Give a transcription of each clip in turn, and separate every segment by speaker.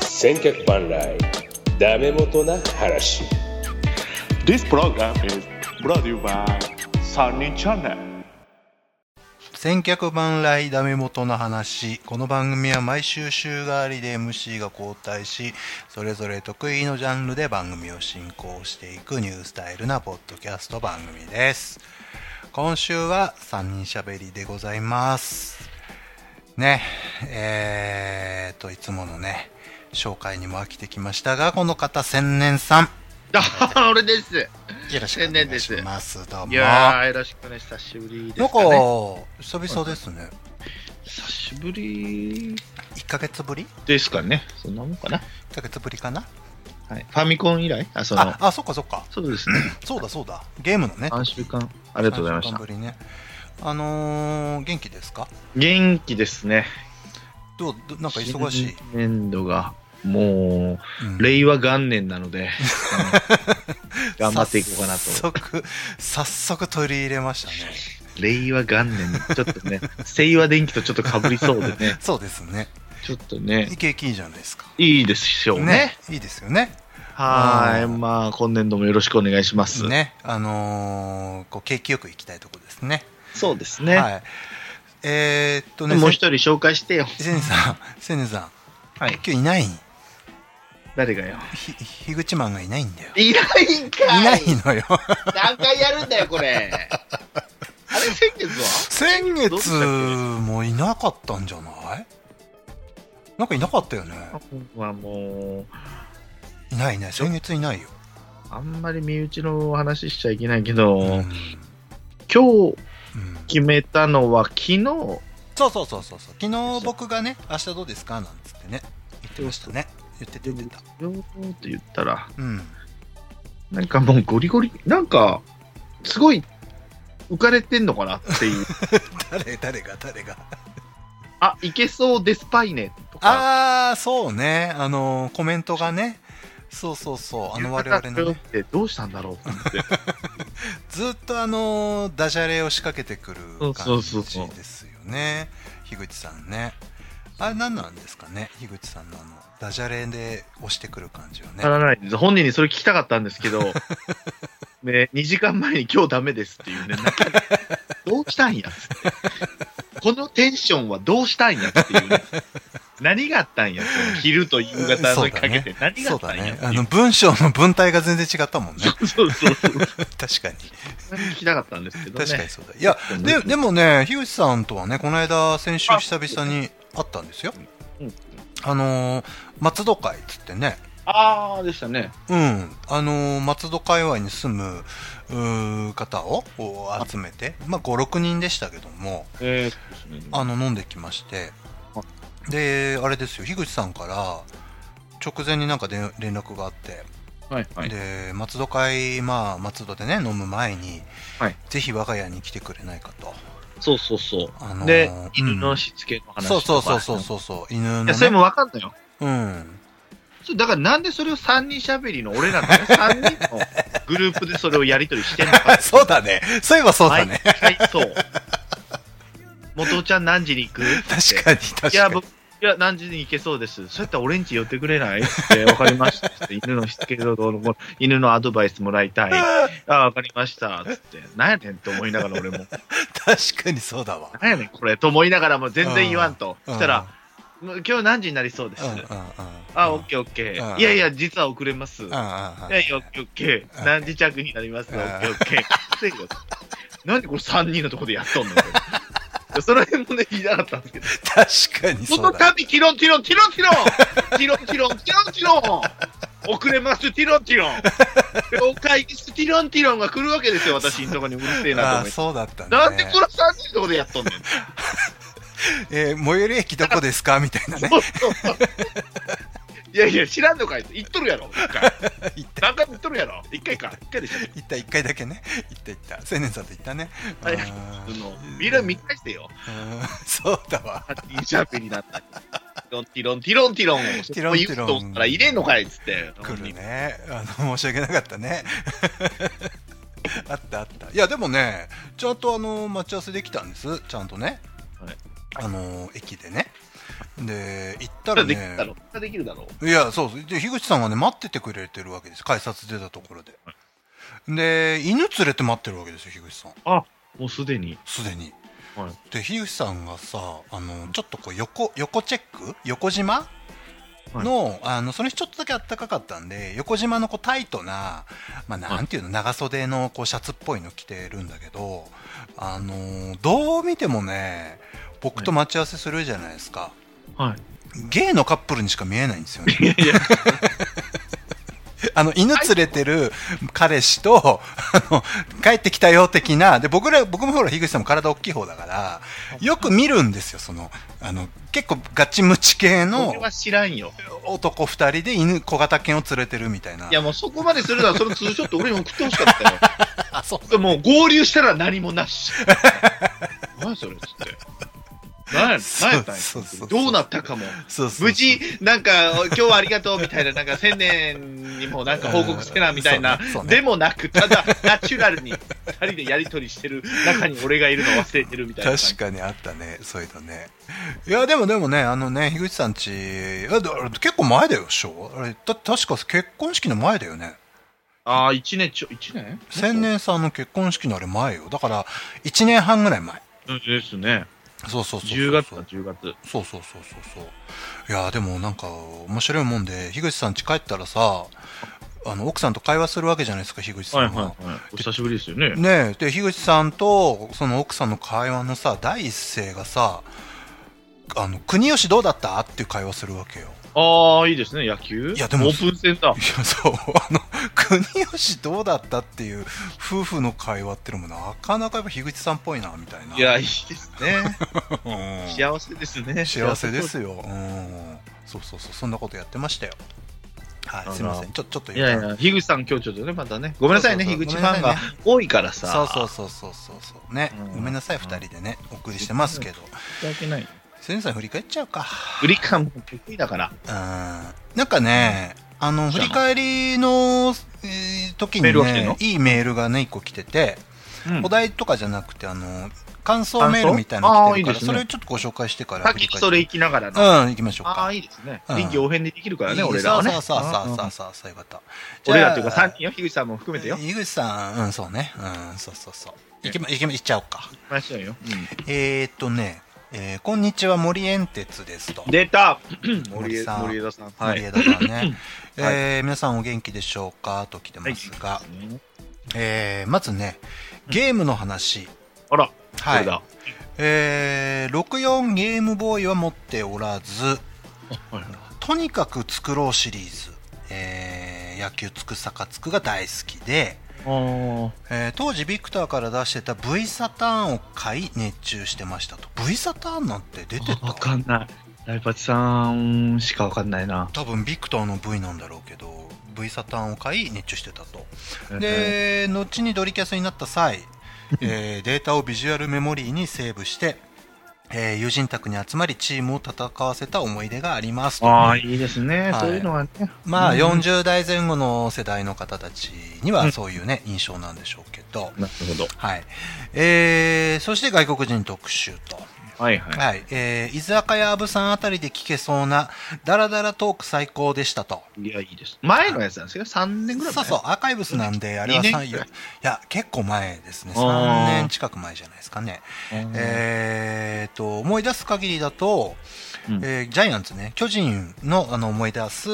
Speaker 1: 千客万来ダメ元な話
Speaker 2: This program is brought to you by Sunny Channel.
Speaker 3: 千客万来ダメ元の話この番組は毎週週替わりで MC が交代しそれぞれ得意のジャンルで番組を進行していくニュースタイルなポッドキャスト番組です今週は3人しゃべりでございますねえー、といつものね紹介にも飽きてきましたがこの方千年さん
Speaker 4: あ、俺です。
Speaker 3: よろしくお願いしますどうも
Speaker 4: い
Speaker 3: な
Speaker 4: や
Speaker 3: んか
Speaker 4: ー、よろしくね、久しぶりですか、ね。
Speaker 3: 久々ですね
Speaker 4: 久しぶり
Speaker 3: 1ヶ月ぶり
Speaker 4: ですかね。そんなもんかな。
Speaker 3: 1ヶ月ぶりかな
Speaker 4: はい、ファミコン以来あ、その
Speaker 3: あ、、あ、そっかそっか。
Speaker 4: そうで すね。
Speaker 3: そうだそうだ。ゲームのね。
Speaker 4: 3週間、ありがとうございま
Speaker 3: 三
Speaker 4: し
Speaker 3: 週間
Speaker 4: た
Speaker 3: ぶ。りね。あのー、元気ですか
Speaker 4: 元気ですね。
Speaker 3: どう、どなんか忙しい。
Speaker 4: 新年度が、も
Speaker 3: うん
Speaker 4: う、令和元年なので、 頑張っていこうかなと。
Speaker 3: 早速、早速取り入れましたね。
Speaker 4: 令和元年、ちょっとね、清和電機とちょっと被りそうで ね、
Speaker 3: そうですね。
Speaker 4: ちょっとね
Speaker 3: い、景気いいじゃないですか。
Speaker 4: いいでしょうね。
Speaker 3: いいですよね。
Speaker 4: はーい、
Speaker 3: うん
Speaker 4: まあ、今年度もよろしくお願いします。
Speaker 3: ね。あのー、こう、景気よく行きたいとこですね。
Speaker 4: そうですね。
Speaker 3: はい。えー、っとね、
Speaker 4: もう一人紹介してよ。
Speaker 3: せ千年 さん、千年さん、
Speaker 4: はい。
Speaker 3: 今日いない
Speaker 4: 誰がよ。
Speaker 3: ひ、ひぐちマンがいないんだよ。
Speaker 4: いないん
Speaker 3: い
Speaker 4: かい
Speaker 3: ないのよ。
Speaker 4: 何回やるんだよ、これ。 あれ、先月は
Speaker 3: 先
Speaker 4: どうし
Speaker 3: 月
Speaker 4: たっけ
Speaker 3: もいなかったんじゃないなんかいなかったよね
Speaker 4: はもう、
Speaker 3: いないね先月いないよ、
Speaker 4: あんまり身内のお話ししちゃいけないけど、
Speaker 3: うんう
Speaker 4: 今
Speaker 3: ん、
Speaker 4: 日決めたのは昨日、
Speaker 3: そうそうそうそうそう昨日僕がね明日どうですかなんつってね言ってましたね言ってた言ってた
Speaker 4: よーって言ったら、
Speaker 3: うん
Speaker 4: なんかもうゴリゴリ、なんか、すごい、浮かれてんのかなって いう。
Speaker 3: 誰誰が誰が
Speaker 4: あ、いけそうですパイね、とか。
Speaker 3: ああそうねあのーコメントがねそうそうそうあの我々のね
Speaker 4: ね。どうしたんだろうと思って。
Speaker 3: ずっとあのーダジャレを仕掛けてくる
Speaker 4: そ
Speaker 3: 感
Speaker 4: うそうそう
Speaker 3: じですよね樋口さんねあれ何なんですかね樋口さんのあのダジャレで押してくる感じはね
Speaker 4: ならないです。本人にそれ聞きたかったんです けど、ね、2時間前に今日ダメですっていう ね、なんかどうしたんやっつって。このテンションはどうしたんやっていうね。何があったんやその昼と夕方
Speaker 3: そ
Speaker 4: の
Speaker 3: う
Speaker 4: に
Speaker 3: だ
Speaker 4: かけ
Speaker 3: ね
Speaker 4: て何があ
Speaker 3: そう
Speaker 4: った
Speaker 3: だ
Speaker 4: んやっ
Speaker 3: ね
Speaker 4: てい
Speaker 3: あ
Speaker 4: う
Speaker 3: の文章の文体が全然違ったもん ね
Speaker 4: そうそうそう。
Speaker 3: 確かに
Speaker 4: それ聞きたかったんですけどね。
Speaker 3: 確かにそうだいやででもね樋口さんとはねこの間先週久々に会ったんですよ
Speaker 4: うん
Speaker 3: あのー松戸会っつってね
Speaker 4: ああ、でしたね。
Speaker 3: うん、あのー松戸界隈に住むうー方をこう集めて、まあ、56人でしたけども
Speaker 4: えー
Speaker 3: あの飲んできましてであれですよ樋口さんから直前になんかで連絡があって、
Speaker 4: はいはい。
Speaker 3: で松戸会、まあ、松戸でね飲む前に、
Speaker 4: はい
Speaker 3: ぜひ我が家に来てくれないかと、
Speaker 4: そうそうそう。
Speaker 3: あのー
Speaker 4: で
Speaker 3: うん、
Speaker 4: 犬のしつけの話
Speaker 3: そ
Speaker 4: と
Speaker 3: う
Speaker 4: か。
Speaker 3: そうそうそうそうそう犬の、
Speaker 4: い
Speaker 3: ね
Speaker 4: や、それもわかんないよ。
Speaker 3: うん、
Speaker 4: そうだからなんでそれを3人しゃべりの俺らのね3人のグループでそれをやり取りしてんの か
Speaker 3: そうだねそういえばそうだね、
Speaker 4: 毎回 そう元ちゃん何時に行く
Speaker 3: 確かに確かに
Speaker 4: いや僕いや何時に行けそうですそうやったら俺んち寄ってくれないって分かりました つって犬のしつけどうのも犬のアドバイスもらいたいあ分かりましたつってなんやねんと思いながら俺も
Speaker 3: 確かにそうだわ
Speaker 4: なんやねんこれと思いながらも全然言わんと
Speaker 3: うん
Speaker 4: そしたらもう今日何時になりそうですあ
Speaker 3: あ
Speaker 4: オッケーオッケ
Speaker 3: うん
Speaker 4: ーいやいや実は遅れます
Speaker 3: あ
Speaker 4: いやいや、オッケーオッケ
Speaker 3: うん
Speaker 4: ー。何時着になります
Speaker 3: うん
Speaker 4: オッケーオッケー。せいよ。なんでこれ3人のとこでやっとん のこれいやその辺もね、言いたかったんですけど。
Speaker 3: 確かに
Speaker 4: こ
Speaker 3: そ
Speaker 4: の
Speaker 3: うだ。
Speaker 4: 度、ティロンティロンティロンティロンティロンティロンティロンティロン遅れます、ティロンティロン了解です、ティロンティロンが来るわけですよ、私のとこにうるせえなと
Speaker 3: あ
Speaker 4: 思
Speaker 3: あ、
Speaker 4: って。
Speaker 3: そうだったんだ、
Speaker 4: なんで
Speaker 3: ね。
Speaker 4: これ3人のとこでやっとんねん。
Speaker 3: えー最寄り駅どこですかみたいなね。
Speaker 4: そうそうそういやいや、知らんのかい言っとるやろ、一 回。
Speaker 3: 行った、
Speaker 4: 何回も言っとるやろ。一回か。一回でしょ。
Speaker 3: 行った、一回だけね。行った、行った。青年さんと行ったね。
Speaker 4: はい
Speaker 3: あー
Speaker 4: のみんな見返してよ。
Speaker 3: うんそうだわ。
Speaker 4: ハッピーシャープになった。ティロンティロンティロンティ
Speaker 3: ィ
Speaker 4: ロンを
Speaker 3: ロンティロン
Speaker 4: 言うとったら入れんのかいっつって。
Speaker 3: 来るね。あの、申し訳なかったね。あった、あった。いや、でもね、ちゃんとあの、待ち合わせできたんです。ちゃんとね。
Speaker 4: はい
Speaker 3: あの、駅でね。で行っ
Speaker 4: そ
Speaker 3: た
Speaker 4: れ
Speaker 3: ら
Speaker 4: はできる
Speaker 3: ね
Speaker 4: だろう。それはできるだろう。
Speaker 3: いやそうそうで樋口さんはね待っててくれてるわけです改札出たところでで犬連れて待ってるわけですよ樋口さん
Speaker 4: Ah, もうすでに。
Speaker 3: すでに、
Speaker 4: はい
Speaker 3: で樋口さんがさあのちょっとこう横横チェック横島
Speaker 4: はい
Speaker 3: の,、あのその日ちょっとだけ暖かかったんで横島のこうタイトな,、まあ、なんていうの、長袖のこうシャツっぽいの着てるんだけど、あのーどう見てもね僕と待ち合わせするじゃないですか、
Speaker 4: は
Speaker 3: ゲイのカップルにしか見えないんですよね
Speaker 4: い。いやいや、
Speaker 3: あの、犬連れてる彼氏と、あの、帰ってきたよ的な、で、僕ら、僕もほら、樋口さんも体大きい方だから、よく見るんですよ、その、あの、結構ガチムチ系の
Speaker 4: 俺は知らんよ。
Speaker 3: 男二人で犬、小型犬を連れてるみたいな。
Speaker 4: いや、もうそこまでするなら、そのツーショット俺に送ってほしかったよ。
Speaker 3: あ、そう。
Speaker 4: でもう合流したら何もなし。 何それっつって。何や何やったんや
Speaker 3: そうそうそう
Speaker 4: どうなったかも。
Speaker 3: そうそう。
Speaker 4: 無事、なんか、今日はありがとうみたいな、なんか、千年にもなんか報告してな、みたいな
Speaker 3: うんそうねそう、ね
Speaker 4: でもなく、ただ、ナチュラルに、二人でやりとりしてる中に俺がいるの忘れてるみたいな感じ。
Speaker 3: 確かにあったね、そういうのね。いや、でもでもね、あのね、樋口さんち、あだあれ結構前だよ、しょあれ、た確か結婚式の前だよね。
Speaker 4: ああ、一年ちょ、一年
Speaker 3: 千年さんの結婚式のあれ前よ。だから、一年半ぐらい前。
Speaker 4: うんですね。
Speaker 3: そうそうそうそう。
Speaker 4: 10月か、10月。
Speaker 3: そうそうそうそうそういやーでもなんか面白いもんで樋口さん家帰ったらさあの奥さんと会話するわけじゃないですか樋口さんは。
Speaker 4: い。お久しぶりですよね。
Speaker 3: ねえで樋口さんとその奥さんの会話のさ第一声がさ「あの国吉どうだった?」っていう会話するわけよ。
Speaker 4: ああ、いいですね、野球。
Speaker 3: いやでも
Speaker 4: オープン戦だ
Speaker 3: い。やそうあの国吉どうだったっていう夫婦の会話ってのもなかなかやっぱ樋口さんっぽいなみたいな。
Speaker 4: いや、いいです ね。
Speaker 3: うん
Speaker 4: 幸せですね。
Speaker 3: 幸せですよ。うん。そうそうそう、そんなことやってましたよ。は
Speaker 4: あ
Speaker 3: い、
Speaker 4: ら
Speaker 3: すみません。ちょ、ちょっと
Speaker 4: いやい
Speaker 3: や。
Speaker 4: や、樋口さん、今日ちょっとね、またね、ごめんなさいね、
Speaker 3: そうそう
Speaker 4: 樋
Speaker 3: そう
Speaker 4: 口ファンが多いからさ、
Speaker 3: そうそうそうそうそうそう。ね
Speaker 4: う、ん
Speaker 3: ごめんなさい、二人でね、お送りしてますけど。
Speaker 4: 申し訳ない。
Speaker 3: せんさん振り返っちゃうか。
Speaker 4: 売り感も得意だから、
Speaker 3: うん。なんかね、あの、振り返りの、えー時に
Speaker 4: メールが来てん
Speaker 3: ね
Speaker 4: の、
Speaker 3: いいメールがね、一個来てて、
Speaker 4: うん
Speaker 3: お題とかじゃなくて、あの、感想メールみたい
Speaker 4: 感
Speaker 3: なの来
Speaker 4: 想
Speaker 3: てるか
Speaker 4: あ
Speaker 3: ら、
Speaker 4: ーいいですね
Speaker 3: それをちょっとご紹介してから
Speaker 4: さっ
Speaker 3: 振り
Speaker 4: き
Speaker 3: 返っ
Speaker 4: それ行きながらの。
Speaker 3: うん、行きましょう
Speaker 4: あ
Speaker 3: か
Speaker 4: あ、。いいですね
Speaker 3: う。ん
Speaker 4: 臨機応変でできるからね、
Speaker 3: いい
Speaker 4: 俺らはね。
Speaker 3: そうそうそう
Speaker 4: うんうん
Speaker 3: そううんそうそう、そういうこと。
Speaker 4: 俺らというか、
Speaker 3: じゃあ
Speaker 4: 3人よ、樋口さんも含めてよ。行
Speaker 3: 井口さん、うん、そうね。うん、そうそうそう。いきま、いきま、いっちゃおうか。
Speaker 4: きましょうよ。
Speaker 3: えー、っとね、えーこんにちは、森煙鉄ですと。
Speaker 4: 出た
Speaker 3: 森
Speaker 4: 森
Speaker 3: 江
Speaker 4: 江
Speaker 3: さん
Speaker 4: 森江田さん。は
Speaker 3: 森
Speaker 4: い。
Speaker 3: 枝さんね。えー皆さんお元気でしょうかと来てますが、えーまずね、ゲームの話。
Speaker 4: あら、
Speaker 3: は
Speaker 4: これ
Speaker 3: い。
Speaker 4: だ
Speaker 3: えー、64ゲームボーイは持っておらず、
Speaker 4: はいはい
Speaker 3: とにかく作ろうシリーズ。えー野球つくさかつくが大好きで、
Speaker 4: あー
Speaker 3: えー当時ビクターから出してた V サターンを買い熱中してましたと V サターンなんて出て
Speaker 4: あわ
Speaker 3: た
Speaker 4: かんない。ライパチさんしかわかんないな。
Speaker 3: 多分ビクターの V なんだろうけど V サターンを買い熱中してたと
Speaker 4: え
Speaker 3: で後にドリキャスになった 際、えーデータをビジュアルメモリーにセーブして、えー友人宅に集まりチームを戦わせた思い出があります
Speaker 4: ー
Speaker 3: と
Speaker 4: ああ、いいですね、
Speaker 3: はい
Speaker 4: そういうのはね。
Speaker 3: まあ
Speaker 4: うん
Speaker 3: 40代前後の世代の方たちにはそういうね印象なんでしょうけど
Speaker 4: なるほど。
Speaker 3: はいえーそして外国人特集と
Speaker 4: はいはい。
Speaker 3: はい、えー居酒屋アブさんあたりで聞けそうな、ダラダラトーク最高でしたと。
Speaker 4: いや、いいです。前のやつなんですよ。3年ぐらい
Speaker 3: そう
Speaker 4: 前。
Speaker 3: そう、アーカイブスなんで、あれは
Speaker 4: 二年
Speaker 3: 3、いやいや、結構前ですね。
Speaker 4: あー
Speaker 3: 3年近く前じゃないですかね。
Speaker 4: うん
Speaker 3: えーっと、思い出す限りだと、
Speaker 4: うん
Speaker 3: えージャイアンツね、巨人のあの思い出す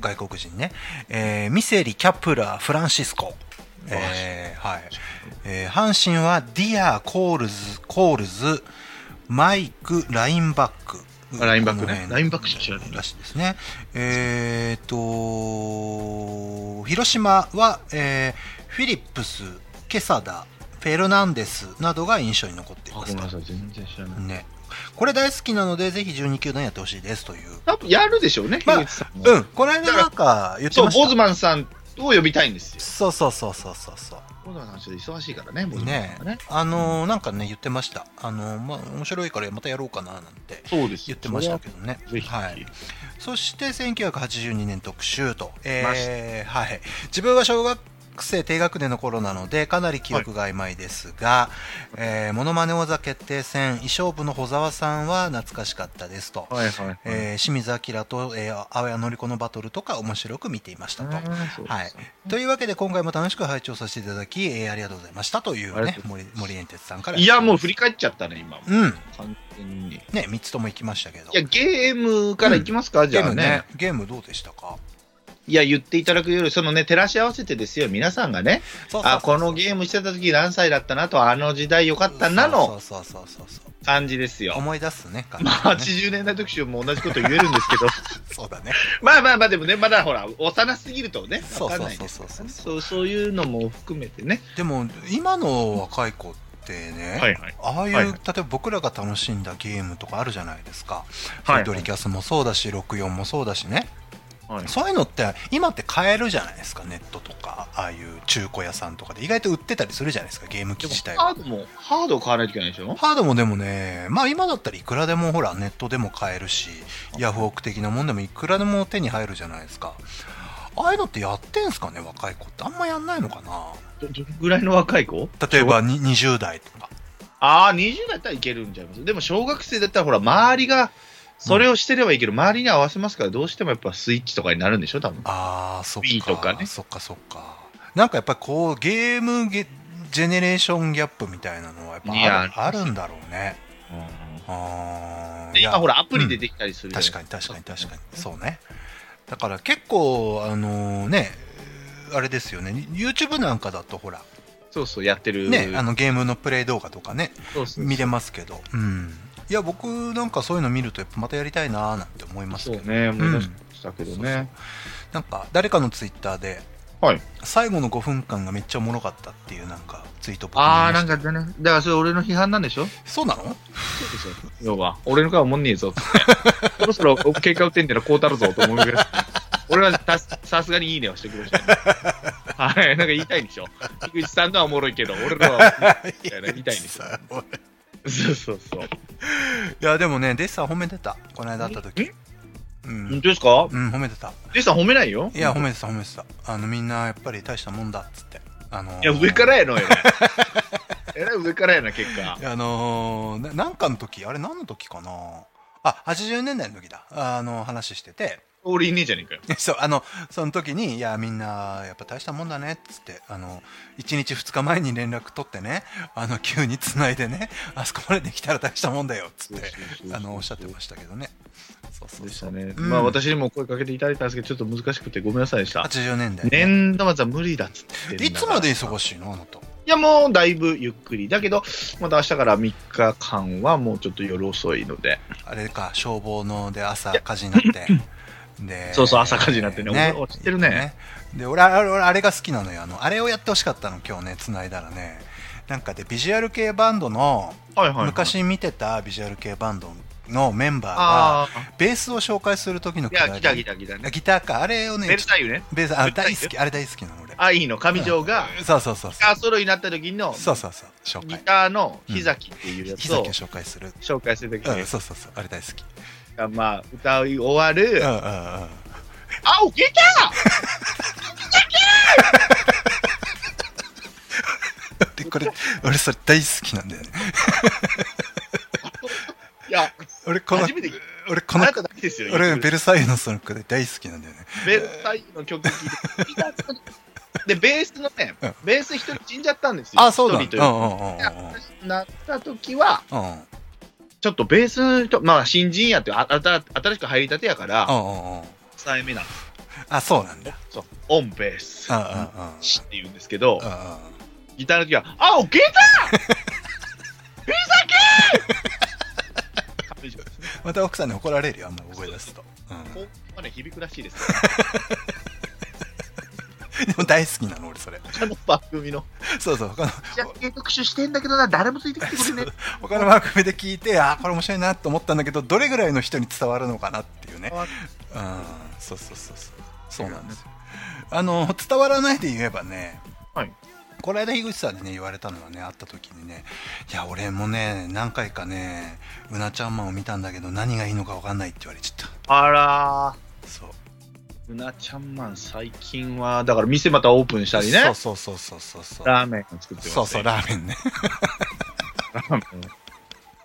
Speaker 3: 外国人ね、えーミセリ、キャプラー、フランシスコ。えーはい。えー阪神はディア、コールズ、コールズ、マイク、ラインバック。
Speaker 4: あラインバックね
Speaker 3: この辺
Speaker 4: ラインバックしか知らない
Speaker 3: らしいですね。えーっと、広島は、えーフィリップス、ケサダ、フェルナンデスなどが印象に残ってい
Speaker 4: あ
Speaker 3: ま
Speaker 4: ごめ
Speaker 3: す
Speaker 4: ん
Speaker 3: と
Speaker 4: なさい、全然知らない。
Speaker 3: ね。これ大好きなので、ぜひ12球団やってほしいですという。
Speaker 4: 多分やるでしょうね、
Speaker 3: まあ
Speaker 4: 樋口さんも
Speaker 3: うん、この間なんか言って
Speaker 4: そう、
Speaker 3: ました。
Speaker 4: ボズマンさんを呼びたいんですよ。
Speaker 3: そうそうそうそうそうそう。
Speaker 4: ボズマンさんちょっと忙しいからね、ボズマン
Speaker 3: ね
Speaker 4: さんはね。
Speaker 3: あのーなんかね、言ってました。あのーまあ、面白いからまたやろうかな、なんて
Speaker 4: そうです
Speaker 3: 言ってましたけどね。
Speaker 4: ぜひ。
Speaker 3: はい。そして、1982年特集と。
Speaker 4: ま
Speaker 3: えー、はい。自分は小学学生低学年の頃なのでかなり記憶が曖昧ですが、えーモノマネ王座決定戦衣装部の保沢さんは懐かしかったですと、
Speaker 4: はいはいはい。
Speaker 3: えー清水明と、えー、青谷のり子のバトルとか面白く見ていましたと。はい、というわけで今回も楽しく拝聴させていただき、えーありがとうございましたとい
Speaker 4: あ
Speaker 3: う
Speaker 4: りが
Speaker 3: ね
Speaker 4: と
Speaker 3: 森森エンテツさんから
Speaker 4: いや、もう振り返っちゃったね、今。
Speaker 3: うん
Speaker 4: 完全に。い
Speaker 3: ね3つとも行きましたけど
Speaker 4: や、ゲームからいきますか、じ
Speaker 3: ゲー
Speaker 4: ゃあ
Speaker 3: ムね
Speaker 4: ね。
Speaker 3: ゲームどうでしたか
Speaker 4: いや、言っていただくより、そのね、照らし合わせてですよ、皆さんがね、
Speaker 3: そうそうそうそう
Speaker 4: あ、このゲームしてた時何歳だったなと、あの時代良かったな
Speaker 3: そ
Speaker 4: の
Speaker 3: うそうそうそうそう
Speaker 4: 感じですよ。
Speaker 3: 思い出すね感じ
Speaker 4: ま
Speaker 3: ね
Speaker 4: あ、80年代特集も同じこと言えるんですけど、
Speaker 3: そうだね
Speaker 4: まあまあまあ、でもね、まだほら、幼すぎるとね、
Speaker 3: そ
Speaker 4: わ
Speaker 3: うそう
Speaker 4: かんない
Speaker 3: そう
Speaker 4: です
Speaker 3: そう
Speaker 4: か
Speaker 3: そう
Speaker 4: らねそう、そういうのも含めてね。
Speaker 3: でも今の若い子ってね、
Speaker 2: はいはい
Speaker 3: ああいう、
Speaker 2: はい
Speaker 3: 例
Speaker 2: は
Speaker 3: えば僕らが楽しんだゲームとかあるじゃないですか、
Speaker 2: はい
Speaker 3: ドリキャスもそうだし64もそうだしね、
Speaker 2: はい
Speaker 3: そういうのって今って買えるじゃないですかネットとかああいう中古屋さんとかで意外と売ってたりするじゃないですかゲーム機
Speaker 4: でも
Speaker 3: 自体、
Speaker 4: ハ
Speaker 3: は
Speaker 4: ードも、ハードを買わないといけないでしょ
Speaker 3: ハードもでもねまあ今だったらいくらでもほらネットでも買えるしヤフオク的なもんでもいくらでも手に入るじゃないですかああいうのってやってんすかね若い子ってあんまやんないのかな
Speaker 4: どどれぐらいの若い子
Speaker 3: 例えばに20代とか
Speaker 4: ああ、20代だったらいけるんちゃいますでも小学生だったら、ほら、周りが、それをしてればいいけど、周りに合わせますから、どうしてもやっぱスイッチとかになるんでしょ、多分
Speaker 3: ああそっか
Speaker 4: Wii とかね
Speaker 3: そっかそっかなんかやっぱりこうゲームゲジェネレーションギャップみたいなのはやっぱ
Speaker 4: いや
Speaker 3: あるあるんだろうねあー
Speaker 4: で
Speaker 3: いや
Speaker 4: 今、ほら、アプリでできたりするじゃない
Speaker 3: 確
Speaker 4: です
Speaker 3: かに確かに確かにそうねだから結構あのねあれですよね YouTube なんかだとほら
Speaker 4: そうそう、やってる。
Speaker 3: ねあのゲームのプレイ動画とかね
Speaker 4: そうそう
Speaker 3: 見れますけどうんいや僕なんかそういうの見るとやっぱまたやりたいなーなんて思います
Speaker 4: そ
Speaker 3: け
Speaker 4: う
Speaker 3: ど
Speaker 4: ね、思い出したけどね。
Speaker 3: なんか誰かのツイッターで
Speaker 4: はい
Speaker 3: 最後の5分間がめっちゃおもろかったっていうなんかツイート僕見
Speaker 4: あ
Speaker 3: ま
Speaker 4: あ、な
Speaker 3: し
Speaker 4: ん
Speaker 3: た
Speaker 4: かだね。だからそれ俺の批判なんでしょ
Speaker 3: そうなの
Speaker 4: そうですよ。要は、俺の顔おもんねえぞっつって。そろそろ結果打ってんだらこうたるぞと思うぐらい。俺はたさすがにいいねはしてきましたね、はい、なんか言いたいんでしょ。菊池さんのはおもろいけど、俺のは、みたいな言いたいんでしょ。
Speaker 3: さあ
Speaker 4: そうそうそ う。
Speaker 3: いやでもねデッサン褒めてたこの間会った時
Speaker 4: え
Speaker 3: う
Speaker 4: 本
Speaker 3: ん、
Speaker 4: 当ですか
Speaker 3: うん、褒めてた
Speaker 4: デさん褒めないよ。
Speaker 3: いや褒めてた褒めてたあのみんなやっぱり大したもんだっつってあのー
Speaker 4: いや、上からやのよ。えらい上からやな、結果。
Speaker 3: あのーななんかの時あれ何の時かなあ80年代の時だあの話してて
Speaker 4: 俺いねえじゃねえかよ。
Speaker 3: そうあのその時にいやみんなやっぱ大したもんだねっつってあの1日2日前に連絡取ってねあの急に繋いでねあそこまでできたら大したもんだよっつってあのおっしゃってましたけどねそうそう
Speaker 4: でし
Speaker 3: そう
Speaker 4: たね。
Speaker 3: うん
Speaker 4: まあ私にも声かけていただいたんですけど、ちょっと難しくてごめんなさいでした。
Speaker 3: 80年代、ね、
Speaker 4: 年度末は無理だっつってんだから。
Speaker 3: いつまで忙しいのあなた
Speaker 4: いや、もうだいぶゆっくり。だけど、また明日から3日間はもうちょっと夜遅いので。
Speaker 3: あれか消防ので朝火事にな ってで
Speaker 4: そうそう朝火事になってね
Speaker 3: ね
Speaker 4: 俺知ってるね
Speaker 3: で俺あれ俺あれが好きなのよあのあれをやってほしかったの今日ね繋いだらねなんかでビジュアル系バンドの、
Speaker 4: はいはい、はい。
Speaker 3: 昔見てたビジュアル系バンドのメンバーが
Speaker 4: あ
Speaker 3: ベースを紹介する時の
Speaker 4: あ。いや、
Speaker 3: り
Speaker 4: ギタギタギタね。
Speaker 3: ギターかあれをね
Speaker 4: ベルタイユね。
Speaker 3: ベースあ
Speaker 4: ベルタイ
Speaker 3: 大
Speaker 4: ユ
Speaker 3: 好きあれ大好きなの俺
Speaker 4: あ、いいの。上条が、
Speaker 3: そうそうそう
Speaker 4: ギ
Speaker 3: そ
Speaker 4: ターソロになった時の
Speaker 3: う、そうそうそう紹
Speaker 4: ギ
Speaker 3: 介
Speaker 4: ターの木崎っていうや
Speaker 3: 木
Speaker 4: つ
Speaker 3: 崎を
Speaker 4: を
Speaker 3: 紹介する、
Speaker 4: 紹介する時
Speaker 3: うん、
Speaker 4: に、
Speaker 3: そうそうそうあれ大好き
Speaker 4: まあ、歌い終わ
Speaker 3: うん
Speaker 4: る、
Speaker 3: うんうん
Speaker 4: あ、おけた
Speaker 3: でこれ俺それ大好きなんだよね
Speaker 4: いや、
Speaker 3: 俺この
Speaker 4: 初めて聞い
Speaker 3: 俺こ
Speaker 4: あ
Speaker 3: の
Speaker 4: なただけですよ。
Speaker 3: 俺ベ
Speaker 4: ベ
Speaker 3: ルサイユのその曲で大好きなんだよね
Speaker 4: ルタイユの曲聴いてギターソロ。で、ベースのね
Speaker 3: うん、
Speaker 4: ベース一人死んじゃったんですよ。
Speaker 3: あそうだ
Speaker 4: 一人という
Speaker 3: う
Speaker 4: か
Speaker 3: んうんうんうん
Speaker 4: なった時は、
Speaker 3: うんうん
Speaker 4: ちょっとベースの人、まあ新人やって、ああた新しく入りたてやから、
Speaker 3: うんうん
Speaker 4: 伝え目なんです
Speaker 3: あそうなんだ
Speaker 4: そう、オンベース
Speaker 3: うんうんうん
Speaker 4: シって言うんですけど、
Speaker 3: うんうん
Speaker 4: ギターの時は、あ、お、ギターピザキーですね
Speaker 3: また奥さんに怒られるよあんま覚え出すと、 うん、
Speaker 4: こ
Speaker 3: で
Speaker 4: うまで響くらしいですよ。
Speaker 3: も大好きなの俺それ
Speaker 4: 他の番組の。
Speaker 3: そうそう他の
Speaker 4: じゃあ、特集してんだけどな、誰もついてきてくれね
Speaker 3: 他の番組で聞いてあーこれ面白いなと思ったんだけどどれぐらいの人に伝わるのかなって いうね
Speaker 4: 伝わる
Speaker 3: うんそうそうそうそうそうなんですよあの伝わらないで言えばね、
Speaker 4: はい
Speaker 3: この間樋口さんにね言われたのはね会った時にねいや俺もね何回かねうなちゃんマンを見たんだけど何がいいのか分かんないって言われちゃっ
Speaker 4: あら
Speaker 3: たそう
Speaker 4: うなちゃんマン、最近は、だから店またオープンしたりね。
Speaker 3: そうそうそうそうそうそう。
Speaker 4: ラーメンを作ってます、ね。
Speaker 3: そうそう、ラーメ ンね。
Speaker 4: ラーメン。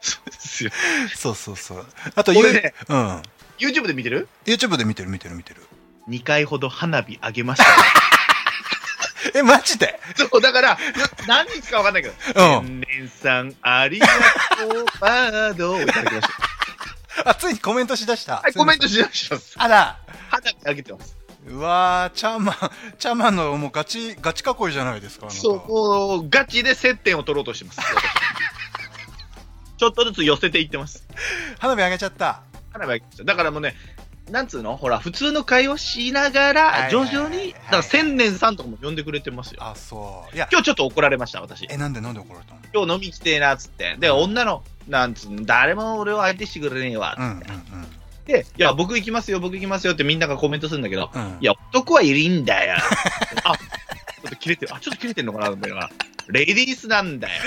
Speaker 4: そうですよ。
Speaker 3: そうそうそう。あと、
Speaker 4: 俺ね
Speaker 3: ゆうん。
Speaker 4: YouTube で見てる
Speaker 3: YouTube で見てる見てる見てる。
Speaker 4: ?2 回ほど花火あげました。
Speaker 3: え、マジで
Speaker 4: そう、だから、何日かわかんないけど、
Speaker 3: うん
Speaker 4: 天然さん、ありがとう、バードをいただきました。
Speaker 3: あ、ついにコメントしだした。
Speaker 4: はい、コメントします。
Speaker 3: あら。
Speaker 4: 花火あげてます。
Speaker 3: うわー、チャーマン、 チャーマンのもうガチ、ガチ囲いじゃないですか。あなた
Speaker 4: そう、もう、ガチで接点を取ろうとしてます。 ちょっとずつ寄せていってます。
Speaker 3: 花火あげちゃった。
Speaker 4: 花火あげました。だからもうね、なんつうのほら、普通の会話しなが
Speaker 3: は
Speaker 4: ら、
Speaker 3: い
Speaker 4: 徐々
Speaker 3: はい
Speaker 4: に、だから千年さんとかも呼んでくれてますよ。
Speaker 3: あ、そう。いや、
Speaker 4: 今日ちょっと怒られました、私。
Speaker 3: え、なんでなんで怒られたの
Speaker 4: 今日飲み来てえな、つって。で、女の、なんつうの、誰も俺を相手してくれねえわ、
Speaker 3: うんうん
Speaker 4: で、いや、僕行きますよ、僕行きますよってみんながコメントするんだけど、
Speaker 3: うん。うん。
Speaker 4: いや、男はいるん だよ。あ、ちょっと切れてる。あ、ちょっと切れてるのかなと思いながら、レディースなんだよ。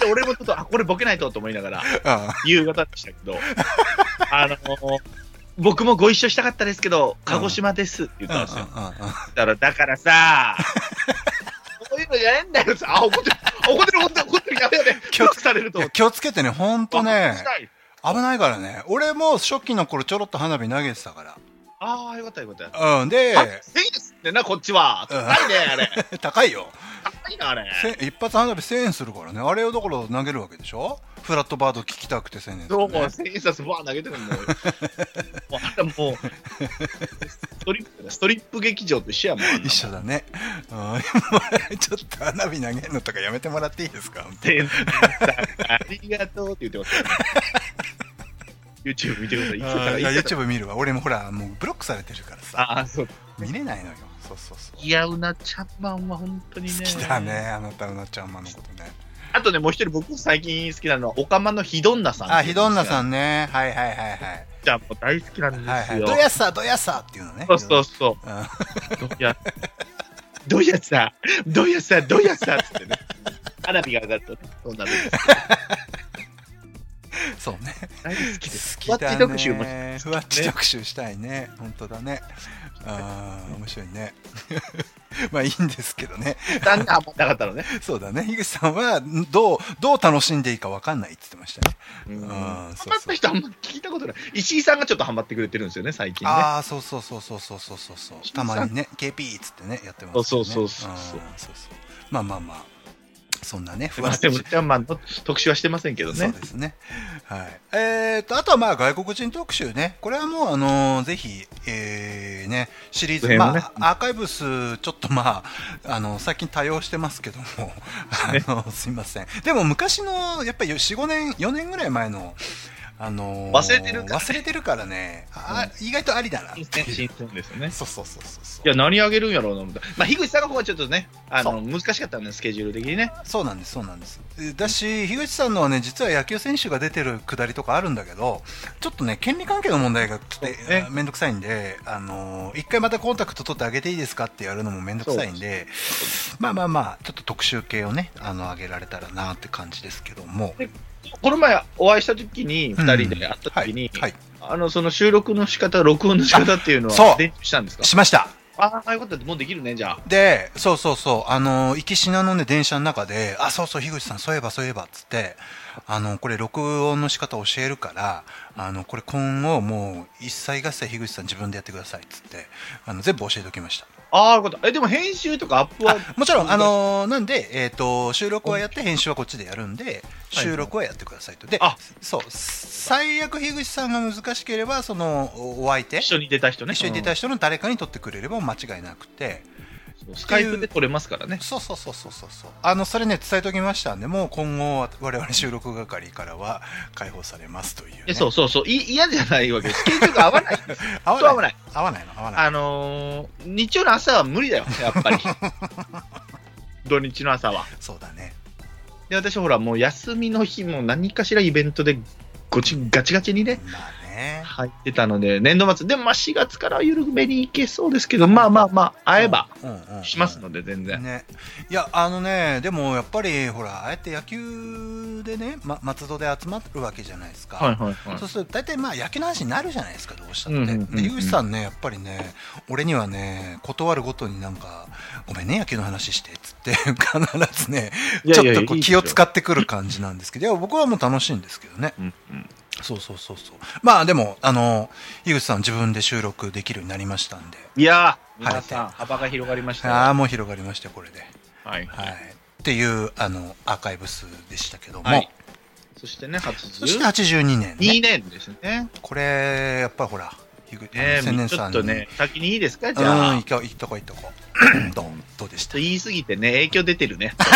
Speaker 4: で、俺もちょっと、あ、これボケないとと思いながら、
Speaker 3: あ
Speaker 4: 夕方でしたけ ど、あの僕もご一緒したかったですけど、鹿児島ですって言ったんですよ。
Speaker 3: あ。
Speaker 4: だから、だからさ、そういうのじゃねえんだよ。あ、怒ってる、あ怒ってる、怒ってる、怒ってる、やべやべ、
Speaker 3: 気
Speaker 4: 記
Speaker 3: を
Speaker 4: 録される
Speaker 3: い
Speaker 4: と思
Speaker 3: や
Speaker 4: って。
Speaker 3: 気をつけてね、ほんとね
Speaker 4: あ、したい
Speaker 3: 危ないからね。俺も初期の頃ちょろっと花火投げてたか
Speaker 4: ああ、よかった、よかった。
Speaker 3: ら。うん、で
Speaker 4: あ、、1000円ですってな、こっちは。
Speaker 3: うん
Speaker 4: 高いね、あれ。
Speaker 3: 高いよ。
Speaker 4: 高い な、あれ。
Speaker 3: せん一発花火1000円するからね。あれをだから投げるわけでしょフラットバード聞きたくて1000円、ね。
Speaker 4: どうも、千円札バーン投げてるのもう。もうあれもう、ストリップ、ストリップ劇場と一緒やもん。
Speaker 3: 一緒だね。うん、 もうちょっと花火投げるのとかやめてもらっていいですか本当に
Speaker 4: 天然さん、ありがとうって言ってますよね。YouTube 見てください。
Speaker 3: あー
Speaker 4: い
Speaker 3: いや、
Speaker 4: やいや
Speaker 3: YouTube 見るわ。俺もほら、もうブロックされてるからさ。
Speaker 4: ああ、そう。
Speaker 3: 見れないのよ。そうそうそう。
Speaker 4: いや、うなちゃんマンは本当にね。
Speaker 3: 好きだね。あなた、うなちゃんまのことね。
Speaker 4: あとね、もう一人僕最近好きなのは、オカマのヒドンナさん。
Speaker 3: あ、ひどんなさ
Speaker 4: ん。
Speaker 3: んね。はいはいはいはい。
Speaker 4: じゃあもう大好きなんで
Speaker 3: はいは
Speaker 4: す
Speaker 3: い。
Speaker 4: よ。
Speaker 3: どやさ、どやさっていうのね。
Speaker 4: そうそうそう。
Speaker 3: うん。
Speaker 4: どや、どやさ、どやさ、どやさっつってね。花火が上がると、そうなるんです。
Speaker 3: そうね。
Speaker 4: 大好きです。
Speaker 3: 好きだね。
Speaker 4: ふわっち特集も
Speaker 3: ふわっち特集したいね。本当だね。ああ、面白いね。 まあいいんですけどね。
Speaker 4: だんだん余ったかったのね。
Speaker 3: そうだね。樋口さんは、んどう、どう楽しんでいいか分かんないって言ってましたね。
Speaker 4: うんハ
Speaker 3: あーそうそう
Speaker 4: マった人あんま聞いたことない。石井さんがちょっとハマってくれてるんですよね、最近ね。
Speaker 3: ああ、そうそうそうそうそうそうそうそう。たまにね、KP っつってね、やってます、ね。
Speaker 4: そうそうそうそうん
Speaker 3: そうそうまあまあまあ、そんなね、ふ
Speaker 4: ま
Speaker 3: わ
Speaker 4: あ
Speaker 3: っ
Speaker 4: で
Speaker 3: ち。
Speaker 4: も、ちゃんまんの特集はしてませんけど
Speaker 3: そう
Speaker 4: ね。
Speaker 3: ですね。はい。えー、と、あとはまあ外国人特集ね。これはもうあのーぜひ、えー、ね、シリーズ、
Speaker 4: この辺をね
Speaker 3: まあ、アーカイブス、ちょっとまあ、あの、最近多用してますけ ども、あの、すいません。でも昔の、やっぱり4、5年、4年ぐらい前の、あのー
Speaker 4: 忘れてるから
Speaker 3: 忘れてるからね、あ意外とありだなってい
Speaker 4: 新
Speaker 3: う。
Speaker 4: 鮮、新鮮ですよね。
Speaker 3: そうそうそうそうそう
Speaker 4: いや、何あげるんやろうな、思った。まあ、樋口さんの方はちょっとね、あ
Speaker 3: そ
Speaker 4: の、難しかったね、スケジュール的にね。
Speaker 3: そうなんですそうなんですえだし樋口さんのはね実は野球選手が出てるくだりとかあるんだけどちょっとね権利関係の問題がちょっ
Speaker 4: そう
Speaker 3: と
Speaker 4: ね
Speaker 3: あ面倒くさいんであのー一回またコンタクト取ってあげていいですかってやるのも面倒くさいんでまあまあまあちょっと特集系をねあの上げられたらなって感じですけども
Speaker 4: この前お会いした時に、
Speaker 3: うん
Speaker 4: 二人で会った時に、
Speaker 3: はい、
Speaker 4: あの、その収録の仕方、録音の仕方っていうの
Speaker 3: あそ
Speaker 4: は
Speaker 3: う
Speaker 4: 練習したんですか
Speaker 3: しました
Speaker 4: ああ、よかった。もうできるね、じゃあ。
Speaker 3: でそうそうそうあのー行きしなのね電車の中であそうそう樋口さんそういえばそういえばっつってあのこれ録音の仕方教えるからあのこれ今後もう一切合切樋口さん自分でやってくださいっつってあの全部教えておきました
Speaker 4: ああ、よかった。え、でも編集とかアップは、
Speaker 3: もちろんあのーなんで、えー、と収録はやって編集はこっちでやるんで収録はやってくださいとで
Speaker 4: あ
Speaker 3: そう最悪樋口さんが難しければそのおお相手
Speaker 4: 一緒に出た人ね。
Speaker 3: 一緒に出た人の誰かに撮ってくれれば間違いなくて、
Speaker 4: うんスカイプで撮れますからね。
Speaker 3: そうそうそうそうそうそうあのそれね伝えておきましたんでもう今後我々収録係からは解放されますという、ね、
Speaker 4: えそうそうそう。い嫌じゃないわけ です。スケジュールが合わない。
Speaker 3: 合
Speaker 4: そう合わ
Speaker 3: ない
Speaker 4: ない。
Speaker 3: 合わないの合わない
Speaker 4: あのー日曜の朝は無理だよ、やっ ぱり。土日の朝は。
Speaker 3: そうだね
Speaker 4: で、私ほら、もう休みの日も何かしらイベントで、ごち、ガチガチにね、
Speaker 3: まあね。
Speaker 4: 入ってたので、年度末、でもまあ4月からは緩めに行けそうですけど、まあまあまあ、会えば
Speaker 3: うんうんうん
Speaker 4: しますので、全然。
Speaker 3: ね、いやあのねでもやっぱりほらああやって野球でね、ま、松戸で集まるわけじゃないですか、
Speaker 4: はいはいはい
Speaker 3: そう。すると大体まあ野球の話になるじゃないですかどうしたって、
Speaker 4: うんうんうんうん
Speaker 3: で井口さんねやっぱりね俺にはね断るごとになんかごめんね野球の話してっつって 必ずね
Speaker 4: いやいや
Speaker 3: ちょっとこう
Speaker 4: いいです
Speaker 3: 気
Speaker 4: よ
Speaker 3: を使ってくる感じなんですけどいや僕はもう楽しいんですけどね
Speaker 4: うんうん
Speaker 3: そうそうそうそうまあでもあの井口さん自分で収録できるようになりましたんで
Speaker 4: いやー、
Speaker 3: はい
Speaker 4: 皆さん、幅が広がりましたね。
Speaker 3: ああもう広がりましたよこれで。
Speaker 4: はい。
Speaker 3: はい、っていうあのアーカイブスでしたけども、
Speaker 4: はいそしてね、
Speaker 3: そして82
Speaker 4: 82
Speaker 3: 年、ね、
Speaker 4: 年ですね。
Speaker 3: これやっぱりほら樋口
Speaker 4: ね
Speaker 3: 千年
Speaker 4: ちょ
Speaker 3: さ
Speaker 4: っ
Speaker 3: んに
Speaker 4: とね、先にいいですか
Speaker 3: う
Speaker 4: じ
Speaker 3: ん
Speaker 4: ゃあ。
Speaker 3: 行
Speaker 4: ちょ
Speaker 3: こう行っとこう行っと こうどうどうでし
Speaker 4: ったと言い過ぎてね、影響出てるね。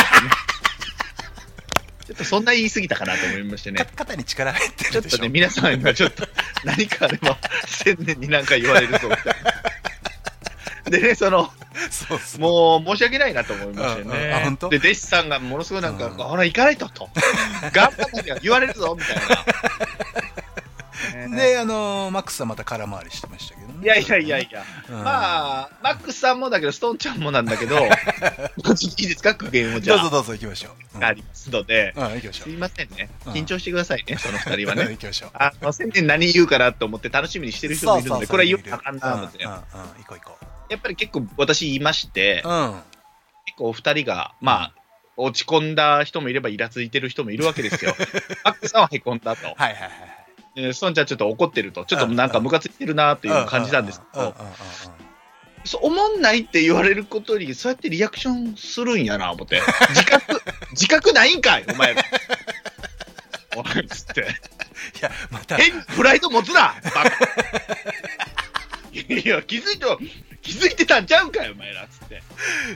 Speaker 4: ちょっとそんな言い過ぎたかなと思いましてね
Speaker 3: か。肩に力入って
Speaker 4: ちょ
Speaker 3: る
Speaker 4: っ
Speaker 3: で
Speaker 4: と
Speaker 3: しょ
Speaker 4: ね、皆さん今ちょっと何かあれば千年に何か言われるぞみたいな。でね、その、
Speaker 3: そうそう
Speaker 4: もう申し訳ないなと思いまして
Speaker 3: うんうんあ本
Speaker 4: ね。で、
Speaker 3: 当
Speaker 4: 弟子さんがものすごいなんか、
Speaker 3: うん
Speaker 4: ほら、行かないとと。頑張んなきゃ言われるぞみ たいな。ね
Speaker 3: であのーマックスはまた空回りしてましたけどね
Speaker 4: いやいやいやいや。
Speaker 3: うん
Speaker 4: まあ、マックスさんもだけど、ストーンちゃんもなんだけど、ちょっといいですか、苦言をじ
Speaker 3: ど
Speaker 4: ゃ
Speaker 3: うぞ
Speaker 4: あ、
Speaker 3: どうぞ行きましょう、うん
Speaker 4: ありますので、
Speaker 3: うん行きましょ
Speaker 4: すいませんね、
Speaker 3: うん
Speaker 4: 緊張してくださいね、その二人は
Speaker 3: う
Speaker 4: ね。
Speaker 3: 行きましょう
Speaker 4: あの、千年何言うかなと思って楽しみにしてる人もいるので、これは言う
Speaker 3: う
Speaker 4: なあかんなと思って、
Speaker 3: うんうん
Speaker 4: や
Speaker 3: うん行こう行こ
Speaker 4: っぱり結構私言いまして、
Speaker 3: ううん
Speaker 4: 結構お二人が、まあ、落ち込んだ人もいれば、イラついてる人もいるわけで すよ。マックスさんはへこんだと、
Speaker 3: はいはいはい
Speaker 4: でストーンちゃんちょっと怒ってると、ちょっとなんかムカついてるなという感じなんですけ
Speaker 3: うんうん
Speaker 4: ど
Speaker 3: う、んうんうん
Speaker 4: そう思んないって言われることに、そうやってリアクションするんやな、思って。自覚、自覚ないんかい、お前。 お前つって。
Speaker 3: いやまた
Speaker 4: 変にプライド持つな、バカ。いや、気づいては、気づいてたんちゃうんかい、お前ら、つって。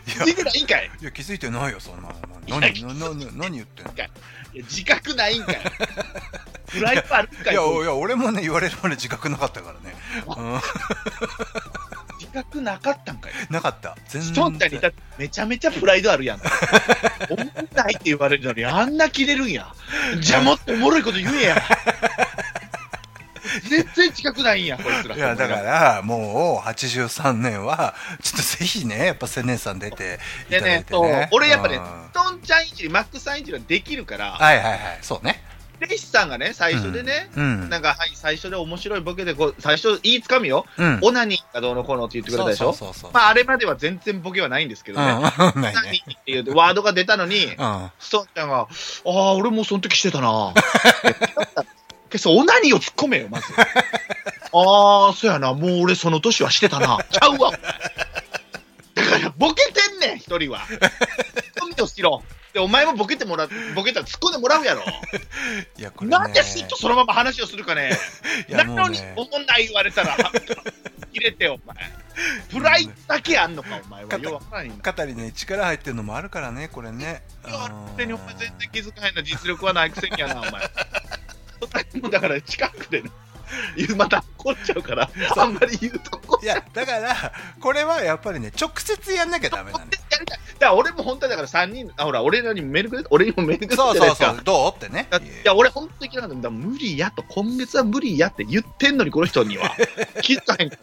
Speaker 3: い
Speaker 4: 気
Speaker 3: や
Speaker 4: づいてないんかい。
Speaker 3: いや気づいてないよそんなの
Speaker 4: や
Speaker 3: 何何何何言ってんの
Speaker 4: いや自覚ないんかい。プライドあるんか
Speaker 3: い
Speaker 4: い。
Speaker 3: やおいや俺もね言われるまで自覚なかったからね、
Speaker 4: 自覚なかったんかい。
Speaker 3: うん、なかった全
Speaker 4: ストンちゃんにだってめちゃめちゃプライドあるやん。おもんないって言われるのにあんな切れるんや。じゃあもっとおもろいこと言えや。全然近くないんや、こいつら。
Speaker 3: いやだからもう83年はちょっとぜひねやっぱ千年さん出てい
Speaker 4: で
Speaker 3: ただ
Speaker 4: ね
Speaker 3: い、て
Speaker 4: そう
Speaker 3: ね
Speaker 4: 俺やっぱね
Speaker 3: うん、
Speaker 4: ストンちゃんいじり、マックスさんいじりはできるから、
Speaker 3: はいはいはいそうね
Speaker 4: レイシさんがね、最初でね、
Speaker 3: うん
Speaker 4: なんか、はい、最初で面白いボケでこう、最初、いいつかみよ、
Speaker 3: うん
Speaker 4: オナニーがどうのこうのって言ってくれたでしょ、
Speaker 3: そうそうそうそう、
Speaker 4: まあ、あれまでは全然ボケはないんですけどね、
Speaker 3: うんない
Speaker 4: オナニ
Speaker 3: ね
Speaker 4: ーっていうワードが出たのに、
Speaker 3: うん
Speaker 4: ストーンちゃんが、ああ、俺もその時してた な。けど、オナニーを突っ込めよ、まず。ああ、そうやな、もう俺その年はしてたな。ちゃうわ。お前だから、ボケてんねん、一人は。 突っ込みをしろ。で、お前もボケてもら、ボケたら突っ込んでもらうやろ。
Speaker 3: いやこれ、ね、
Speaker 4: なんでスッとそのまま話をするかね。
Speaker 3: いや
Speaker 4: な
Speaker 3: もう
Speaker 4: のに
Speaker 3: ね、
Speaker 4: おもんない言われたら、 切れてよ、お前。プライドだけあんのか、お前は。ようわからんよ
Speaker 3: 肩にね力入ってるのもあるからねこれね
Speaker 4: 勝手にお前全然気づかへんな実力はないくせにやなお前 もうだから近くでね言うまた怒っちゃうからあんまり言うとこ
Speaker 3: いやだからこれはやっぱりね直接やんなきゃダメなんだよ
Speaker 4: やりたいだから俺も本当はだから3人あほら俺らにもメールくれ俺にもメールくれた
Speaker 3: そう
Speaker 4: じゃない
Speaker 3: そ
Speaker 4: で
Speaker 3: うそ
Speaker 4: すか
Speaker 3: うどうってね
Speaker 4: だっていや俺本当に嫌なんだだから無理やと今月は無理やって言ってんのにこの人には 気づかへんだか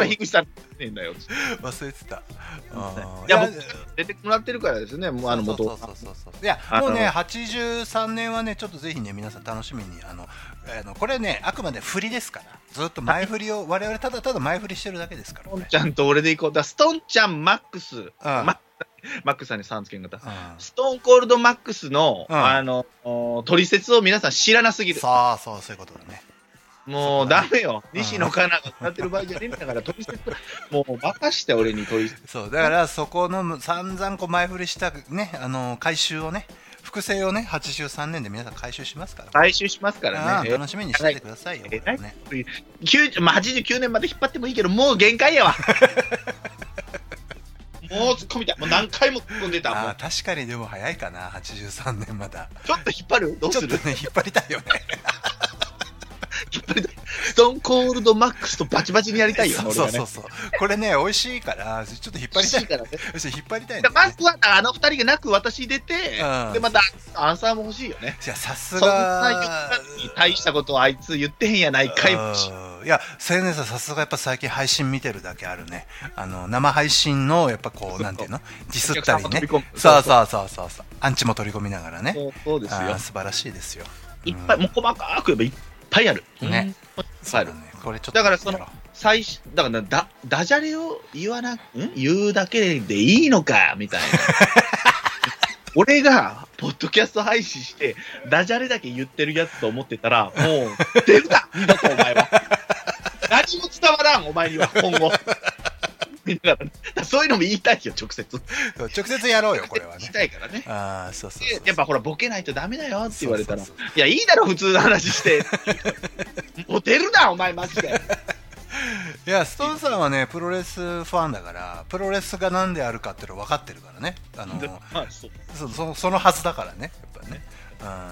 Speaker 4: ら樋口さんねんだよ
Speaker 3: 忘れてた
Speaker 4: いや僕出てもらってるからですねもうあの元
Speaker 3: そうそうそうそういやもうね83年はねちょっとぜひね皆さん楽しみにあのあのこれねあくまで振りですからずっと前振りを我々ただただ前振りしてるだけですから
Speaker 4: ストンちゃんと俺で行こうだからストンちゃんマックス
Speaker 3: あ
Speaker 4: まマックスさんにさんつけんかった
Speaker 3: あ
Speaker 4: ストーンコールドマックスの、
Speaker 3: うん
Speaker 4: あの、お取説を皆さん知らなすぎる。
Speaker 3: さあそうそういうことだね
Speaker 4: もうダメよ。
Speaker 3: うん
Speaker 4: 西野カナが歌ってる場合じゃねえんだから、取説、もう任して俺に取説。
Speaker 3: そうだからそこの散々こう前振りしたねあの回収をね複製をね83年で皆さん回収しますから
Speaker 4: 回収しますから
Speaker 3: ああ
Speaker 4: ね。
Speaker 3: 楽しみにしててくださいよこ
Speaker 4: え
Speaker 3: れ
Speaker 4: ら
Speaker 3: はいね
Speaker 4: 90まあ、89年まで引っ張ってもいいけど、もう限 界やわ。もう突っ込みたい。もう何回も突っ込んでた。も
Speaker 3: あ
Speaker 4: う
Speaker 3: あ確かにでも早いかな83年まだ
Speaker 4: ちょっと引っ張るどう
Speaker 3: ちょ
Speaker 4: す
Speaker 3: っと
Speaker 4: る
Speaker 3: ね引っ張りたいよね
Speaker 4: 引っ張りたいストーンコールドマックスとバチバチにやりたいよ、
Speaker 3: そう
Speaker 4: 俺
Speaker 3: そう
Speaker 4: は
Speaker 3: そ
Speaker 4: ね
Speaker 3: う。そうこれね美味しいからちょっと引っ張りた
Speaker 4: 欲し
Speaker 3: い
Speaker 4: いからね。
Speaker 3: そして引っ張りたいんだ
Speaker 4: で
Speaker 3: よね、
Speaker 4: マスクはあの二人がなく私出て、
Speaker 3: うん
Speaker 4: でまたアンサーも欲しいよね。
Speaker 3: じゃあさす
Speaker 4: そんな
Speaker 3: が
Speaker 4: に大したことをあいつ言ってへんやないかいもし
Speaker 3: うんいや、青年さん、さすがやっぱ最近配信見てるだけあるね。あの、生配信の、やっぱこう、なんていうのディスったりね
Speaker 4: お客さんも飛び込む。
Speaker 3: そうそうそうそうそう。アンチも取り込みながらね。
Speaker 4: そうそうです
Speaker 3: あ
Speaker 4: よ
Speaker 3: ー。素晴らしいですよ。
Speaker 4: いっぱい、もう細かく言えばいっぱいある。
Speaker 3: ね
Speaker 4: うん。いっぱいある
Speaker 3: そう。だねこれちょっと
Speaker 4: だからその
Speaker 3: やろう
Speaker 4: 最初、だからだ、ダジャレを言わな、ん言うだけでいいのか、みた いな。俺が、ポッドキャスト配信して、ダジャレだけ言ってるやつと思ってた ら、もう、出るな二度とお前は。何も伝わらん、お前には、今後。だからだからそういうのも言いたいよ、直接。
Speaker 3: 直接やろうよ、これは
Speaker 4: 言い
Speaker 3: ね。
Speaker 4: たいからね。
Speaker 3: ああ、そうそうそう
Speaker 4: でやっぱほら、ボケないとダメだよって言われたら、
Speaker 3: そうそう
Speaker 4: いや、いいだろ、普通の 話して。もう出るな、お前、マジで。
Speaker 3: いやストーンさんはねプロレスファンだからプロレスが何であるかっていうの分かってるからねあの
Speaker 4: まあ、そう。
Speaker 3: そそそのはずだからねやっぱね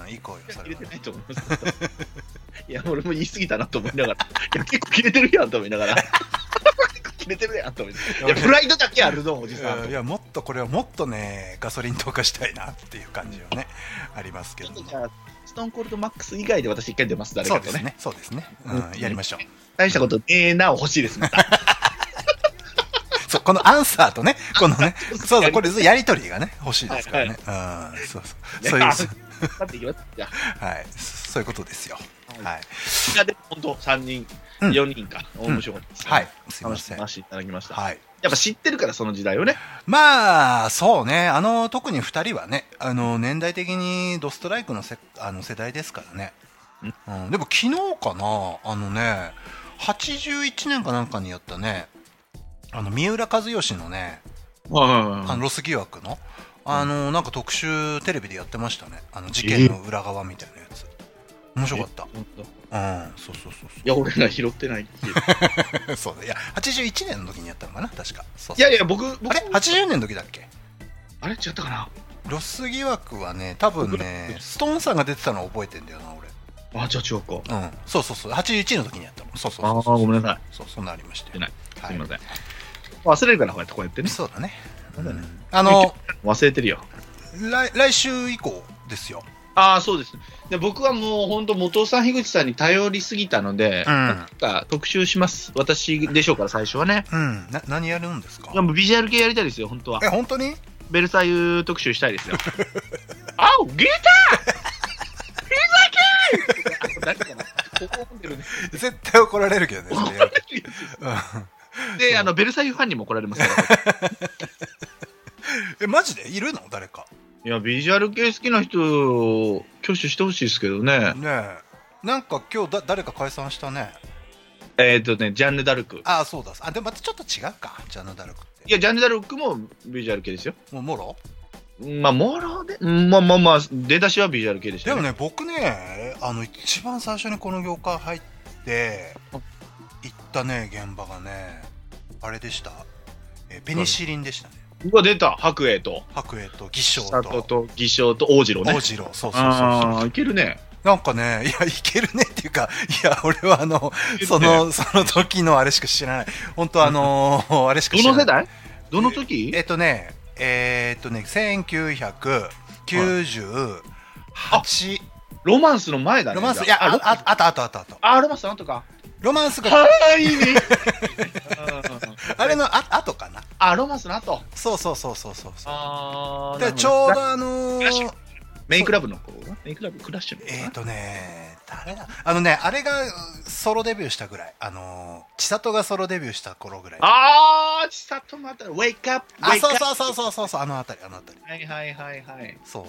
Speaker 3: うん、いい行為よそれ
Speaker 4: 入れ
Speaker 3: は
Speaker 4: て
Speaker 3: ね
Speaker 4: ないと思います。 いや、俺も言い過ぎたなと思いながら、 いや、結構切れてるやんと思いながら、 切れてるやんと思いながら、いや、プライドだけあるぞ、おじさん
Speaker 3: うんい
Speaker 4: と。
Speaker 3: やもっとこれはもっとねガソリン投下したいなっていう感じはねありますけど
Speaker 4: ちょっ
Speaker 3: も
Speaker 4: とじゃあ、ストーンコールドマックス以外で私一回出ます、誰
Speaker 3: そ
Speaker 4: か
Speaker 3: うです
Speaker 4: とね。
Speaker 3: ねそうですね、うん、やりましょう
Speaker 4: 大したことねえなを欲しいです、また。
Speaker 3: そうこのアンサーとねこのねそうそうこれやり取りがね欲しいですからね、うんそう そうそういう
Speaker 4: ね
Speaker 3: そう
Speaker 4: あ待っていきます。じゃ あ
Speaker 3: はいそういうことですよ
Speaker 4: は
Speaker 3: はい
Speaker 4: いや、でも本当、3人、
Speaker 3: うん
Speaker 4: 4人か。面白かったです。
Speaker 3: はいすいま
Speaker 4: 楽し
Speaker 3: せ
Speaker 4: く
Speaker 3: ん
Speaker 4: 話いただきました。
Speaker 3: はい
Speaker 4: やっぱ知ってるから、その時代をね。
Speaker 3: まあ、そうね、あの特に2人はね、あの年代的にドストライクのせあの世代ですからね、うん、でも昨日かな、あのね、81年かなんかにやったね、あの三浦知良のね、あのロス疑惑の、あのなんか特集テレビでやってましたね、あの事件の裏側みたいなやつ、面白かった、
Speaker 4: 本当
Speaker 3: う
Speaker 4: い
Speaker 3: ん、そうそうそう
Speaker 4: や、俺ら拾ってないっていう
Speaker 3: そう、そうだいや、81年の時にやったのかな、確か、そう
Speaker 4: いやいや、僕、僕
Speaker 3: あれ、80年の時だっけ
Speaker 4: あれ違ったかな
Speaker 3: ロス疑惑はね、多分ね、ストーンさんが出てたのを覚えてんだよな、俺。
Speaker 4: あ、じゃあ違うか。
Speaker 3: うん。そうそうそう。81の時にやったの。そうそう
Speaker 4: あ
Speaker 3: そう
Speaker 4: あ、ごめんなさい。
Speaker 3: そう、そんなありまして。
Speaker 4: 出ない
Speaker 3: は
Speaker 4: す
Speaker 3: い
Speaker 4: みません。忘れるから、こうやってこうやってね。
Speaker 3: そうだね。
Speaker 4: そうだね
Speaker 3: んあの、
Speaker 4: 忘れてるよ。
Speaker 3: 来来週以降ですよ。
Speaker 4: ああ、そうです。で僕はもう本当、元さん、樋口さんに頼りすぎたので、
Speaker 3: うん
Speaker 4: なんか特集します。私でしょうから、最初はね。
Speaker 3: うん。な何やるんですか
Speaker 4: いやもうビジュアル系やりたいですよ、本当は
Speaker 3: え、。本当に
Speaker 4: ベルサイユ特集したいですよ。 あお、ギ ターふざけーここんでるね。
Speaker 3: 絶対怒られるけどね、それやる
Speaker 4: で、あの、ベルサイユファンにも来られますから。
Speaker 3: え、マジでいるの誰か。
Speaker 4: いや、ビジュアル系好きな人を挙手してほしいですけどね。
Speaker 3: ねえ。なんか今日だ誰か解散したね。
Speaker 4: えっ、とね、ジャンヌ・ダルク。
Speaker 3: ああ、そうだ。あ、でもまたちょっと違うか。ジャンヌ・ダルクっ
Speaker 4: い
Speaker 3: て。
Speaker 4: や、ジャンヌ・ダルクもビジュアル系ですよ。
Speaker 3: もうもろ
Speaker 4: まあ、もろで、まあまあまあ、出だしはビジュアル系でした
Speaker 3: で
Speaker 4: ね。
Speaker 3: もね、僕ね、あの一番最初にこの業界入って行ったね、現場がね、あれでした、えペニシリンでしたね、
Speaker 4: うわ、出た、白衣と、
Speaker 3: 白衣と義象
Speaker 4: 佐藤
Speaker 3: と
Speaker 4: と偽証と王次郎ね。
Speaker 3: 王次郎、そうそうそうそう
Speaker 4: ああ、いけるね。
Speaker 3: なんかね、いや、いけるねっていうか、いや、俺はあの、その、その時のあれしか知らない、本当、あの ーあれしか知
Speaker 4: ど
Speaker 3: ら
Speaker 4: の
Speaker 3: ない。
Speaker 4: 世代どの時
Speaker 3: えっとね、えーっとね、1998、
Speaker 4: ロマンスの前だね。
Speaker 3: ロマンス、い
Speaker 4: じゃ
Speaker 3: や、
Speaker 4: あ
Speaker 3: あああったあったあったあった。
Speaker 4: あ、ロマンスの後か。
Speaker 3: ロマンスが、
Speaker 4: はー い。
Speaker 3: あれのあ後かな。
Speaker 4: あ、ロマンスの後。
Speaker 3: そうそうそうそうそうそう。
Speaker 4: あ
Speaker 3: でちょうどあの
Speaker 4: クラッシュ
Speaker 3: ー、
Speaker 4: メインクラブの子メインクラブクラッシュの
Speaker 3: えっ、ー、とね、誰だあのね、あれがうソロデビューしたぐらい。あのー、千里がソロデビューした頃ぐらい。
Speaker 4: ああ、ちさとまた、ウェイクアップ。
Speaker 3: あそう
Speaker 4: う。
Speaker 3: そうそうそうそうそう、あのあたり、あのあたり。
Speaker 4: はいはいはいはい。
Speaker 3: そう。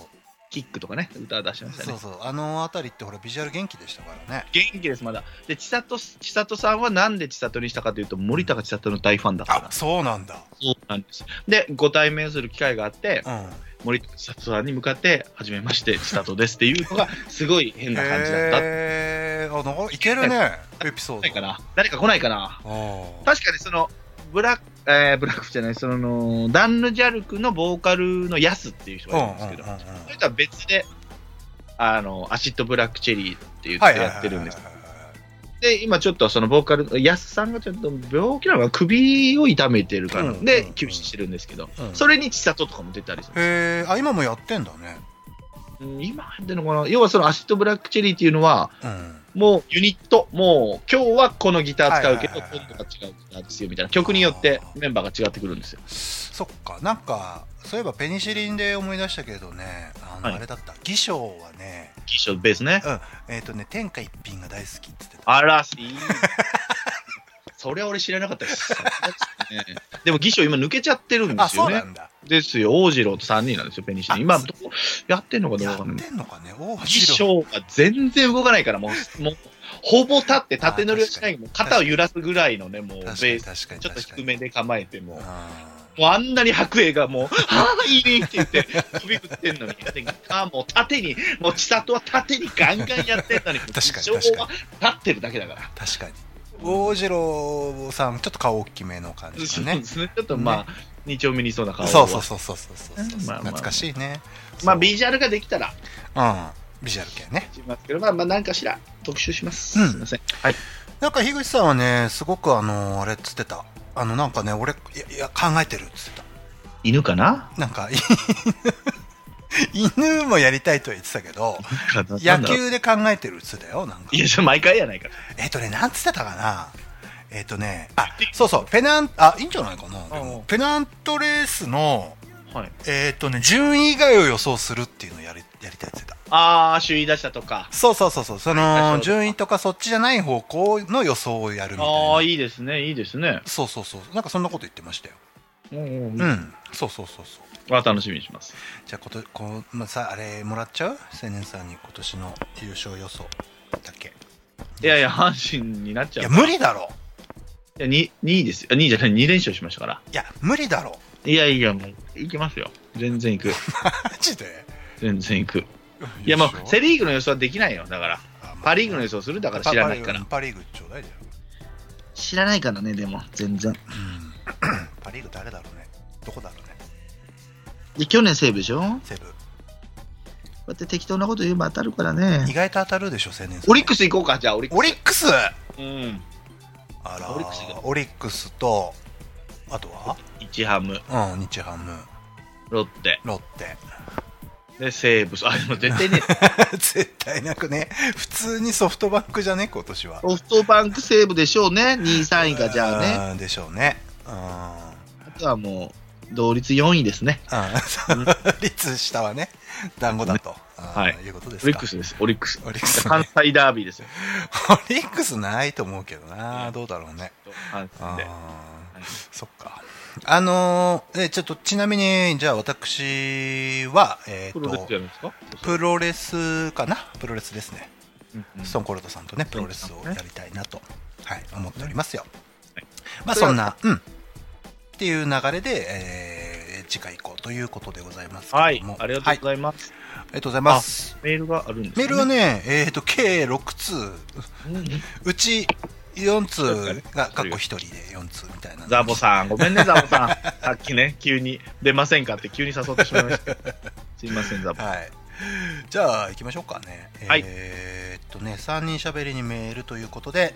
Speaker 4: キックとかね、歌出してましたね。
Speaker 3: そうそう、あのあたりってほら、ビジュアル元気でしたからね。
Speaker 4: 元気です、まだ。で、千里千里さんはなんで千里にしたかというと、森高千里の大ファンだったか
Speaker 3: あ
Speaker 4: ら、
Speaker 3: そうなんだ。
Speaker 4: そうなんです。で、ご対面する機会があって、
Speaker 3: うん。
Speaker 4: 森高千里さんに向かって、はじめまして、千里ですってい うのが、すごい変な感じだった。
Speaker 3: へーあなんかいけるね、エピソー
Speaker 4: 誰か
Speaker 3: ド。
Speaker 4: な誰か来ないかな
Speaker 3: あー
Speaker 4: 確かにその、ブラック、えーブラックじゃない、その、ダンヌ・ジャルクのボーカルのヤスっていう人
Speaker 3: う
Speaker 4: が
Speaker 3: ん
Speaker 4: いう
Speaker 3: ん
Speaker 4: るんですけど、
Speaker 3: うんうん
Speaker 4: それとは別で、あの、アシッド・ブラック・チェリーって言
Speaker 3: はい
Speaker 4: って
Speaker 3: はいはいはい
Speaker 4: やってるんですで、今ちょっとそのボーカルの、安さんがちょっと病気なのか首を痛めてるから、
Speaker 3: うん
Speaker 4: で
Speaker 3: うん、
Speaker 4: 休止してるんですけど、
Speaker 3: うん
Speaker 4: それに千里とかも出たりする。
Speaker 3: へえあ今もやってんだね
Speaker 4: うん今入ってるのかな要はそのアシッドブラックチェリーっていうのは、
Speaker 3: うん
Speaker 4: もうユニット、もう今日はこのギター使うけど、
Speaker 3: はい
Speaker 4: 今
Speaker 3: はいはいはい
Speaker 4: 度は違うギターですよみたいな、曲によってメンバーが違ってくるんですよ。
Speaker 3: そっかなんかそういえばペニシリンで思い出したけどねあの、
Speaker 4: はい
Speaker 3: あれだった偽証はね
Speaker 4: キーショベースね。
Speaker 3: えっ、とね天下一品が大好きって言ってた
Speaker 4: あら、いい。 それは俺知らなかったです。ねでも、偽証今抜けちゃってるんで
Speaker 3: あ
Speaker 4: す
Speaker 3: そ
Speaker 4: よ
Speaker 3: うな
Speaker 4: ね。
Speaker 3: んだ
Speaker 4: ですよ、大次郎と3人なんですよ、ペニシリン。
Speaker 3: あ
Speaker 4: 今
Speaker 3: そ、
Speaker 4: どこやってんのかどう
Speaker 3: や
Speaker 4: かわかん
Speaker 3: っ
Speaker 4: ない。
Speaker 3: てんのかね大橋
Speaker 4: 偽証が全然動かないから、もう、もうほぼ立って、縦乗りをしない、もう肩を揺らすぐらいのね、もう、ベ
Speaker 3: 確かに
Speaker 4: ース、
Speaker 3: 確かに
Speaker 4: ちょっと
Speaker 3: 確か
Speaker 4: 低
Speaker 3: に
Speaker 4: めで構えても。
Speaker 3: あ
Speaker 4: もうあんなに白衣がもう、はあ、いいねって言って、飛び振ってんのに、あもう縦に、もう千里は縦にガンガンやってんのに、
Speaker 3: 確かに
Speaker 4: 一生
Speaker 3: 確か
Speaker 4: は立ってるだけだから。
Speaker 3: ー確かに大次郎さんちょっと顔大きめの感じ
Speaker 4: そう
Speaker 3: のね
Speaker 4: ですね。 ちょっとまあ、二丁目にいそうな顔は
Speaker 3: そうそうそうそうそうそう
Speaker 4: うんまあまあ
Speaker 3: 懐かしいね
Speaker 4: まあ、
Speaker 3: そう
Speaker 4: ビジュアルができたら、
Speaker 3: うんビジュアル系ね
Speaker 4: しますけど、まあ、まあ、なんかしら、特集します。
Speaker 3: うん
Speaker 4: すいません。はい。
Speaker 3: なんか樋口さんはねすごくあのあれっつってたあのなんかね俺いやいや考えてるっつって
Speaker 4: 犬かな
Speaker 3: たなんかい 犬もやりたいとは言ってたけど野。球で考えてるっつってたよなんか
Speaker 4: いや、それ毎回やないから。
Speaker 3: えっ、とね、なんつってたかな。えっ、とね、あ、そうそう、ペナン、あ、いいんじゃないかな。で
Speaker 4: うんう
Speaker 3: も
Speaker 4: ん
Speaker 3: ペナントレースの、
Speaker 4: はい。
Speaker 3: えっ、とね、順位以外を予想するっていうのをやり、やりたいって言ってた。
Speaker 4: ああ、首位出したとか。
Speaker 3: そうそうそうそう、そ
Speaker 4: あそう
Speaker 3: の
Speaker 4: だ
Speaker 3: 順位とかそっちじゃない方向の予想をやるみた
Speaker 4: ああ、
Speaker 3: いな。
Speaker 4: いいですね、いいですね。
Speaker 3: そうそうそう、なんかそんなこと言ってましたよ。
Speaker 4: うん
Speaker 3: う
Speaker 4: うん。
Speaker 3: ん、そうそうそうそう。
Speaker 4: は楽しみにします。
Speaker 3: じゃあこと、こう、まあ、さ、あれもらっちゃう青年さんに今年の優勝予想だっけ。
Speaker 4: いやいや、阪神になっち
Speaker 3: い
Speaker 4: ゃう
Speaker 3: や、。無理だろ。
Speaker 4: いや、2, 位ですよ。2位じゃない、2連勝しましたから。
Speaker 3: いや、無理だろ。
Speaker 4: いやいや、もう、いきますよ。全然いく。
Speaker 3: マジで。
Speaker 4: 全然いく。いや、も
Speaker 3: 優勝
Speaker 4: う、セ・リーグの予想はできないよ。だから、
Speaker 3: あまあ
Speaker 4: パ・リーグの予想するだから知らないから。
Speaker 3: パ・リーグちょうだいじゃん
Speaker 4: 知らないからね、でも、全然。
Speaker 3: パ・リーグ誰だろうねどこだろうね
Speaker 4: で、去年西武でしょこ
Speaker 3: セブ
Speaker 4: うやって適当なこと言えば当たるから
Speaker 3: 意
Speaker 4: ね。
Speaker 3: 外と当たるでしょ青年さん
Speaker 4: オリックス行こうか、じゃあ、オリックス。
Speaker 3: オリックスあ
Speaker 4: うん。
Speaker 3: ら
Speaker 4: オリックスが
Speaker 3: ーオリックスとあとは
Speaker 4: 日ハム、
Speaker 3: うん日ハム
Speaker 4: ロッテ、
Speaker 3: ロッテ
Speaker 4: で、西武。あ、でも絶対ね、
Speaker 3: 絶対なくね普通にソフトバンクじゃね今年は
Speaker 4: ソフトバンク西武でしょうね。2位、3位が、じゃあね。
Speaker 3: ねでしょうねうんあ
Speaker 4: あとはもう、同率4位ですね。
Speaker 3: ー率下はね団子だとは
Speaker 4: はい
Speaker 3: いうことですか
Speaker 4: オリックスです、オリックス。
Speaker 3: オリックス
Speaker 4: 関西ダービーですよ。
Speaker 3: オリックスないと思うけどなどうだろうね
Speaker 4: 阪神で。
Speaker 3: あー
Speaker 4: はい
Speaker 3: そっか。あのーえちょっとちなみに、じゃあ私は、えっ、
Speaker 4: プロレス
Speaker 3: と
Speaker 4: じゃ、ないですか
Speaker 3: プロレスかなプロレスですね。ストーンコルドさんとね、プロレスをやりたいなと、はい、思っておりますよ。
Speaker 4: はい
Speaker 3: まあ
Speaker 4: そ
Speaker 3: そ
Speaker 4: れは
Speaker 3: んな、うん。っていう流れで、えー次回以降ということでございますけ
Speaker 4: は
Speaker 3: れ
Speaker 4: い
Speaker 3: ども。、
Speaker 4: ありがとうご
Speaker 3: はい
Speaker 4: ざいます。
Speaker 3: ありがとうございます。
Speaker 4: メールがあるんです、
Speaker 3: メールは、ね、えっ、と、計6通、うち4通が、かっこ1人で4通みたいな。
Speaker 4: ザボさん、ごめんね、ザボさん。 さっきね、急に出ませんかって急に誘ってしまいま した。すいません、ザボ。
Speaker 3: はい。じゃあ行きましょうかね。
Speaker 4: はい
Speaker 3: えーっとね、3人しゃべりにメールということで、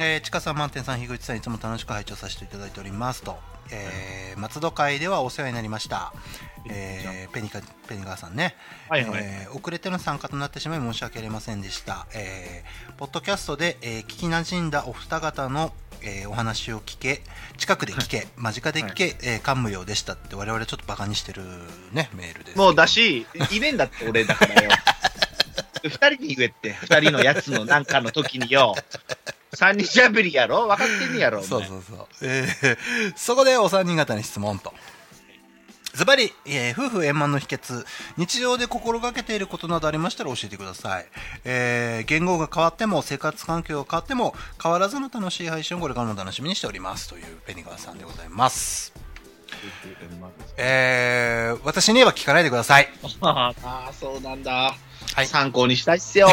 Speaker 3: えー、ちかさん、満点さん、樋口さん、いつも楽しく拝聴させていただいておりますと、えー松戸会ではお世話になりました。えーペニカペニガーさんね、
Speaker 4: はいはい
Speaker 3: えー遅れての参加となってしまい申し訳ありませんでした、えーポッドキャストで、えー聞き馴染んだお二方の、えーお話を聞け近くで聞け間近で聞け、えー感無量でしたって我々ちょっとバカにしてるねメールですけど
Speaker 4: もうだし、いねえんだって、俺だからよ。二人に言えって、二人のやつのなんかの時によ。三人しゃべりやろ分かってんねやろお前
Speaker 3: そうそうそう。えーそこでお三人方に質問と。ズバリ、えー夫婦円満の秘訣、日常で心がけていることなどありましたら教えてください。えー言語が変わっても、生活環境が変わっても、変わらずの楽しい配信をこれからも楽しみにしております。というペニガーさんでございます。えー私に言えば聞かないでください。
Speaker 4: ああ、そうなんだ。
Speaker 3: はい
Speaker 4: 参考にしたいっすよ。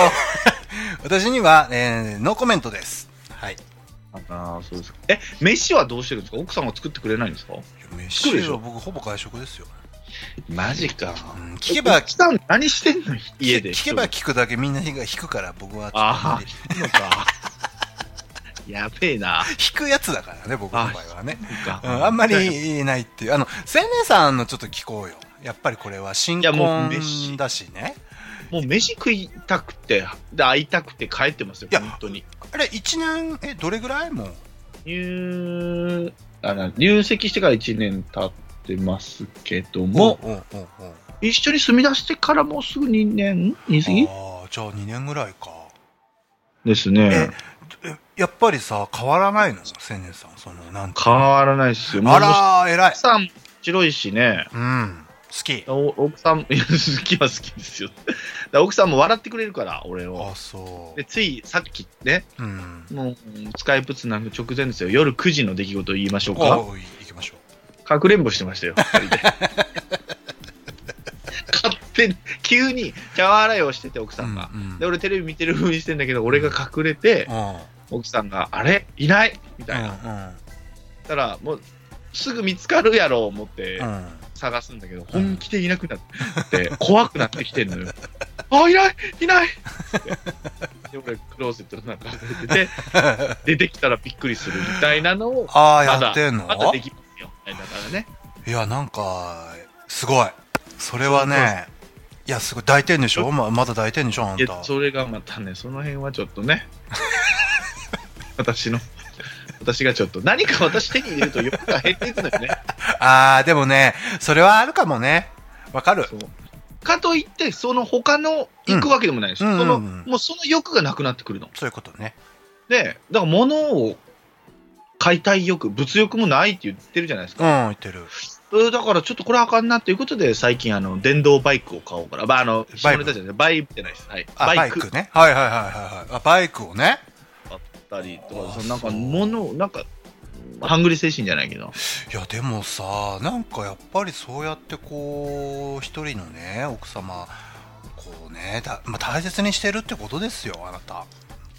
Speaker 3: 私には、えーノーコメントです。はい。
Speaker 4: ああ、そうですか。え、飯はどうしてるんですか奥さんが作ってくれないんですか
Speaker 3: 飯
Speaker 4: るでし
Speaker 3: は
Speaker 4: ょ
Speaker 3: 僕ほぼ外食ですよ。
Speaker 4: マジか。
Speaker 3: うん聞けば
Speaker 4: 来たん何してんの家で。
Speaker 3: 聞けば聞くだけみんな火が引くから僕はちょっと
Speaker 4: あ
Speaker 3: あん
Speaker 4: あ
Speaker 3: まり、
Speaker 4: 聞くのか。やべえな。
Speaker 3: 引くやつだからね僕の場合はね
Speaker 4: なんか
Speaker 3: うん、あんまりいないっていう。あの、青年さんのちょっと聞こうよ。やっぱりこれは新
Speaker 4: いやもう
Speaker 3: 婚
Speaker 4: 飯
Speaker 3: だしね
Speaker 4: もう飯食いたくて、で会いたくて帰ってますよ、
Speaker 3: いや
Speaker 4: 本当に。
Speaker 3: あれ1年えどれぐらいもう
Speaker 4: 入あな入籍してから1年経ってますけども、
Speaker 3: うんうんうんうん
Speaker 4: 一緒に住み出してからもうすぐ2年 ?2 過
Speaker 3: ああじゃあ2年ぐらいか
Speaker 4: ぎですね。
Speaker 3: えやっぱりさ変わらないの千年さんそのなんか
Speaker 4: 変わらないっすよ。もう
Speaker 3: あらー偉い
Speaker 4: 奥さん白いしね。
Speaker 3: うん好き
Speaker 4: お奥さん、いや好きは好きですよ。だ から奥さんも笑ってくれるから、俺を
Speaker 3: あ。そ
Speaker 4: でついさっきね、
Speaker 3: ううん
Speaker 4: もうスカイプつなぐ直前ですよ、夜9時の出来事を言いましょう
Speaker 3: あ
Speaker 4: か、
Speaker 3: 行きましょ
Speaker 4: かくれんぼしてましたよ、二 人で勝手に、急に茶碗洗いをしてて、奥
Speaker 3: う
Speaker 4: さんが。
Speaker 3: うんうん
Speaker 4: で俺テレビ見てるふうにしてんだけど俺が隠れて
Speaker 3: うん
Speaker 4: 奥さんが「あれいない?」みたいな、たらもうすぐ見つかるやろう思って
Speaker 3: うんうんうん
Speaker 4: 探すんだけど、本気でいなくなって、怖くなってきてんのよ。 あ、いないいないで、俺、クローゼットの中入って て、出てきたらびっくりするみたいなのを、
Speaker 3: ああ
Speaker 4: まだ
Speaker 3: やってんの
Speaker 4: まだできますよ。だからね。
Speaker 3: いやなんかすごいそれはねいやすごい抱いてんでしょままだ抱いてんでしょあん
Speaker 4: い
Speaker 3: た
Speaker 4: や、それがまたね、その辺はちょっとね、 私の、私がちょっと、何か私手に入れると欲が減っていくのよね。
Speaker 3: ああでもねそれはあるかもねわかる
Speaker 4: そうかといって、その他の行くわけでもないです。
Speaker 3: うん
Speaker 4: その、
Speaker 3: うんうんうん
Speaker 4: もうその欲がなくなってくるの。
Speaker 3: そういうことね
Speaker 4: で、だから物を買いたい欲、物欲もないって言ってるじゃないで
Speaker 3: う
Speaker 4: す
Speaker 3: ん
Speaker 4: か。
Speaker 3: 言ってる
Speaker 4: うん、だからちょっとこれあかんなということで、最近あの、電動バイクを買おうから。まあ、あの、下ネタじゃない、バイクじゃないです。はい。
Speaker 3: あバイクねはいはいはいはいはいあバイクをね
Speaker 4: 買ったりと
Speaker 3: あ
Speaker 4: か、そのなんか
Speaker 3: そう
Speaker 4: 物を、なんか、ハングリー精神じゃないけど。
Speaker 3: いやでもさなんかやっぱりそうやってこう一人のね奥様こうねだ、まあ、大切にしてるってことですよあなた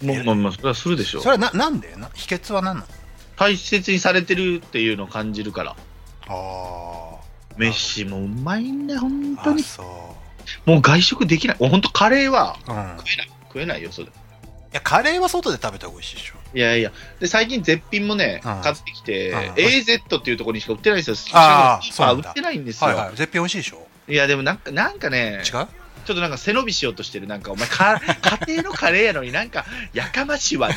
Speaker 4: もう、まあまあ、それはするでしょう
Speaker 3: そ。れはななんでな秘訣は何なの
Speaker 4: 大切にされてるっていうのを感じるから。
Speaker 3: あ
Speaker 4: 飯もうまいんだよ、
Speaker 3: ー
Speaker 4: 本当
Speaker 3: あ
Speaker 4: に。
Speaker 3: そ
Speaker 4: もう外食できない。本当カレーは
Speaker 3: ううん
Speaker 4: 食えない。食えないよ、それ。
Speaker 3: いやカレーは外で食べた方が美味しいでしょ
Speaker 4: いやいや、で最近絶品もね、
Speaker 3: うん
Speaker 4: 買ってきて、
Speaker 3: うん
Speaker 4: AZ っていうところにしか売ってないんですよ、
Speaker 3: あー
Speaker 4: スーパ
Speaker 3: そ
Speaker 4: ー
Speaker 3: うなん
Speaker 4: 売
Speaker 3: だ
Speaker 4: ってないんですよ、
Speaker 3: はい
Speaker 4: い
Speaker 3: はい絶品美味しいでしょ
Speaker 4: や、でもなんかなんかね、ち
Speaker 3: 違
Speaker 4: ょ
Speaker 3: う
Speaker 4: っとなんか背伸びしようとしてる、なんかお前 か、家庭のカレーやのになんかやかましいわ、ね、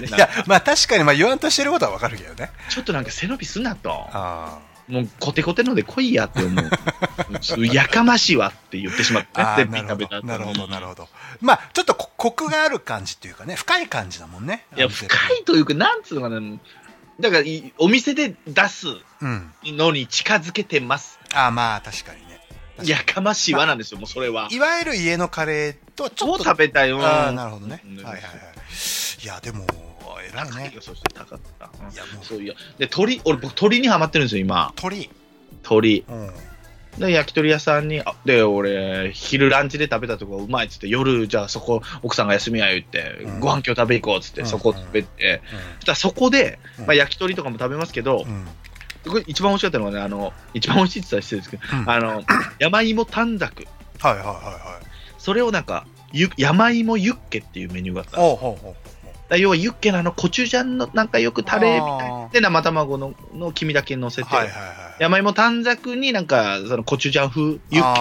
Speaker 3: い
Speaker 4: なん
Speaker 3: や
Speaker 4: か
Speaker 3: まあ確かにまあ言わんとしてることはわかるけどね
Speaker 4: ちょっとなんか背伸びすんなと、
Speaker 3: あ
Speaker 4: もうコテコテので来いやって思 う、やかましいわって言ってしまって、
Speaker 3: あ
Speaker 4: 絶
Speaker 3: ーなるほ
Speaker 4: 品食べ
Speaker 3: ど
Speaker 4: た後
Speaker 3: なるほど
Speaker 4: に
Speaker 3: なるほどまあちょっとこコクがある感じっていうかね深い感じだもんね
Speaker 4: いや、
Speaker 3: あの
Speaker 4: 深
Speaker 3: 絶品
Speaker 4: いというか、なんつうのかな、だからいお店で出す
Speaker 3: うん
Speaker 4: のに近づけてます。
Speaker 3: あーまあ確かにね
Speaker 4: やかましいわなんですよ、もうそれは。
Speaker 3: いわゆる家のカレーとはち
Speaker 4: 超
Speaker 3: ょっと
Speaker 4: 食べたいよ。
Speaker 3: ああなるほどね、
Speaker 4: うん
Speaker 3: はいはいはいいやでも偉い
Speaker 4: 高い
Speaker 3: ね
Speaker 4: よ、そして高かった。うん
Speaker 3: いやもう
Speaker 4: そういや。で、鳥、俺、僕、鳥にハマってるんですよ、今。
Speaker 3: 鳥
Speaker 4: 鳥。
Speaker 3: うん
Speaker 4: で、焼き鳥屋さんに、あで、俺、昼ランチで食べたとこうまいっつって、夜、じゃあそこ、奥さんが休みや言って、
Speaker 3: うん
Speaker 4: ご飯今日食べ行こうっつって、
Speaker 3: うん
Speaker 4: そこ食べて、そしたらそこで、
Speaker 3: うん
Speaker 4: まあ、焼き鳥とかも食べますけど
Speaker 3: う、ん
Speaker 4: これ一番美味しかったのはね、あの、一番美味しいって言ったら失礼ですけど、
Speaker 3: うんはい
Speaker 4: あの、山芋短冊。
Speaker 3: はいはいはい
Speaker 4: それをなんか、ゆ山芋ユッケっていうメニューがあったんですよ
Speaker 3: おうほうほうほう
Speaker 4: だから要はユッケのあのコチュジャンのなんかよくタレみたい
Speaker 3: あ
Speaker 4: な
Speaker 3: ー
Speaker 4: で生卵のの黄身だけ乗せて、
Speaker 3: はいはいはい
Speaker 4: 山芋短冊になんかそのコチュジャン風ユッケみたいな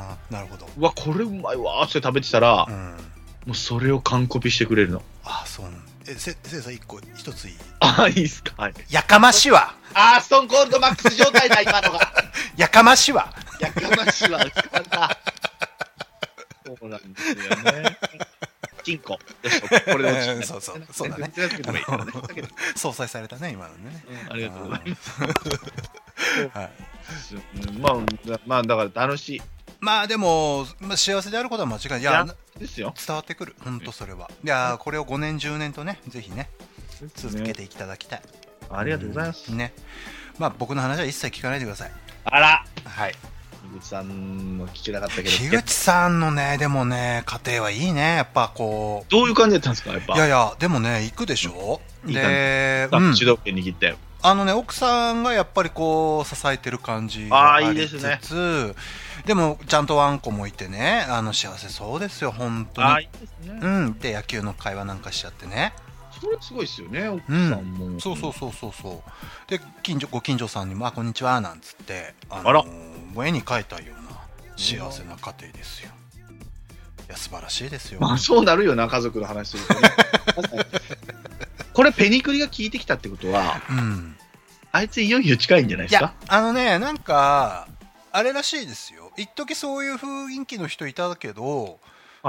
Speaker 3: あーなるほど
Speaker 4: うわこれうまいわーって食べてたら、
Speaker 3: う
Speaker 4: も
Speaker 3: ん
Speaker 4: うそれを完コピしてくれるの
Speaker 3: ああそうなんえせせいさん一個一ついい
Speaker 4: ああいいっすか、はい、
Speaker 3: やかましいわ
Speaker 4: ああストーンコールドマックス状態だ 今のが
Speaker 3: やかましいわ
Speaker 4: やかましいわ疲れたそうなんですよねチンコよしこれで落ち
Speaker 3: うん
Speaker 4: た
Speaker 3: そうそうそうだね
Speaker 4: 全然つけてもいいからね
Speaker 3: あの
Speaker 4: だけど
Speaker 3: 総裁されたね今のね
Speaker 4: うんありがとうございます
Speaker 3: す、 はい、
Speaker 4: うんまあ、だまあ、だから楽しい
Speaker 3: まあでも、まあ、幸せであることは間違いないいや
Speaker 4: いやですよ。
Speaker 3: 伝わってくる本当それはいやーこれを5年10年とねぜひね続けていただきたい、
Speaker 4: ありがとうございます。
Speaker 3: ねまあ僕の話は一切聞かないでください
Speaker 4: あら、
Speaker 3: はい
Speaker 4: 樋口さんも聞けなかったけど、
Speaker 3: 樋口さんのねでもね家庭はいいねやっぱこ
Speaker 4: どういう感じだったんですか、やっぱ。
Speaker 3: ういやいやでもね行くでしょ
Speaker 4: いい
Speaker 3: で、
Speaker 4: あ
Speaker 3: うん
Speaker 4: 主導権握って。
Speaker 3: あのね奥さんがやっぱりこう支えてる感じ
Speaker 4: あ
Speaker 3: が
Speaker 4: ー
Speaker 3: あ
Speaker 4: いいで
Speaker 3: り
Speaker 4: す
Speaker 3: つ
Speaker 4: ね
Speaker 3: つでもちゃんとワンコもいてねあの幸せそうですよ本当
Speaker 4: あ
Speaker 3: に
Speaker 4: いいですね。
Speaker 3: うんで野球の会話なんかしちゃってね
Speaker 4: それすごいですよね、奥さんも。
Speaker 3: そうそうそうそうそうで近所ご近所さんにも「あこんにちは」なんつってあの
Speaker 4: あら
Speaker 3: もう絵に描いたような幸せな家庭ですよ。いや、素晴らしいですよ。
Speaker 4: まあそうなるよな、家族の話すると ね。これ、ペニクリが聞いてきたってことは、
Speaker 3: うん。
Speaker 4: あいついよいよ近いんじゃない
Speaker 3: い
Speaker 4: ですか
Speaker 3: や、あのね、なんか、あれらしいですよ。一時そういう雰囲気の人いたけど、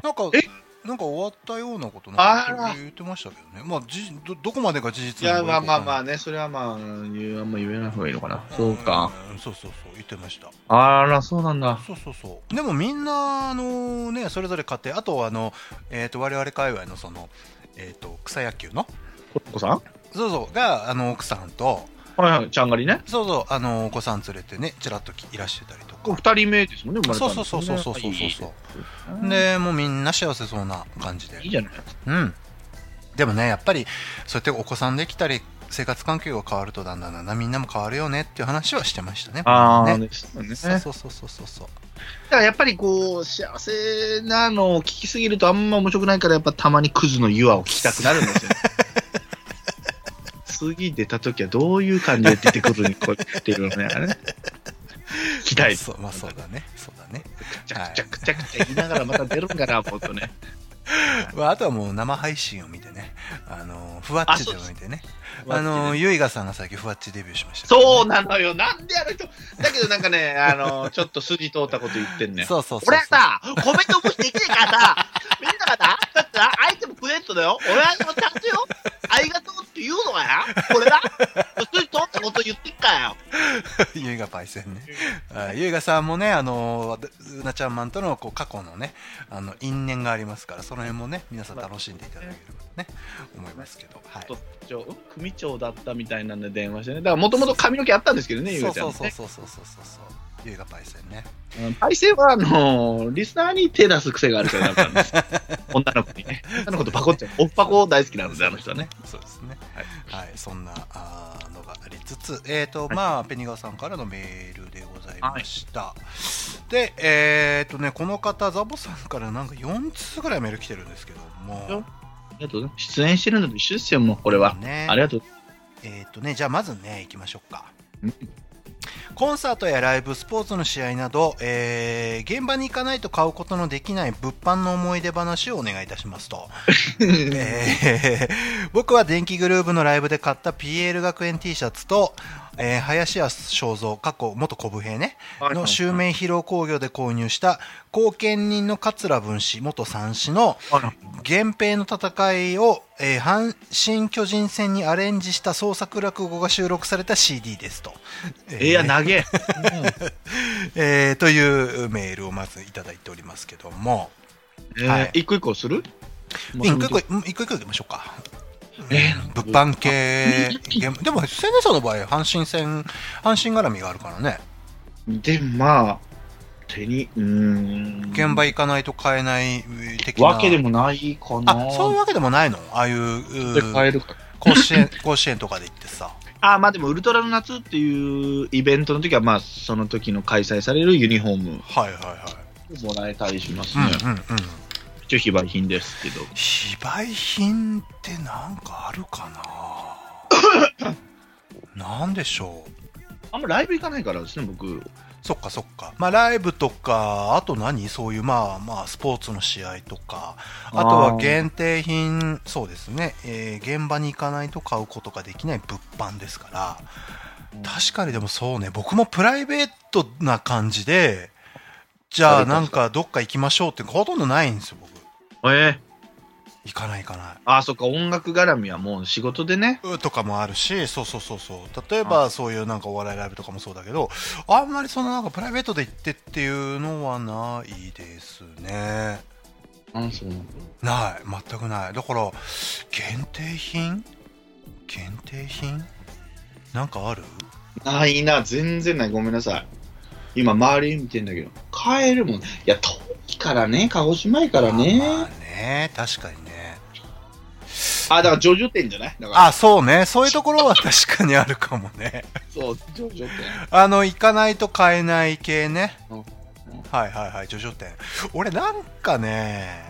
Speaker 3: なんか
Speaker 4: え、
Speaker 3: なんか終わったようなことなん
Speaker 4: あ
Speaker 3: から言ってましたけどね。まあ、じどどこまでが事
Speaker 4: い
Speaker 3: 実な
Speaker 4: や、
Speaker 3: の
Speaker 4: ま
Speaker 3: か
Speaker 4: あ
Speaker 3: よく
Speaker 4: ま
Speaker 3: わ
Speaker 4: あ
Speaker 3: かん
Speaker 4: ま
Speaker 3: ない
Speaker 4: あね、それはまあ、言うあんま言えない方がいいのかな。そうか。。
Speaker 3: んそうそうそう、言ってました。
Speaker 4: あら、そうなんだ。
Speaker 3: そうそうそう。でもみんな、あのね、それぞれ買って、あとはあの、えっ、と、我々界隈のその、えっ、と、草野球の、
Speaker 4: コッコさん
Speaker 3: そうそう、が、あの、奥さんと、
Speaker 4: はいはい、ちゃんがりね。
Speaker 3: そうそう、あの、お子さん連れてね、ちらっといらしてたりとか。
Speaker 4: 二人目ですもんね、生まれた
Speaker 3: そ
Speaker 4: の
Speaker 3: うそうそうそうそうそうそう。
Speaker 4: はい
Speaker 3: で、もうみんな幸せそうな感じで
Speaker 4: い。いじゃないですか。
Speaker 3: うん。でもね、やっぱり、そうやってお子さんできたり、生活環境が変わるとだんだんだんだんみんなも変わるよねっていう話はしてましたね。
Speaker 4: ああ、
Speaker 3: ね。
Speaker 4: ね、そうね。
Speaker 3: そう
Speaker 4: だ
Speaker 3: そうそうそうそうそう。
Speaker 4: からやっぱりこう、幸せなのを聞きすぎるとあんま面白くないから、やっぱたまにクズのユアを聞きたくなるんですよ。次出た時はどういう感じで出てくるにこうっていうのね、あれね。聞きたい。
Speaker 3: そうまあそうだね。 そうだね。
Speaker 4: ちゃくちゃくちゃくちゃ言いながらまた出るんかな、もっとね。
Speaker 3: まあ、あとはもう生配信を見てね、あのふわっちでも見てね、あの
Speaker 4: ね
Speaker 3: ゆいがさんが最近ふわっちデビューしましたからね、
Speaker 4: そうなのよ。なんであの人。だけどなんかね、あの、ちょっと筋通ったこと言ってんね。
Speaker 3: そうそうそうそう
Speaker 4: 俺はさ、コメント無視できねえから さ、みんながさ、だってな相手もクレットだよ。俺はもちゃんとよ、ありがとうって言うのがや。これだ。筋通ったこと言ってっからよ。
Speaker 3: ゆいがパイセンね、あゆいがさんもね、あのうなちゃんマンとのこう過去のね、あの因縁がありますから、その辺もね、皆さん楽しんでいただければね、思いますけど、はい、
Speaker 4: と組長だったみたいなんで電話してね。だからもともと髪の毛あったんですけどね、ゆ
Speaker 3: そうう
Speaker 4: ちゃん
Speaker 3: そ
Speaker 4: ね、
Speaker 3: うそうそうそうそうそうそう、ゆいがパイセンね、
Speaker 4: うんパイセンは、あのーリスナーに手出す癖があるからだったんです。 女の子にね。女の子とパコっちゃう。おっぱこ大好きなんで、あの人はね。。
Speaker 3: そうですね。はい、そんなあーのがありつつ、えっ、と、まあ、ペニガワさんからのメールでございました。で、えっ、とね、この方、ザボさんからなんか4通ぐらいメール来てるんですけども
Speaker 4: よ、ありがとうございます。出演してるのと一緒ですよ、もう、これは。
Speaker 3: ね
Speaker 4: ありがとう。
Speaker 3: えっ、とね、じゃあまずね、行きましょうか。コンサートやライブ、スポーツの試合など、えー現場に行かないと買うことのできない物販の思い出話をお願いいたしますと。えー僕は電気グルーヴのライブで買った PL 学園 T シャツと、えー林家正蔵、過去元小武兵ね、の襲名披露工業で購入した後見人の桂文氏、元三氏の源平の戦いを、えー阪神巨人戦にアレンジした創作落語が収録された CD ですと。えー
Speaker 4: いや、 投げ。
Speaker 3: えーというメールをまずいただいておりますけども、はい
Speaker 4: 一個一個する
Speaker 3: 一個一個うん一個一個行きましょうか。
Speaker 4: え
Speaker 3: 物販系ゲームでも千年さんの場合阪神戦阪神絡みがあるからね
Speaker 4: ーで、まあ、手に、うーん。
Speaker 3: 現場行かないと買えないえー的な
Speaker 4: わけでもないかな。
Speaker 3: あそういうわけでもないのああいうう
Speaker 4: で買え
Speaker 3: ー
Speaker 4: るから
Speaker 3: 甲子園 甲子園とかで行ってさ
Speaker 4: あまあでも、ウルトラの夏っていうイベントの時は、まあ、その時の開催されるユニフォーム
Speaker 3: はいはいは
Speaker 4: をもらえたりしますね。
Speaker 3: いうんうんうん
Speaker 4: 一応、非売品ですけど。
Speaker 3: 非売品ってなんかあるか ななんでしょう
Speaker 4: あんまライブ行かないからですね、僕。
Speaker 3: そっかそっか。まあライブとか、あと何そういうまあまあスポーツの試合とか、あとは限定品、そうですね、えー現場に行かないと買うことができない物販ですから、確かにでもそうね、僕もプライベートな感じで、じゃあなんかどっか行きましょうってほとんどないんですよ、僕。
Speaker 4: ええ
Speaker 3: 行かない行かない。
Speaker 4: ああ、そっか、音楽絡みはもう仕事でね。
Speaker 3: とかもあるし、そうそうそうそう。例えばそういうなんかお笑いライブとかもそうだけど、あんまりそのなんかプライベートで行ってっていうのはないですね。
Speaker 4: あそうなんだ。
Speaker 3: ない、全くない。だから、限定品限定品なんかある
Speaker 4: ないな、全然ない。ごめんなさい。今、周り見てんだけど、帰るもん。いや、遠いからね、鹿児島やから
Speaker 3: まあ
Speaker 4: ね。
Speaker 3: ね、確かにね。
Speaker 4: あ、だから、叙々店じゃないだから、
Speaker 3: あ、そうね。そういうところは確かにあるかもね。
Speaker 4: そう、叙々店。
Speaker 3: あの、行かないと買えない系ね
Speaker 4: うんうん。
Speaker 3: はいはいはい、ジョジョ店。俺なんかね、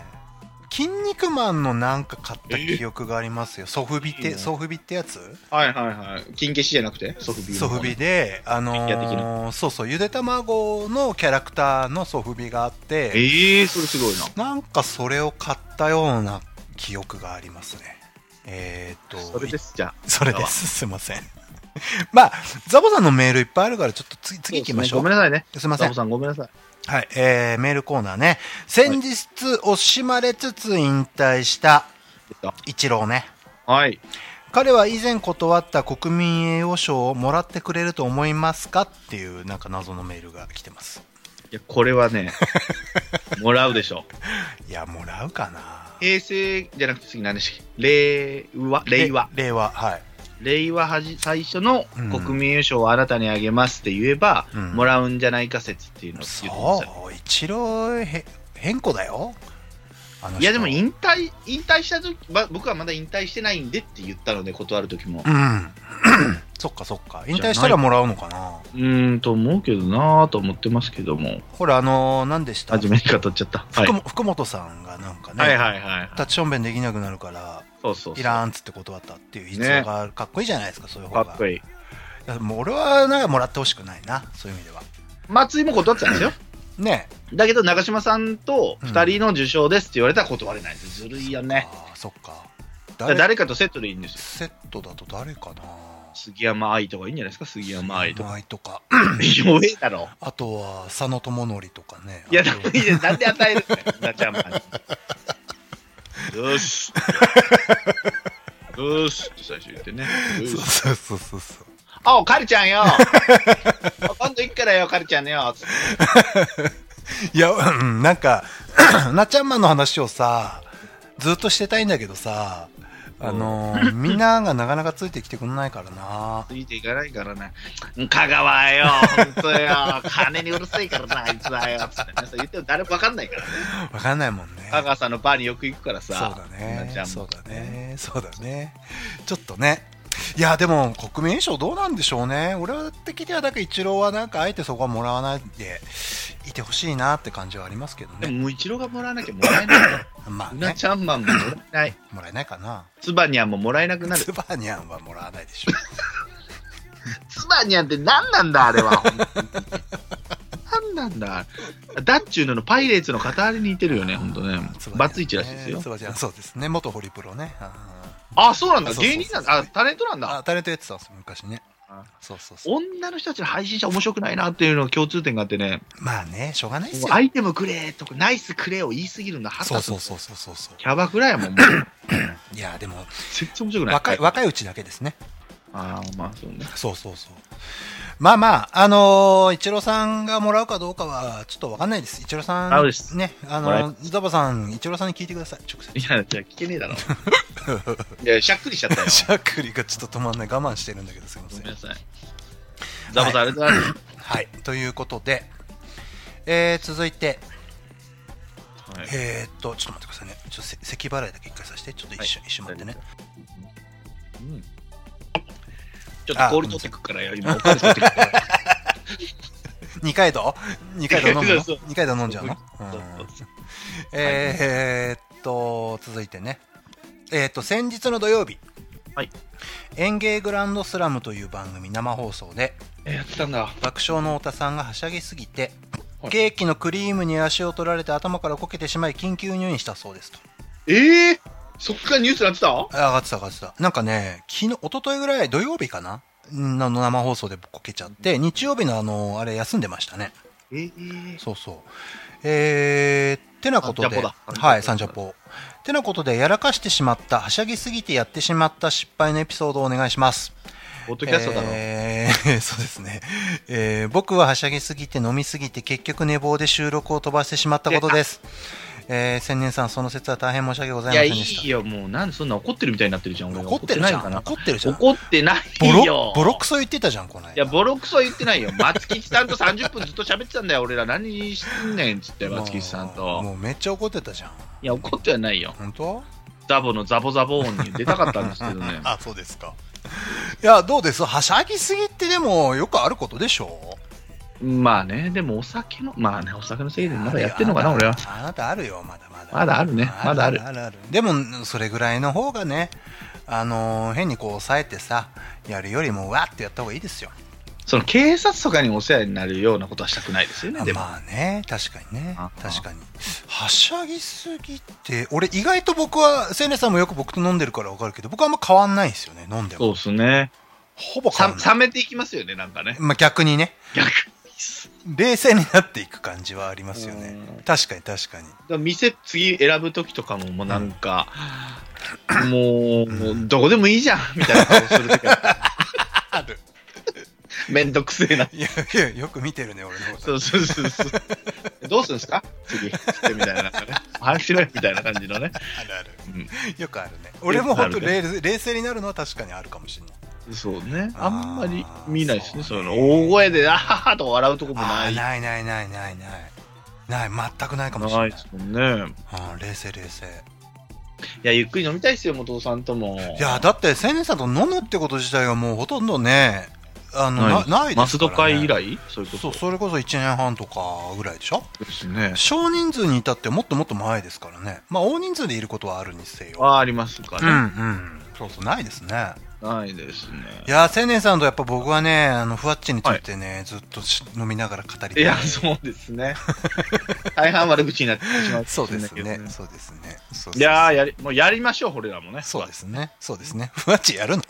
Speaker 3: 筋肉マンのなんか買った記憶がありますよ。ソフビって、ソフビってやつ
Speaker 4: はいはいはい。金消しじゃなくて、ソフビ。
Speaker 3: ソフビ。で、あの
Speaker 4: キャ的
Speaker 3: ーそうそう、ゆで卵のキャラクターのソフビがあって、
Speaker 4: ええそれすごいな。
Speaker 3: なんかそれを買ったような記憶がありますね。えーっと、
Speaker 4: それです、じゃあ。
Speaker 3: それです。すいません。 まあ、ザボさんのメールいっぱいあるから、ちょっと次、次行きましょう。
Speaker 4: ごめんなさいね。
Speaker 3: すいません
Speaker 4: ザボさんごめんなさい。
Speaker 3: はい、えー、メールコーナーね。先日、惜しまれつつ引退した、一郎ね。
Speaker 4: はい。
Speaker 3: 彼は以前断った国民栄誉賞をもらってくれると思いますかっていう、なんか謎のメールが来てます。
Speaker 4: いや、これは ね、もらうでしょ
Speaker 3: いや、もらうかな。
Speaker 4: 平成じゃなくて次何でしたっけ令和令和。
Speaker 3: れ。令和、はい。
Speaker 4: 令和はじ最初の国民優勝をあなたにあげますって言えば、
Speaker 3: うん
Speaker 4: もらうんじゃないか説っていうのを言ってましたよ
Speaker 3: そう、一郎へ、変更だよ。あの人
Speaker 4: いやでも引退、引退した時、ま、僕はまだ引退してないんでって言ったので、断る時も
Speaker 3: う。 ん。そっかそっか。引退したらもらうのかな。
Speaker 4: うーん、と思うけどなぁと思ってますけども。
Speaker 3: ほら、あのー、何でした
Speaker 4: 初めに語っちゃった。はい
Speaker 3: 福。も福本さんがなんかね、
Speaker 4: はいはいはい。
Speaker 3: 立ちションベンできなくなるから、
Speaker 4: そうそうそう。
Speaker 3: いらんっつって断ったっていう逸話があるかっこいいじゃないですか、そういう方
Speaker 4: か
Speaker 3: が。
Speaker 4: っこいい。
Speaker 3: いやもう俺はなんかもらってほしくないな、そういう意味では。
Speaker 4: 松井も断ってたんですよ。
Speaker 3: ね
Speaker 4: だけど、長嶋さんと2人の受賞ですって言われたら断れないんです。ずるいよね。
Speaker 3: ああ、そっか。
Speaker 4: だから
Speaker 3: 誰
Speaker 4: 誰かとセットでいいんですよ。
Speaker 3: セットだと誰かな
Speaker 4: 杉山愛とかいいんじゃないですか杉山愛とか。
Speaker 3: マイとか。
Speaker 4: 弱えだろ。
Speaker 3: あとは、佐野智則とかね。
Speaker 4: いや、
Speaker 3: あと
Speaker 4: だいやなんで与えるんだよ、なちゃんまに。よし。よしって最初言ってね。よし
Speaker 3: そうそうそうそう。
Speaker 4: あ、お、カルちゃんよ 今度行くからよ、カルちゃんよつって
Speaker 3: いや、うんなんか、 なっちゃんマンの話をさ、ずっとしてたいんだけどさ、あのー、みんながなかなかついてきてくんないからな。
Speaker 4: ついていかないからね。香川よ、本当よ、金にうるせえからな、あいつはよ、つってね。そう言っても誰もわかんないからね。
Speaker 3: わかんないもんね。
Speaker 4: 香川さんのバーによく行くから
Speaker 3: そう
Speaker 4: さ。
Speaker 3: だ
Speaker 4: なっち
Speaker 3: ね。
Speaker 4: ゃん
Speaker 3: そ
Speaker 4: も
Speaker 3: うだね。そうだね。ちょっとね。いや、でも、国民賞どうなんでしょうね。俺的には、なんか、一郎は、なんか、あえてそこはもらわないで、いてほしいなって感じはありますけど
Speaker 4: で
Speaker 3: ね。
Speaker 4: も、もう一郎がもらわなきゃもらえないから。
Speaker 3: まあ
Speaker 4: うな
Speaker 3: ね、
Speaker 4: ちゃんマンももらえない。
Speaker 3: もらえないかな。
Speaker 4: つばにゃんももらえなく なる
Speaker 3: ツ。バニャンはもらわないでしょ。
Speaker 4: つばにゃんって何なんだ、あれは。何なんだ。ダッチューののパイレーツの片割りに似てるよね、本当ね。 バツイチらしいですよ
Speaker 3: ツ。バニャン、そうですね。元ホリプロね。あ
Speaker 4: あ、そうなんだ。
Speaker 3: そうそうそう
Speaker 4: 芸人なんだ。あ、タレントなん
Speaker 3: ー
Speaker 4: だ。
Speaker 3: あ、タレントやってたんですよ、昔ね
Speaker 4: あ。
Speaker 3: そうそうそう。
Speaker 4: 女の人たちの配信者面白くないなっていうのが共通点があってね、
Speaker 3: まあね、しょうがないですよ
Speaker 4: ア。イテムくれとか、ナイスくれを言いすぎるんだ、
Speaker 3: そうそううそうそうそうそう。
Speaker 4: キャバクラやもん、もう。
Speaker 3: いや、でも、
Speaker 4: 全然面白くない。
Speaker 3: 若い、若いうちだけですね。
Speaker 4: ああ、まあ、そうね。
Speaker 3: そうそうそう。まあまあ、あのー、イチローさんがもらうかどうかは、ちょっとわかんないです。イチローさ
Speaker 4: あそうです
Speaker 3: ん、ね、あ
Speaker 4: もらい
Speaker 3: のー、ザボさん、イチローさんに聞いてください、直接。
Speaker 4: いや、じゃあ聞けねえ だろ。いや、しゃっくりしちゃったよ。
Speaker 3: しゃっくりがちょっと止まんない、我慢してるんだけど、すいま
Speaker 4: ご
Speaker 3: せ。
Speaker 4: めんなんさい。ザボさん、ありがとうございます。
Speaker 3: はい、ということで、えー、続いて、
Speaker 4: はい
Speaker 3: えーっと、ちょっと待ってくださいね。ちょっとせ咳払いだけ一回させて、ちょっと一瞬、一瞬待ってね。
Speaker 4: うんちょっと氷取ってくからよ、今、お金取ってくから。
Speaker 3: 二階堂二階堂飲むの
Speaker 4: そうそう
Speaker 3: 二階堂飲んじゃうのうん
Speaker 4: そうそう
Speaker 3: えーっと、続いてね。えーっと、先日の土曜日。
Speaker 4: はい
Speaker 3: 園芸グランドスラムという番組生放送で、
Speaker 4: えやってたんだ。
Speaker 3: 爆笑の太田さんがはしゃぎすぎて、
Speaker 4: はい
Speaker 3: ケーキのクリームに足を取られて頭からこけてしまい緊急入院したそうですと。
Speaker 4: ええそっからニュースになってた
Speaker 3: あ、上がってた上がってた。なんかね、昨日、一昨日ぐらい、土曜日かなの生放送でこけちゃって、日曜日のあの、あれ休んでましたね。
Speaker 4: ええ
Speaker 3: そうそう。えー、ってなこと
Speaker 4: サンジャ
Speaker 3: で、
Speaker 4: ポだ
Speaker 3: はい、
Speaker 4: サ
Speaker 3: サ
Speaker 4: ン
Speaker 3: ン
Speaker 4: ジ
Speaker 3: ジ
Speaker 4: ャ
Speaker 3: ャ
Speaker 4: ポ
Speaker 3: ポ。ってなことで、やらかしてしまった、はしゃぎすぎてやってしまった失敗のエピソードをお願いします。
Speaker 4: ポッドキャストだろ。
Speaker 3: えー そうですね、えー僕ははしゃぎすぎて飲みすぎて結局寝坊で収録を飛ばしてしまったことです。えー、千年さん、その説は大変申し訳ござい
Speaker 4: い
Speaker 3: ま
Speaker 4: や、
Speaker 3: せ
Speaker 4: い
Speaker 3: んでした。
Speaker 4: いよ、もう、なんでそんな怒ってるみたいになってるじゃん、俺が。
Speaker 3: 怒ってるじゃ
Speaker 4: 怒って
Speaker 3: ん。
Speaker 4: ないか
Speaker 3: 怒ってるじゃ。
Speaker 4: なん怒ってない
Speaker 3: ボ
Speaker 4: よ
Speaker 3: ロ。ボロクソ言ってたじゃん、この間。
Speaker 4: いや、ボロクソ言ってないよ。松吉さんと30分ずっと喋ってたんだよ、俺ら。何してんねんっつって、
Speaker 3: もう
Speaker 4: 松吉さん
Speaker 3: も
Speaker 4: と。
Speaker 3: うめっちゃ怒ってたじゃん。
Speaker 4: いや、怒ってはないよ。
Speaker 3: 本当
Speaker 4: ザボのザボザボ音に出たかったんですけどね
Speaker 3: 。あ、そうですか。いや、どうですはしゃぎすぎってでもよくあることでしょ
Speaker 4: まあね、でもお酒の、まあね、お酒のせいでまだやってんのかな、俺は。
Speaker 3: あなたあるよ、まだまだ。
Speaker 4: まだあるねまだある
Speaker 3: あるあるでも、それぐらいの方がね、あのー変にこう抑えてさ、やるよりもわーってやった方がいいですよ。
Speaker 4: その警察とかにお世話になるようなことはしたくないですよね、でも。
Speaker 3: まあね、確かにね
Speaker 4: あ、
Speaker 3: 確かに。はしゃぎすぎて、俺意外と僕は、せいねさんもよく僕と飲んでるからわかるけど、僕はあんま変わんないんですよね、飲んでも。
Speaker 4: そうですね。
Speaker 3: ほぼ変わ
Speaker 4: さ
Speaker 3: んない。
Speaker 4: 冷めていきますよね、なんかね。
Speaker 3: まあ逆にね、
Speaker 4: 逆にっす。
Speaker 3: 冷静になっていく感じはありますよね
Speaker 4: う。
Speaker 3: 確かに確かに。
Speaker 4: だから店次選ぶ時とかももうなんか、もう、もうどこでもいいじゃんみたいな顔する時は
Speaker 3: あ る。
Speaker 4: めんどくせえな。
Speaker 3: いやいや、よく見てるね、俺のこと
Speaker 4: そうそうそうそう。 どうするんですか次、みたいな、なんかね。話しろよみたいな感じのね。
Speaker 3: あるある。
Speaker 4: うん
Speaker 3: よくあるね。俺も本当冷冷静になるのは確かにあるかもしれない。
Speaker 4: そうね。
Speaker 3: あー
Speaker 4: あんまり見ないですね。
Speaker 3: そ
Speaker 4: そ
Speaker 3: ね
Speaker 4: うの、大声で、あははと笑うとこも
Speaker 3: あ
Speaker 4: な
Speaker 3: ー
Speaker 4: い。
Speaker 3: ないないないないないない全くないかもしれな
Speaker 4: ない
Speaker 3: い
Speaker 4: ですもんね。
Speaker 3: うん冷静冷静
Speaker 4: いや、ゆっくり飲みたいですよ、元尾さんとも。
Speaker 3: いやだって千年さんと飲むってこと自体がもうほとんどねあのなないですから、ね、
Speaker 4: マスド会以来そういうこ
Speaker 3: そ
Speaker 4: と
Speaker 3: うそれこそ1年半とかぐらいでしょ
Speaker 4: ですね。
Speaker 3: 少人数にいたってもっともっと前ですからねまあ大人数でいることはあるにせよ
Speaker 4: あありますか
Speaker 3: うんう
Speaker 4: ね。
Speaker 3: んそうそうないですね
Speaker 4: ないですね
Speaker 3: い。や千年さんとやっぱ僕はねあのふわっちについてね、ずっとし飲みながら語りたい
Speaker 4: いや、そうですね。 大半悪口になってしまうかもし
Speaker 3: そう
Speaker 4: れ
Speaker 3: で
Speaker 4: ない
Speaker 3: す
Speaker 4: けど。
Speaker 3: ねそうですねそうそうそう
Speaker 4: いやーやり、もうやりましょう、俺らもね。
Speaker 3: そうですね。そうですね。ふわっちやるの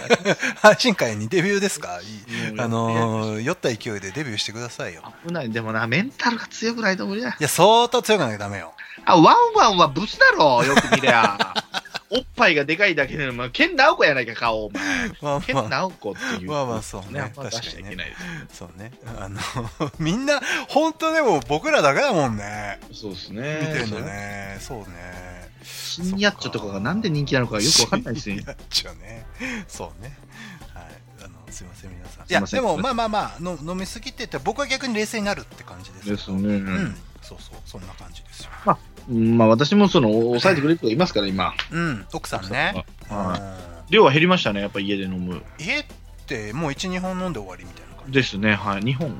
Speaker 3: 配信会にデビューですかい
Speaker 4: うん
Speaker 3: いあのー酔った勢いでデビューしてくださいよ。
Speaker 4: 危ない。でもな、メンタルが強くないと無理だ。
Speaker 3: いや、相当強くなきゃダメよ。
Speaker 4: あ、ワンワンはブスだ ろ、よく見りゃ。おっぱいがでかいだけで、まあ、ケンナオコやないか、顔、お前。
Speaker 3: ま
Speaker 4: ケ
Speaker 3: あ
Speaker 4: ン
Speaker 3: まあ、
Speaker 4: ナオコっていう。
Speaker 3: まあまあそうね
Speaker 4: あんま出
Speaker 3: 確
Speaker 4: しち
Speaker 3: か
Speaker 4: ゃい
Speaker 3: にね
Speaker 4: けないです。
Speaker 3: そうね。あの、みんな、本当でも僕らだけだもんね。
Speaker 4: そうです
Speaker 3: 見
Speaker 4: ね。
Speaker 3: てるのね。そうね。
Speaker 4: 新やっちょとかがなんで人気なのかよくわかんな いですね。
Speaker 3: やっちゃうね。そうね。はい。あの、すいません、皆さん。い
Speaker 4: すい
Speaker 3: や、
Speaker 4: ませ
Speaker 3: で
Speaker 4: ん
Speaker 3: も、まあまあまあ、の飲みすぎてて、僕は逆に冷静になるって感じです。
Speaker 4: です
Speaker 3: う
Speaker 4: ね。
Speaker 3: ん。そうそう、そんな感じですよ。
Speaker 4: うんまあ私もその、抑えてくれる人がいますから、今。
Speaker 3: うん、奥さんね。
Speaker 4: は
Speaker 3: うん
Speaker 4: い量は減りましたね、やっぱ家で飲む。
Speaker 3: 家ってもう12本飲んで終わりみたいな感じ
Speaker 4: ですね、はい。日本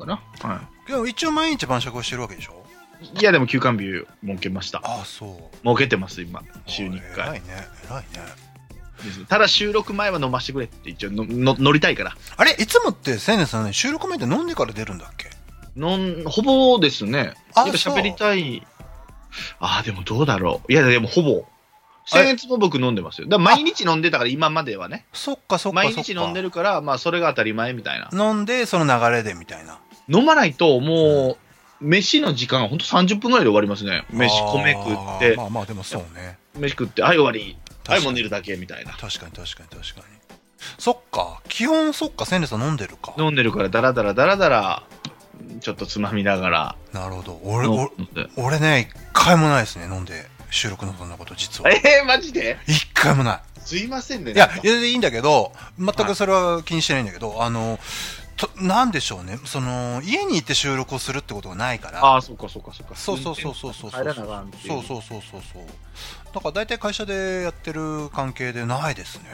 Speaker 4: かな。は
Speaker 3: でも一応毎日晩酌をしてるわけでしょ
Speaker 4: い。いや、でも休館日設けました。
Speaker 3: ああそう
Speaker 4: 設けてます、今。週に1
Speaker 3: 偉
Speaker 4: 回。
Speaker 3: いね偉いね
Speaker 4: ですただ収録前は飲ましてくれって、一応のの乗りたいから。
Speaker 3: あれいつもって千年さんね収録前って飲んでから出るんだっけ
Speaker 4: のんほぼですね。
Speaker 3: あ
Speaker 4: やっぱ喋りたい。ああ、でもどうだろう。いや、でもほぼ。
Speaker 3: あれ
Speaker 4: 先月も僕飲んでますよ。だから毎日飲んでたから、今まではね。
Speaker 3: そっかそっかそっ
Speaker 4: 毎
Speaker 3: か
Speaker 4: 日飲んで
Speaker 3: る
Speaker 4: るから、まあ、それが当たり前みたいな。
Speaker 3: 飲んでその流れでみたいな
Speaker 4: 飲まないと、もう、飯の時間がほんと30分ぐらいで終わりますね。飯、
Speaker 3: あー
Speaker 4: 米食って
Speaker 3: ま、あまあでもそうね
Speaker 4: 飯食って、はい、終わり。はい、も
Speaker 3: 確か
Speaker 4: う寝
Speaker 3: に
Speaker 4: るだけみたいな。
Speaker 3: 確かに確かに確かにそっか基本そっか千年さん飲んでるか
Speaker 4: 飲んでるから、だらだらだらだら、ちょっとつまみながら。
Speaker 3: なるほど俺
Speaker 4: 飲
Speaker 3: 俺
Speaker 4: んで
Speaker 3: 俺ね一回もないですね飲んで収録のそんなこと実は
Speaker 4: えー、マジで
Speaker 3: 一回もない
Speaker 4: すいませんね。
Speaker 3: いや
Speaker 4: なんか、
Speaker 3: いやいいんだけど、全
Speaker 4: は
Speaker 3: く
Speaker 4: い
Speaker 3: それは気にしてないんだけど、あの、となんでしょうね、その、家に行って収録をするってことがないから、
Speaker 4: ああ、そっかそっかそっか。
Speaker 3: そうそうそうそうそうそう。
Speaker 4: 帰らなあかんっていう
Speaker 3: そうそうそうそうそう。だから大体会社でやってる関係でないですね。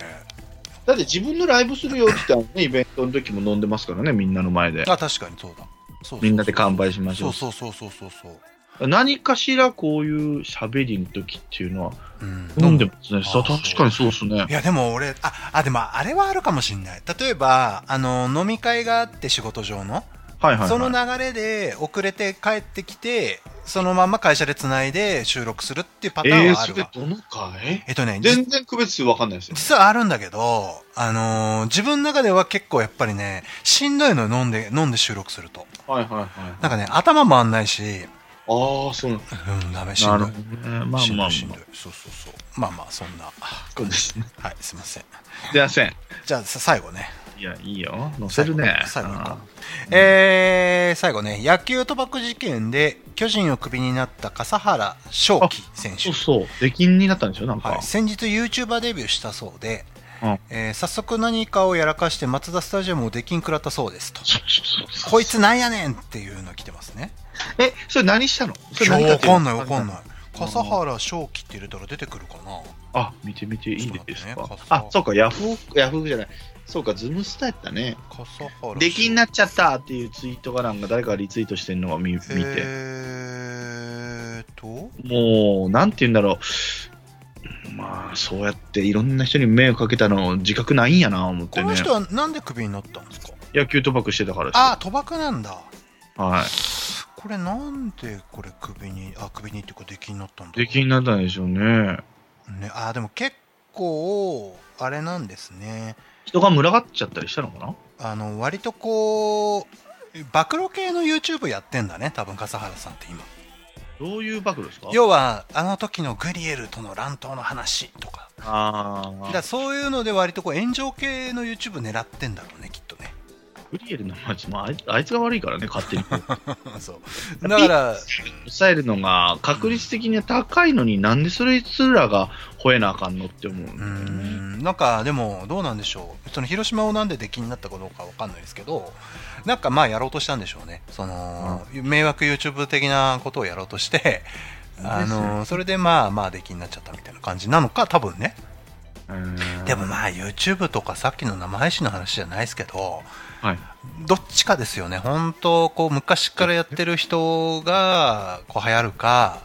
Speaker 4: だって自分のライブするよって言ったらね、イベントの時も飲んでますからね、みんなの前で。
Speaker 3: あ、確かにそうだ。そうそうそう
Speaker 4: みんなで乾杯しましょ
Speaker 3: そう
Speaker 4: う。
Speaker 3: そうそうそうそうそう。
Speaker 4: 何かしらこういう喋りの時っていうのは
Speaker 3: うん
Speaker 4: 飲んでますね。
Speaker 3: あ
Speaker 4: そう確かにそうですね
Speaker 3: い。やでも俺ああでもあれはあるかもしんない例えばあの飲み会があって仕事上の
Speaker 4: はいはい、はい。
Speaker 3: その流れで遅れて帰ってきて、そのまま会社でつないで収録するっていうパター
Speaker 4: え
Speaker 3: ン
Speaker 4: ー、
Speaker 3: はあ
Speaker 4: そ
Speaker 3: る
Speaker 4: れ
Speaker 3: わ。
Speaker 4: どの回
Speaker 3: えっとね、じ
Speaker 4: 全然区別数わかんないですよ。
Speaker 3: 実はあるんだけど、あのー自分の中では結構やっぱりね、しんどいのよ飲んで、飲んで収録すると。
Speaker 4: はいはいはい。あ
Speaker 3: なんかね、頭もあんないし、
Speaker 4: あー、そうなんです
Speaker 3: うん、ダメ、し
Speaker 4: なんる
Speaker 3: どい
Speaker 4: ほ。どね。まあ
Speaker 3: しん
Speaker 4: ま
Speaker 3: ど
Speaker 4: あ
Speaker 3: い、しん
Speaker 4: ま
Speaker 3: どい。そうそうそう。まあまあ、そんな。
Speaker 4: あ。そうですね。
Speaker 3: はい、すいません。
Speaker 4: じゃあせん。
Speaker 3: じゃあ、さ最後ね。
Speaker 4: いや、いいよ。乗せるね。
Speaker 3: 最後最後行こ
Speaker 4: あ
Speaker 3: えー、最後ね、野球賭博事件で巨人をクビになった笠原翔輝選
Speaker 4: ーそ
Speaker 3: 手
Speaker 4: う。そう。出禁になったんでしょなんか。
Speaker 3: はい、先日 YouTuber デビューしたそうで、
Speaker 4: うん
Speaker 3: えー早速何かをやらかしてマツダスタジアムを出禁食らったそうですと
Speaker 4: そうそうそうそう
Speaker 3: こいつなんやねんっていうの来てますね
Speaker 4: え、それ何したのそれ何
Speaker 3: わかんないわかん
Speaker 4: い。
Speaker 3: ない笠原翔輝って入れたら出てくるかな
Speaker 4: あ、見て見ていいです
Speaker 3: ちょっと
Speaker 4: か
Speaker 3: 待ってね。
Speaker 4: あ、そうか、ヤフオク、ヤフオクじゃない。そうか、ズムスタやったね。
Speaker 3: 笠原
Speaker 4: 出禁になっちゃったっていうツイートがなんか誰かがリツイートしてるのを見見て、
Speaker 3: えーっと
Speaker 4: もう、なんて言うんだろう。まあ、そうやっていろんな人に迷惑かけたの自覚ないんやな、思っ
Speaker 3: こ
Speaker 4: て
Speaker 3: の
Speaker 4: ね。
Speaker 3: 人はなんでクビになったんですか
Speaker 4: 野球賭博してたからです
Speaker 3: ああ賭博なんだ
Speaker 4: は
Speaker 3: これなんでこれクビにあクビにっていうか出禁になったんだ
Speaker 4: い。出禁になったんでしょうね。
Speaker 3: ねあーでも結構あれなんですね
Speaker 4: 人が群がっちゃったりしたのかな
Speaker 3: あの割とこう暴露系の YouTube やってんだね多分笠原さんって今
Speaker 4: どういう暴露ですか
Speaker 3: 要はあの時のグリエルとの乱闘の話とか
Speaker 4: あ
Speaker 3: だか
Speaker 4: あ
Speaker 3: ら。そういうので割とこう炎上系の YouTube 狙ってんだろうねきっとね
Speaker 4: グリエルの街もあいあいつが悪いからね、勝手に。
Speaker 3: そうだから
Speaker 4: 抑えるのが確率的には高いのになんでそれすらが吠えなあかんのって思うん
Speaker 3: う
Speaker 4: だよね
Speaker 3: んなんかでもどうなんでしょうその広島をなんで出禁になったかどうかわかんないですけどなんかまあやろうとしたんでしょうねその、迷惑 YouTube 的なことをやろうとしてあのそれでまあまあ出禁になっちゃったみたいな感じなのか多分ね
Speaker 4: うん
Speaker 3: でもまあ YouTube とかさっきの生配信の話じゃないですけど
Speaker 4: はい
Speaker 3: どっちかですよね本当こう昔からやってる人がこう流行るか、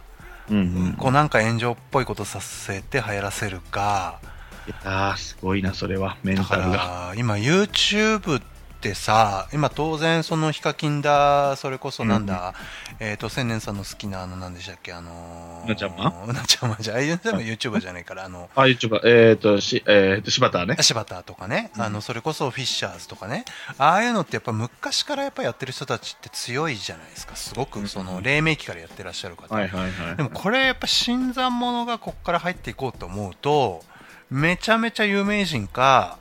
Speaker 4: うんうん、
Speaker 3: こうなんか炎上っぽいことさせて流行らせるか
Speaker 4: いやーすごいなそれはメン
Speaker 3: だ
Speaker 4: タ
Speaker 3: か
Speaker 4: ルが
Speaker 3: ら今 YouTube ってさ今当然そのヒカキンだそれこそなんだ、えっ、と千年さんの好きなあの何でしたっけあのー、
Speaker 4: うなちゃんま
Speaker 3: うなちゃんまじゃああいうでも YouTuber じゃないからあの
Speaker 4: あ YouTuber えっ、ー、とし、えー、と柴田ね
Speaker 3: 柴田とかね、
Speaker 4: うん
Speaker 3: あのそれこそフィッシャーズとかねああいうのってやっぱ昔からやっぱやってる人たちって強いじゃないですかすごくその黎明期からやってらっしゃる方、
Speaker 4: はいはいはい
Speaker 3: でもこれやっぱ新参者がこっから入っていこうと思うとめちゃめちゃ有名人か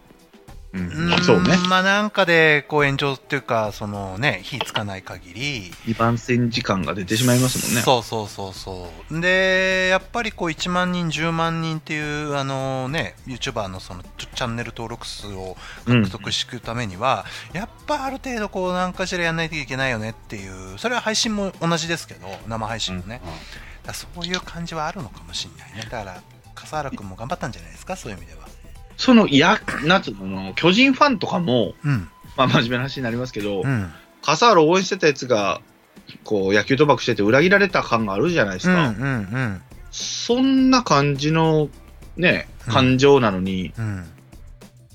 Speaker 4: うん
Speaker 3: うーん
Speaker 4: そうね
Speaker 3: まあなんかでこう炎上っていうかそのね火つかない限り
Speaker 4: 二番線時間が出てしまいますもんね
Speaker 3: そうそうそうそうでやっぱりこう1万人10万人っていうあのね YouTuber のそのチャンネル登録数を獲得していくためには、やっぱある程度こう何かしらやんないといけないよねっていうそれは配信も同じですけど生配信もね、だからそういう感じはあるのかもしれないねだから笠原君も頑張ったんじゃないですかそういう意味では
Speaker 4: そのいやなんつうの巨人ファンとかも
Speaker 3: うん
Speaker 4: まあ真面目な話になりますけど、
Speaker 3: うん
Speaker 4: 笠原を応援してたやつがこう野球賭博してて裏切られた感があるじゃないです
Speaker 3: うんう
Speaker 4: か、
Speaker 3: ん
Speaker 4: そんな感じのね
Speaker 3: うん
Speaker 4: 感情なのに、
Speaker 3: うんうん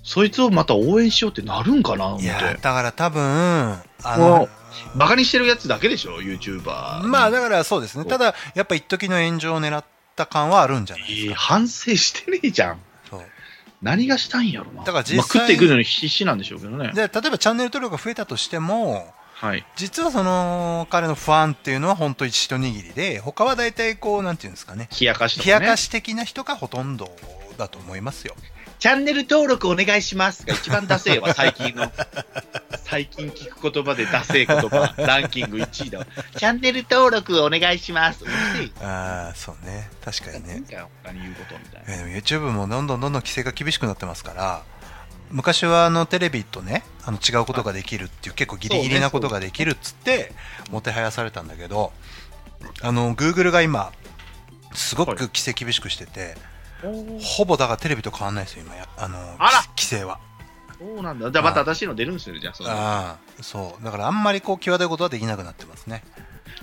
Speaker 4: そいつをまた応援しようってなるんかな思っ
Speaker 3: い
Speaker 4: て
Speaker 3: やだから多分あ
Speaker 4: も
Speaker 3: の
Speaker 4: うバカにしてるやつだけでしょ YouTuber
Speaker 3: まあだ
Speaker 4: か
Speaker 3: からそうですねただやっぱ一時の炎上を狙った感はあるんじゃないですか、
Speaker 4: 反省してねえじゃん
Speaker 3: そう
Speaker 4: 何がしたいんやろな
Speaker 3: だから実際
Speaker 4: まあ、食っていくのに必死なんでしょうけどね
Speaker 3: で例えばチャンネル登録が増えたとしても
Speaker 4: はい
Speaker 3: 実はその彼のファンっていうのは本当一一握りで他は大体こうなんていうんですかね
Speaker 4: 冷やかしとか、
Speaker 3: 冷
Speaker 4: ね、
Speaker 3: やかし的な人がほとんどだと思いますよ
Speaker 4: チャンネル登録お願いしますが一番ダセえわ、最近の。最近聞く言葉でダセえ言葉、ランキング1位だわ。チャンネル登録お願いします。うるせ
Speaker 3: ああそうね確かに
Speaker 4: え
Speaker 3: ね
Speaker 4: よ。じゃあ他に言うことみたい
Speaker 3: えーでも YouTube もどんどんどんどん規制が厳しくなってますから昔はあのテレビとねあの違うことができるっていう結構ギリギリなことができるっつってもてはやされたんだけどあの Google が今すごく規制厳しくしてて、
Speaker 4: な。
Speaker 3: ほぼだからテレビと変わんないですよ今やあの
Speaker 4: あら
Speaker 3: 規制は
Speaker 4: そうなんだ。じゃあまた私の出るんですよね、じゃあその。
Speaker 3: ああそうだからあんまりこう際どいことはできなくなってますね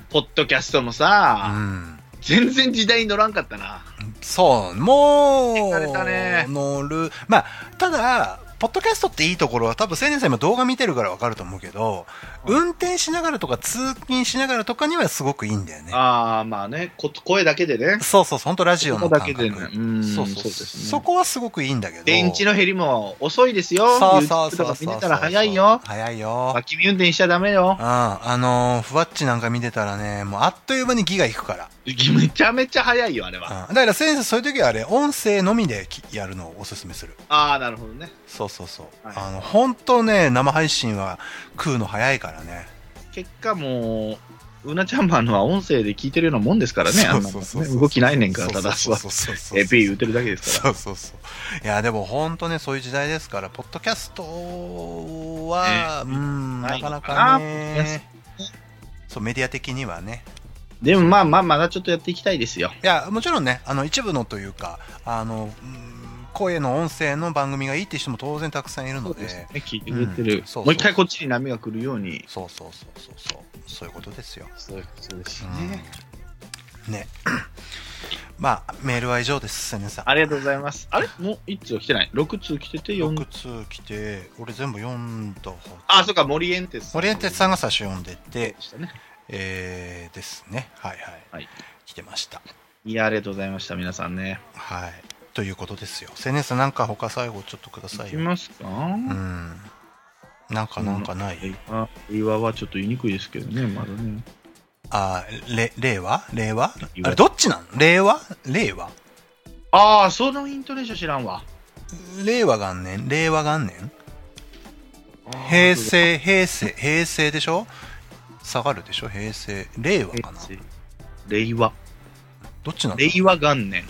Speaker 4: ポッドキャストも
Speaker 3: う
Speaker 4: さ、
Speaker 3: ん
Speaker 4: 全然時代に乗らんかったな。
Speaker 3: そう、もう、
Speaker 4: 疲れたね
Speaker 3: 乗る。まあ、ただ、ポッドキャストっていいところは、多分青年さん今動画見てるからわかると思うけど、運転しながらとか通勤しながらとかにはすごくいいんだよね。
Speaker 4: ああ、まあね、こ声だけでね。
Speaker 3: そうそう、本当ラジオの
Speaker 4: 声
Speaker 3: 感
Speaker 4: だ
Speaker 3: 覚
Speaker 4: けでね。うん、
Speaker 3: そう
Speaker 4: そ
Speaker 3: そうう
Speaker 4: ですね。
Speaker 3: そこはすごくいいんだけど。
Speaker 4: 電池の減りも遅いですよ。
Speaker 3: そうそうそう
Speaker 4: YouTube
Speaker 3: そ
Speaker 4: と
Speaker 3: う
Speaker 4: か見てたら早いよ。
Speaker 3: 早いよ。
Speaker 4: 脇見運転しちゃダメよ。
Speaker 3: うん、あのーふわっちなんか見てたらね、もうあっという間にギガいくから。
Speaker 4: めちゃめちゃ早いよ、あれは。
Speaker 3: うん、だから、先生、そういう時はあれ、音声のみできやるのをおすすめする。
Speaker 4: ああ、なるほどね。
Speaker 3: そうそうそう、
Speaker 4: はい
Speaker 3: あの本当ね生配信は食うの早いからね
Speaker 4: 結果もう、うなちゃんマンのは音声で聞いてるようなもんですからね、あんな
Speaker 3: そ
Speaker 4: も
Speaker 3: うんそうそう
Speaker 4: ね
Speaker 3: そう
Speaker 4: 動きないねんから、ただ
Speaker 3: そうそうそうそう
Speaker 4: エピー打てるだけですから。
Speaker 3: そうそうそういやでも本当ねそういう時代ですからポッドキャストは、うん
Speaker 4: な
Speaker 3: ない
Speaker 4: の
Speaker 3: か
Speaker 4: かな
Speaker 3: なか
Speaker 4: ポッドキャス
Speaker 3: ねそうメディア的にはね
Speaker 4: でもまあまあ、まだちょっとやっていきたいですよ。
Speaker 3: いやもちろんねあの一部のというかあの、うん声の音声の番組がいいって人も当然たくさんいるので
Speaker 4: ね、聞いてくれて
Speaker 3: う
Speaker 4: る、
Speaker 3: んそうそう
Speaker 4: もう一回こっちに波が来るように、
Speaker 3: そうそうそうそうそうそういうことですよ、
Speaker 1: そういうことです
Speaker 3: ねね まあメールは以上です千年さん
Speaker 4: ありがとうございます。あれもう1通来てない。6通来てて4
Speaker 3: 6通来て俺全部読んだ方
Speaker 4: あ、そうか、森エンテス
Speaker 3: 森エンテツさんが最初読んで
Speaker 4: で
Speaker 3: て、
Speaker 4: したね。
Speaker 3: えー、ですねはいはい、
Speaker 4: はい
Speaker 3: 来てました
Speaker 4: いや、ありがとうございました、皆さんね。
Speaker 3: はいということですよ千年さんなんか他最後ちょっとくださ
Speaker 4: い
Speaker 3: い
Speaker 4: き
Speaker 3: よ
Speaker 4: ますか、
Speaker 3: うんなんかなんかない、
Speaker 4: あ令和はちょっと言いにくいですけどね、まだね。
Speaker 3: あれ令和令和
Speaker 4: 令
Speaker 3: あ
Speaker 4: 和
Speaker 3: れどっちなの令和令和
Speaker 4: ああ、そのイントネーション知らんわ。
Speaker 3: 令和元年令和元年平成平成平成でしょ下がるでしょ平成令和かな
Speaker 4: 平成令和。
Speaker 3: どっちなの
Speaker 4: 令和元年。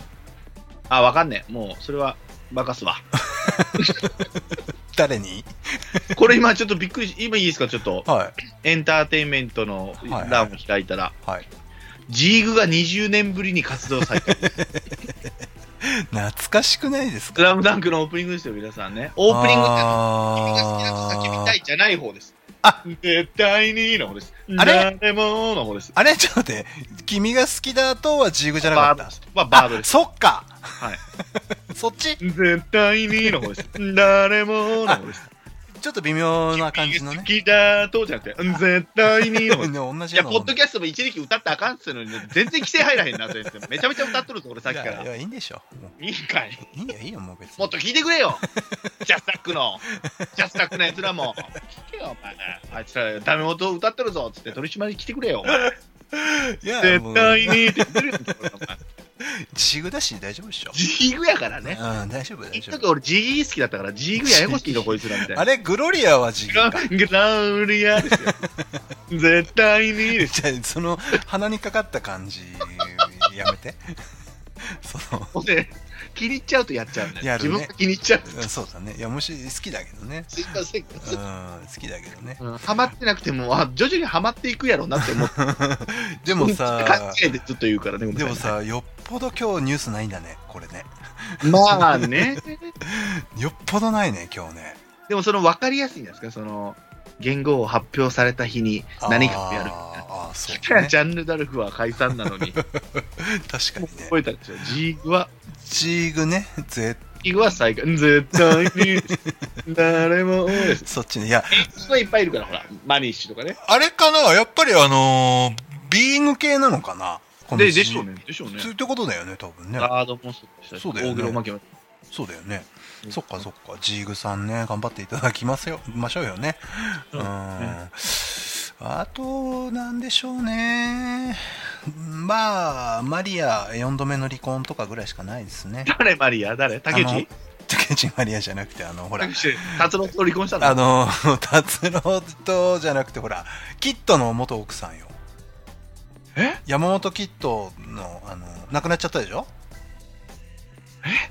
Speaker 4: あ、わかんねえ。もう、それは、任 すわ。
Speaker 3: 誰に
Speaker 4: これ今ちょっとびっくりし、今いいですか、ちょっと。
Speaker 3: はい
Speaker 4: エンターテインメントの
Speaker 3: はい
Speaker 4: 欄を開いたら、
Speaker 3: はい
Speaker 4: ジーグが20年ぶりに活 動再開。
Speaker 3: 懐かしくないですか
Speaker 4: スラムダンクのオープニングですよ、皆さんね。オープニングってあの君が好きだと叫びた
Speaker 3: あー
Speaker 4: いじゃない方です。
Speaker 3: あ
Speaker 4: 絶対にの方です。
Speaker 3: あれ
Speaker 4: 誰もの方です。
Speaker 3: あれちょっと待って君が好きだとはジグじゃなか
Speaker 4: バー
Speaker 3: っ
Speaker 4: ドで
Speaker 3: た
Speaker 4: す。まあ、バード
Speaker 3: あ
Speaker 4: です。
Speaker 3: そっか
Speaker 4: はい。
Speaker 3: そっち
Speaker 4: 絶対にの方です。誰もの方です。
Speaker 3: ちょっと微妙な感じの
Speaker 4: 好
Speaker 3: ね
Speaker 4: きだとじゃなくて、絶対にの方
Speaker 3: 同
Speaker 4: で
Speaker 3: じ
Speaker 4: す。
Speaker 3: ようない
Speaker 4: や、ポッドキャストも一時期歌ったらあかんっつうのに、全然規制入らへんな、 先生。めちゃめちゃ歌っとるぞ、俺さっきか
Speaker 3: いやい
Speaker 4: ら。
Speaker 3: やいいんでしょも
Speaker 4: いいんかいう
Speaker 3: いいよいいよもう別に
Speaker 4: もっと聞いてくれよジャスタックのジャスタックのやつらも聞けよお前あいつらダメ元歌ってるぞっつって取り締まりに来てくれよ
Speaker 3: いやも
Speaker 4: 絶
Speaker 3: う
Speaker 4: 対にって言ってるよお前
Speaker 3: ジグだし大丈夫でしょ
Speaker 4: ジーグやからね
Speaker 3: うん大丈夫大
Speaker 4: 一
Speaker 3: 丈
Speaker 4: 時
Speaker 3: 夫
Speaker 4: 俺ジーグ好きだったからジーグややこしいのこいつらみたいな
Speaker 3: あれグロリアはジグか
Speaker 4: グラウリアですよ絶対にです
Speaker 3: じゃあその鼻にかかった感じやめて その
Speaker 4: もうね気に入っちゃうとやっちゃうんだ
Speaker 3: や
Speaker 4: よ、
Speaker 3: るね
Speaker 4: 自分が気に入っちゃう
Speaker 3: うんそうだねいやもし好きだけどね
Speaker 4: すいませ
Speaker 3: う
Speaker 4: ん
Speaker 3: ん好きだけどね
Speaker 4: うんハマってなくてもあ徐々にハマっていくやろうなって思って
Speaker 3: でも
Speaker 4: 考
Speaker 3: さ
Speaker 4: えてずっと言うからねごめんな
Speaker 3: で
Speaker 4: さい
Speaker 3: もさよっぽど今日ニュースないんだねこれね
Speaker 4: まあね
Speaker 3: よっぽどないね今日ね
Speaker 4: でもその分かりやすいんじゃないですか、その言語を発表された日に何かをやるみたいな。
Speaker 3: あーあーそう
Speaker 4: だから
Speaker 3: ね
Speaker 4: ジャンヌ・ダルフは解散なのに、
Speaker 3: 確かにね
Speaker 4: 覚えたんですよ。ジーグは、
Speaker 3: ジーグねぜ
Speaker 4: ジーグは再開。絶対に、誰 もです。
Speaker 3: そっちねいや
Speaker 4: すごいいっぱいいるから、ほら、マニッシュとかね。
Speaker 3: あれかなやっぱりあのービーイング系なのかなこの
Speaker 4: で、
Speaker 3: ジ
Speaker 4: で
Speaker 3: ー
Speaker 4: しょうね。でしょうね。
Speaker 3: そうってことだよね多分ね
Speaker 4: ガードもそうでしたし
Speaker 3: そうだよね
Speaker 4: 大黒摩季も
Speaker 3: そうだよね
Speaker 4: う。ん
Speaker 3: そっかそっか。ジーグさんね、頑張っていただきますよ、ましょうよね。う
Speaker 4: うん
Speaker 3: ん。あと、なんでしょうね。まあ、マリア4度目の離婚とかぐらいしかないですね。
Speaker 4: 誰マリア誰竹
Speaker 3: あの
Speaker 4: 内
Speaker 3: 竹内マリアじゃなくて、あの、ほら
Speaker 4: 竹。内達郎と離婚したの
Speaker 3: あの、達郎とじゃなくて、ほら、キッドの元奥さんよ。
Speaker 4: え
Speaker 3: 山本キッドの、あの、亡くなっちゃったでしょ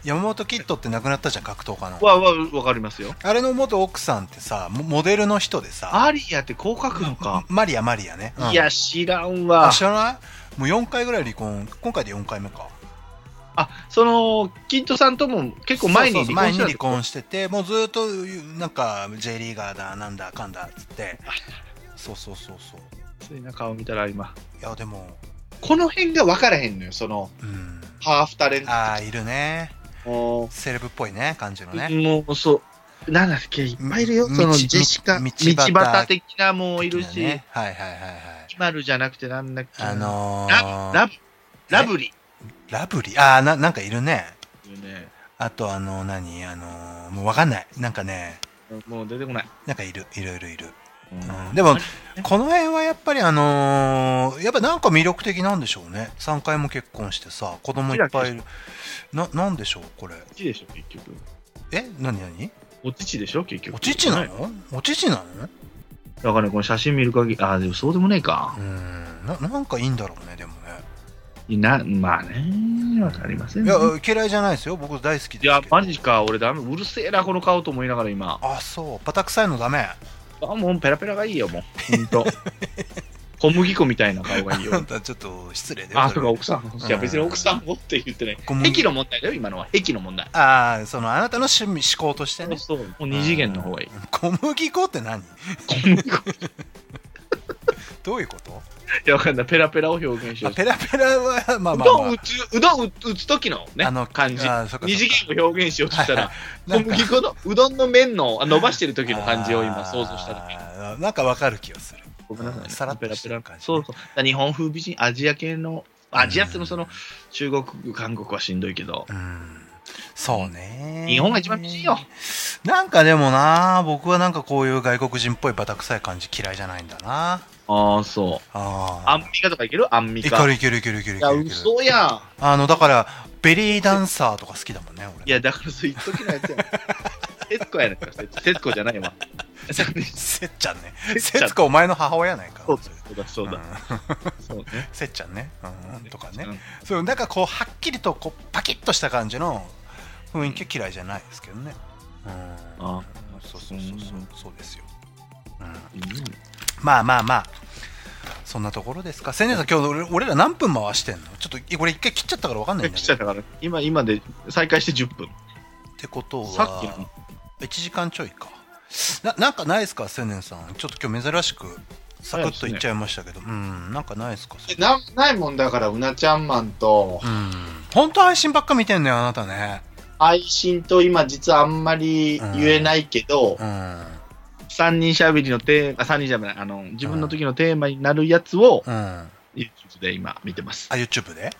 Speaker 3: 山本キッドって亡くなったじゃん、格闘家の。
Speaker 4: わわわかりますよ。
Speaker 3: あれの元奥さんってさ、モモデルの人でさ、
Speaker 4: マリアってこう書くのか。
Speaker 3: マリア、マリアね。うん
Speaker 4: いや、知らん
Speaker 3: あ
Speaker 4: わ。
Speaker 3: 知らないもう4回ぐらい離婚、今回で4回目か。
Speaker 4: あ、その、キッドさんとも結構前
Speaker 3: そ
Speaker 4: に
Speaker 3: うそう
Speaker 4: 離婚
Speaker 3: 前
Speaker 4: し
Speaker 3: に
Speaker 4: た
Speaker 3: 離
Speaker 4: んですか
Speaker 3: 婚してて、もうずーっと、なんか、J リーガーだ、なんだ、かんだっつって。そうそうそうそう。
Speaker 4: ついな顔見たら今
Speaker 3: いや、でも、
Speaker 4: この辺が分からへんのよその
Speaker 3: うん。
Speaker 4: ハーフタレント
Speaker 3: ああ、いるね。
Speaker 4: も
Speaker 3: セレブっぽいね、感じのね。
Speaker 4: もうそうなんだっけいっぱいいるよ
Speaker 3: 道
Speaker 4: そのジェシカ
Speaker 3: 道
Speaker 4: 道
Speaker 3: 道端
Speaker 4: 端的なもういるし、
Speaker 3: ねはいはいはいはい。
Speaker 4: キマルじゃなくてなんだっけ
Speaker 3: あの
Speaker 4: ラ
Speaker 3: ー、
Speaker 4: ラブラブリ
Speaker 3: ラブリー。ああ、ななんかいるね。
Speaker 4: ーっていうね
Speaker 3: あと、あの、何あのー、もうわかんない。なんかね、
Speaker 4: もう出てこない、
Speaker 3: なんかいる、いろいろいる。
Speaker 4: うん
Speaker 3: でも、この辺はやっぱりあのーやっぱなんか魅力的なんでしょうね。3回も結婚してさ、子供いっぱいいる。な、なんでしょう、これ。
Speaker 4: お乳でしょ結局
Speaker 3: え何何
Speaker 4: お乳でしょ結局
Speaker 3: お乳な
Speaker 4: はい
Speaker 3: のお乳なの
Speaker 4: だからねこの写真見る限りああでもそうでもねえか
Speaker 3: うーんな、なんかいいんだろうね、でもね。
Speaker 4: なまあねわかりません
Speaker 3: い
Speaker 4: ね
Speaker 3: や、嫌いじゃないですよ。僕大好きです
Speaker 4: い
Speaker 3: けど。
Speaker 4: やマジか俺ダメうるせえなこの顔と思いながら今
Speaker 3: あ、そう。バタ臭いのダメ。
Speaker 4: あもうペラペラがいいよ、もう。ほんと。小麦粉みたいな顔がいい
Speaker 3: あ
Speaker 4: よ
Speaker 3: ん。 たちょっと失礼だよ。
Speaker 4: あ、
Speaker 3: そ
Speaker 4: そ
Speaker 3: れ
Speaker 4: うか、奥さん。いや、別に奥さんもって言ってない。
Speaker 3: 小麦
Speaker 4: 癖の問題だよ、今のは。癖の問題。
Speaker 3: ああ、そのあなたの趣味、思考としてね。
Speaker 4: そう、もう二次元の方がいい。
Speaker 3: 小麦粉って何
Speaker 4: 小麦粉。い
Speaker 3: どういうこと
Speaker 4: や、わかんない。ペラペラを表現しよ
Speaker 3: あ
Speaker 4: う。
Speaker 3: ペラペラは、まあ
Speaker 4: う
Speaker 3: まあ、
Speaker 4: ど
Speaker 3: ま
Speaker 4: ん
Speaker 3: あ
Speaker 4: 打つ、うどん打つ時のね、
Speaker 3: あの
Speaker 4: 感じ
Speaker 3: あーそっかそっか。
Speaker 4: 二次元を表現しようとしたら、
Speaker 3: な
Speaker 4: 小
Speaker 3: んか
Speaker 4: 麦粉のうどんの麺のあ伸ばしてる時の感じを今想像しただけ。
Speaker 3: だけ。なんかわかる気がする。
Speaker 4: ごめんなさい、ね。
Speaker 3: さらっと
Speaker 4: ペラ
Speaker 3: して
Speaker 4: ペ
Speaker 3: る
Speaker 4: ラ
Speaker 3: 感じね
Speaker 4: そうそう。だから日本風美人、アジア系の、アジアってのその、中国、韓国はしんどいけど、
Speaker 3: うん。そうね。
Speaker 4: 日本が一番美人よ。。
Speaker 3: なんかでもな、僕はなんかこういう外国人っぽいバタ臭い感じ嫌いじゃないんだな。
Speaker 4: ああ、そう。
Speaker 3: あ
Speaker 4: アン
Speaker 3: あ。
Speaker 4: ミカとかいけるアンミ
Speaker 3: い
Speaker 4: カ
Speaker 3: け。るいけるいけるいけるい
Speaker 4: い
Speaker 3: け
Speaker 4: や、
Speaker 3: るいける。
Speaker 4: 嘘やん。
Speaker 3: あの、だから、ベリーダンサーとか好きだもんね、俺。
Speaker 4: いや、だからそう、一時のやつやん。 節子やねんから、節子じゃないわ。
Speaker 3: せっちゃんね。
Speaker 4: せっち
Speaker 3: せ
Speaker 4: ゃん
Speaker 3: つこお前の母親ないか。
Speaker 4: そうだ、そうだ、そうだ。
Speaker 3: うんせっちゃんね。うん、とかね
Speaker 4: う。ん
Speaker 3: そう、なんかこう、はっきりとこうパキッとした感じの雰囲気は嫌いじゃないですけどね。うん。
Speaker 4: あ
Speaker 3: そうそうそうそう、そうですよ。うん、
Speaker 4: うん
Speaker 3: まあまあまあ、そんなところですか。千年さん、今日俺俺ら何分回してんのちょっとこれ一回切っちゃったから分かんないんだ
Speaker 4: 来
Speaker 3: け
Speaker 4: ちゃ
Speaker 3: ど。っ
Speaker 4: ったから、今、今で再開して10分。
Speaker 3: てことは、
Speaker 4: さっきの
Speaker 3: 1時間ちょいか。ななんかないですか、千年さん。ちょっと今日珍しく、サクッといっちゃいましたけど、うん、なんかないですか、それ
Speaker 5: なないもんだから、うなちゃんマンと、
Speaker 3: うん。本当配信ばっか見てんねよ、あなたね。
Speaker 5: 配信と今実はあんまり言えないけど、
Speaker 3: うん。
Speaker 4: 三人しゃべりのテーマ、あ三人じゃない、あの、自分の時のテーマになるやつを、
Speaker 3: うん。あ、
Speaker 4: YouTube で今見てます。
Speaker 3: YouTube で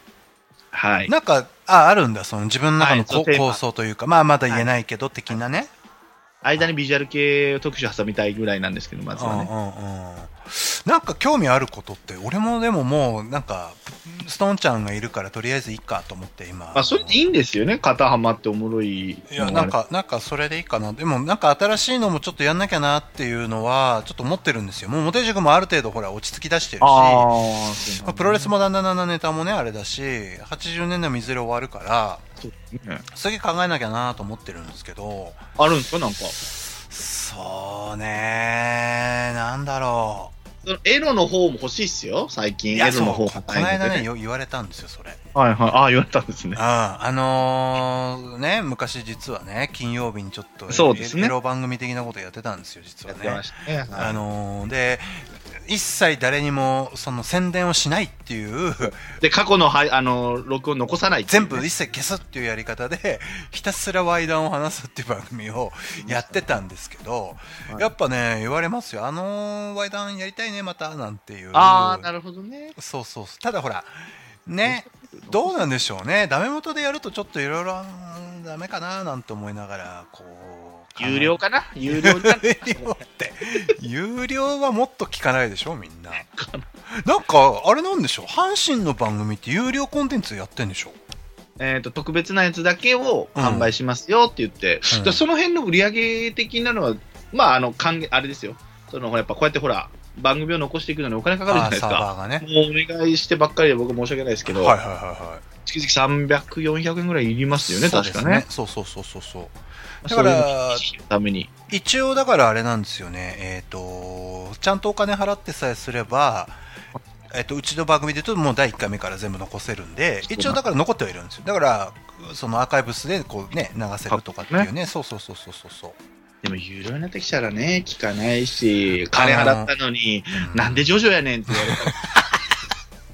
Speaker 4: はい。
Speaker 3: なんか、あ、あるんだ、その自分の中
Speaker 4: は
Speaker 3: の
Speaker 4: いそ
Speaker 3: こ
Speaker 4: うテー
Speaker 3: 構
Speaker 4: マ
Speaker 3: 想というか、まあ、まだ言えないけど、的なね。
Speaker 4: 間にビジュアル系を特集挟みたいぐらいなんですけど、まず
Speaker 3: うんう
Speaker 4: は
Speaker 3: んうん
Speaker 4: ね。
Speaker 3: なんか興味あることって、俺もでももう、なんか、ストーンちゃんがいるから、とりあえずいいかと思って、今。
Speaker 4: まあ、それでいいんですよね。肩はまっておもろい。
Speaker 3: いや、なん。か、なんかそれでいいかな。でも、なんか新しいのもちょっとやんなきゃなっていうのは、ちょっと思ってるんですよ。もう、モテ塾もある程度、ほら、落ち着き出してるし。
Speaker 4: ああ、
Speaker 3: まあプロレスもだんだんだんだんネタもねあれだし80年代もいずれ終わるから
Speaker 4: そうですね
Speaker 3: すげ考えなきゃなと思ってるんですけど
Speaker 4: あるんですかなんか。
Speaker 3: そうねなんだろ
Speaker 4: そのエロの方も欲しいっすよ、最
Speaker 3: うい
Speaker 4: 近。エ
Speaker 3: や
Speaker 4: ロ
Speaker 3: そう
Speaker 4: の方
Speaker 3: こ
Speaker 4: が
Speaker 3: この間ね。よ言われたんですよそれ
Speaker 4: はいはい。ああ、言われたんですね。
Speaker 3: ああのーね昔実はね金曜日にちょっと
Speaker 4: そうですね
Speaker 3: エロ番組的なことやってたんですよ実
Speaker 4: や
Speaker 3: は
Speaker 4: ってま
Speaker 3: ね
Speaker 4: したね。
Speaker 3: あのーで一切誰にもその宣伝をしないって いう
Speaker 4: で、過去のはいあの録音残さないっていう
Speaker 3: 全
Speaker 4: ね
Speaker 3: 部一切消すっていうやり方でひたすらワイダンを話すっていう番組をやってたんですけど、
Speaker 4: はい
Speaker 3: やっぱね言われますよあのワイダンやりたいねまたなんていう
Speaker 4: ああ、なるほどね。
Speaker 3: そうそうそうただほらねどうなんでしょうねダメ元でやるとちょっといろいろうんダメかななんて思いながらこう
Speaker 4: 有料かな有料になる。
Speaker 3: 有料って有料はもっと聞かないでしょみん ななんかあれなんでしょう阪神の番組って有料コンテンツやってんでしょ
Speaker 4: えっと特別なやつだけを販売しますよって言って、
Speaker 3: うん
Speaker 4: でその辺の売り上げ的なのは、まあ、あの還元あれですよその、やっぱこうやってほら、番組を残していくのにお金かかるじゃない
Speaker 3: あー
Speaker 4: です
Speaker 3: サー
Speaker 4: か、
Speaker 3: バーがね
Speaker 4: もうお願いしてばっかりで僕、申し訳ないですけど、
Speaker 3: はいはいはいはい。
Speaker 4: 月々300、400円ぐらいいりますよね、
Speaker 3: そう
Speaker 4: 確
Speaker 3: です
Speaker 4: かね。。
Speaker 3: そうそうそうそうそう。だか
Speaker 4: だからら、そういうのをために。
Speaker 3: 一応だからあれなんですよね。えっ、とちゃんとお金払ってさえすれば。えっとうちの番組で言うともう第1回目から全部残せるんで一応だから残ってはいるんですよだからそのアーカイブスでこうね流せるとかっていうねそうそうそうそうそうそう
Speaker 4: でも、有料になってきたらね、聞かないし、金払ったのに、
Speaker 3: うん
Speaker 4: なんでジョジョやねんって言われたら、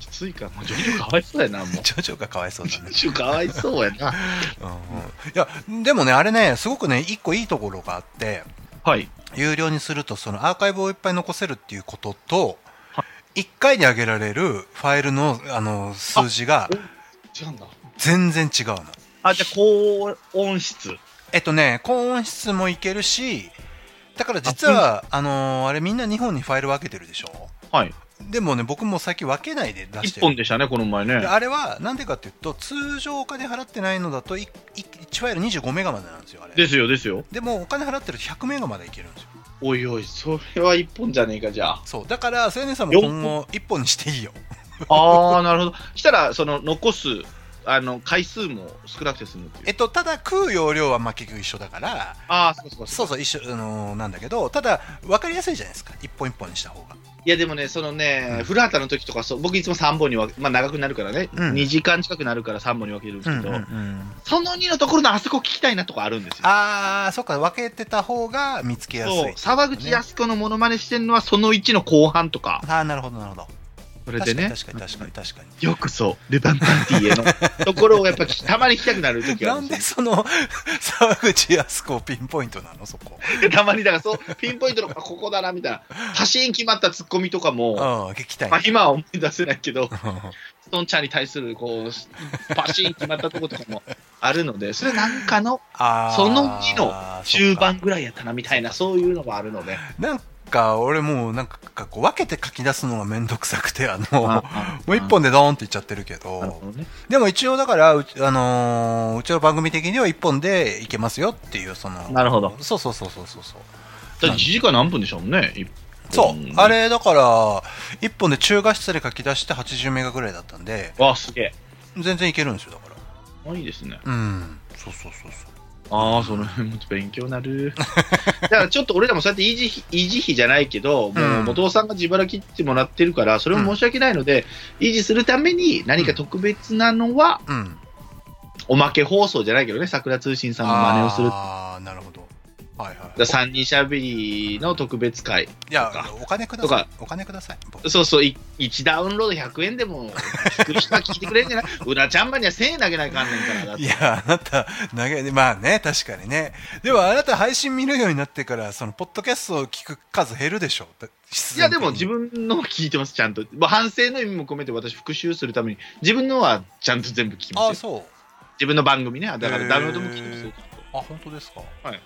Speaker 4: きついか、もうジョジョかわいそうやな、もう。ジ
Speaker 3: ジョジョがかわいそうだね
Speaker 4: ョジョかわいそうやな。
Speaker 3: うんうんいやでもねあれねすごくね一個いいところがあって
Speaker 4: はい。
Speaker 3: 有料にするとそのアーカイブをいっぱい残せるっていうことと1回に上げられるファイルのあの数字が
Speaker 5: 違うんだ。
Speaker 3: 全然違うの
Speaker 4: あ、じゃあ、高音質。
Speaker 3: えっとね高音質もいけるしだから実はあのーあれみんな日本にファイル分けてるでしょ
Speaker 4: はい。
Speaker 3: でもね僕も最近分けないで出して
Speaker 4: 一
Speaker 3: る
Speaker 4: 本でしたね、この前ね
Speaker 3: で。あれはなんでかっていうと通常お金払ってないのだと 1, ファイル25メガまでなんですよあれ
Speaker 4: ですよ、ですよ。
Speaker 3: でもお金払ってると100メガまでいけるんですよ
Speaker 4: おいおい、そ
Speaker 5: それは一本じゃねえか、じゃあ。
Speaker 3: そうだから青年さんも今後1本にしていいよ
Speaker 4: ああ、なるほど。したら、その、残す、あの回数も少なくて済むって
Speaker 3: え
Speaker 4: いう。
Speaker 3: っと、ただ食う容量はまあ結局一緒だから、
Speaker 4: ああ、そうそうそう。
Speaker 3: そうそう、一緒、あのーなんだけど、ただ、分かりやすいじゃないですか、一本一本にした方が。
Speaker 4: いやでもね、そのね、古畑の時とかそう、僕いつも3本に分け、まあ長くなるからね、
Speaker 3: うん
Speaker 4: 2時間近くなるから3本に分けるんですけど、
Speaker 3: ん、
Speaker 4: その2のところのあそこ聞きたいなとかあるんですよ。
Speaker 3: あー、そっか、分けてた方が見つけやすい、
Speaker 4: そう、沢口靖子のモノマネしてるのはその1の後半とか、
Speaker 3: あー、なるほど、なるほど。
Speaker 4: それでね、
Speaker 3: 確かに確かに確かに確か
Speaker 4: よくそう、ルパンパンティ エのところをやっぱきたまに聞きたくなる時
Speaker 3: に。
Speaker 4: があ
Speaker 3: な
Speaker 4: る
Speaker 3: ん
Speaker 4: んで
Speaker 3: ですそ の沢口靖子をピンポイントなのそこ。
Speaker 4: よ。 たまにだからそう、ピンポイントのあここだなみたいな、パシーン決まったツッコミとか
Speaker 3: うん、
Speaker 4: も、
Speaker 3: 聞きたい
Speaker 4: まあ
Speaker 3: ね。
Speaker 4: 今は思い出せないけ ど、ストンちゃんに対するこう、パシーン決まったとことかもあるので、 それなんかの
Speaker 3: あー
Speaker 4: その日の中盤ぐらいやったなみたいな、そういうのがあるので。
Speaker 3: なんか俺もうなんかこう分けて書き出すのがめんどくさくてあのもう一
Speaker 4: 本
Speaker 3: 本でドーンっていっちゃってるけどでも一応だからうち,、あのーうちの番組的には一本でいけますよっていうその
Speaker 4: なるほど。
Speaker 3: そうそうそうそうそうそう
Speaker 4: だ1時間何分でしょうね。一
Speaker 3: そう
Speaker 4: 本
Speaker 3: あれだから一本で中画質で書き出して80メガぐらいだったんで
Speaker 4: わあ、すげえ。
Speaker 3: 全然いけるんですよだから
Speaker 4: あいいですね。
Speaker 3: うんそうそうそうそう
Speaker 4: ああ、その辺も勉強になる。だからちょっと俺らもそうやって維持費維持費じゃないけど、もう元尾さんが自腹切ってもらってるから、それも申し訳ないので、維持するために何か特別なのは、
Speaker 3: うん
Speaker 4: おまけ放送じゃないけどね、桜通信さんの真似をする。だか
Speaker 3: ああなるほどはいはい
Speaker 4: ら三人しゃべりの特別会。
Speaker 3: いや
Speaker 4: とか
Speaker 3: お金ください
Speaker 4: と
Speaker 3: お金ください僕
Speaker 4: そうそう、い1ダウンロード100円でも、聞く人は聞いてくれるんじゃないうらちゃんまには1000円投げないかんねんから、だって
Speaker 3: いや、あなた、投げ、まあね、確かにね。でも、あなた配信見るようになってから、その、ポッドキャストを聞く数減るでしょ。必
Speaker 4: い
Speaker 3: 然
Speaker 4: や、
Speaker 3: 的
Speaker 4: で
Speaker 3: に
Speaker 4: も自。分の聞いてます、ちゃんと。まあ反省の意味も込めて私復習するために、自分のはちゃんと全部聞き
Speaker 3: あ
Speaker 4: ますよ。
Speaker 3: そう。
Speaker 4: 自分の番組ね。だから
Speaker 3: へー
Speaker 4: ダウンロードも聞いてますよ。
Speaker 3: あ、本当ですか。
Speaker 4: はい。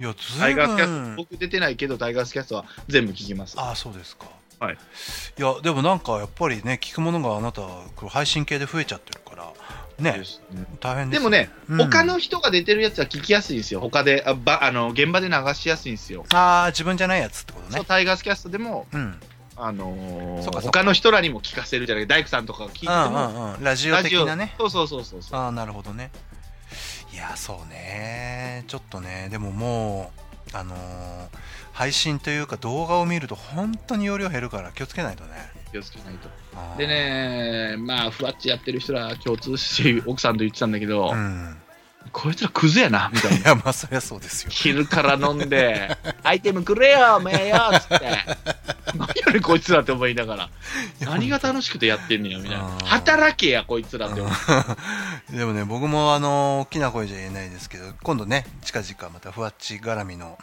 Speaker 3: いや、ず
Speaker 4: タ
Speaker 3: い
Speaker 4: イ
Speaker 3: ぶ
Speaker 4: ガースキャスト、
Speaker 3: ん。
Speaker 4: 僕出てないけど、タイガースキャストは全部聞きます。
Speaker 3: あ、そうですか。
Speaker 4: はい。
Speaker 3: いや、でもなんか、やっぱりね、聞くものがあなた、こう配信系で増えちゃってるから、
Speaker 4: で
Speaker 3: ね、
Speaker 4: すね
Speaker 3: 大変で
Speaker 4: ですも
Speaker 3: よ。
Speaker 4: ね、
Speaker 3: うん
Speaker 4: 他の人が出てるやつは聞きやすいんですよ。他で、あばあの現場で流しやすいんですよ。
Speaker 3: ああ、自分じゃないやつってこと
Speaker 4: そう
Speaker 3: ね。
Speaker 4: タイガースキャストでも
Speaker 3: うん。
Speaker 4: あのー
Speaker 3: そうかそうか
Speaker 4: 他の人らにも聞かせるじゃない大工さんとかが聞いて
Speaker 3: う
Speaker 4: も、
Speaker 3: んうんうん。ラジオ的なね。
Speaker 4: そうそうそうそうそう
Speaker 3: ああなるほどねいやそうねちょっとねでももうあのー配信というか動画を見ると本当に容量減るから気をつけないとね
Speaker 4: 気をつけないと
Speaker 3: あー
Speaker 4: でねまあふわっちやってる人ら共通して奥さんと言ってたんだけど、
Speaker 3: うん
Speaker 4: こいつらクズやなみたい
Speaker 3: い
Speaker 4: な
Speaker 3: やまあそりゃそうですよ
Speaker 4: 昼から飲んでアイテムくれよおめえよっつって何やねんこいつらって思いながら何が楽しくてやってんねやみたいな
Speaker 3: あー
Speaker 4: 働けやこいつらって思 う
Speaker 3: でもね僕もあのー大きな声じゃ言えないですけど今度ね近々またふわっち絡みの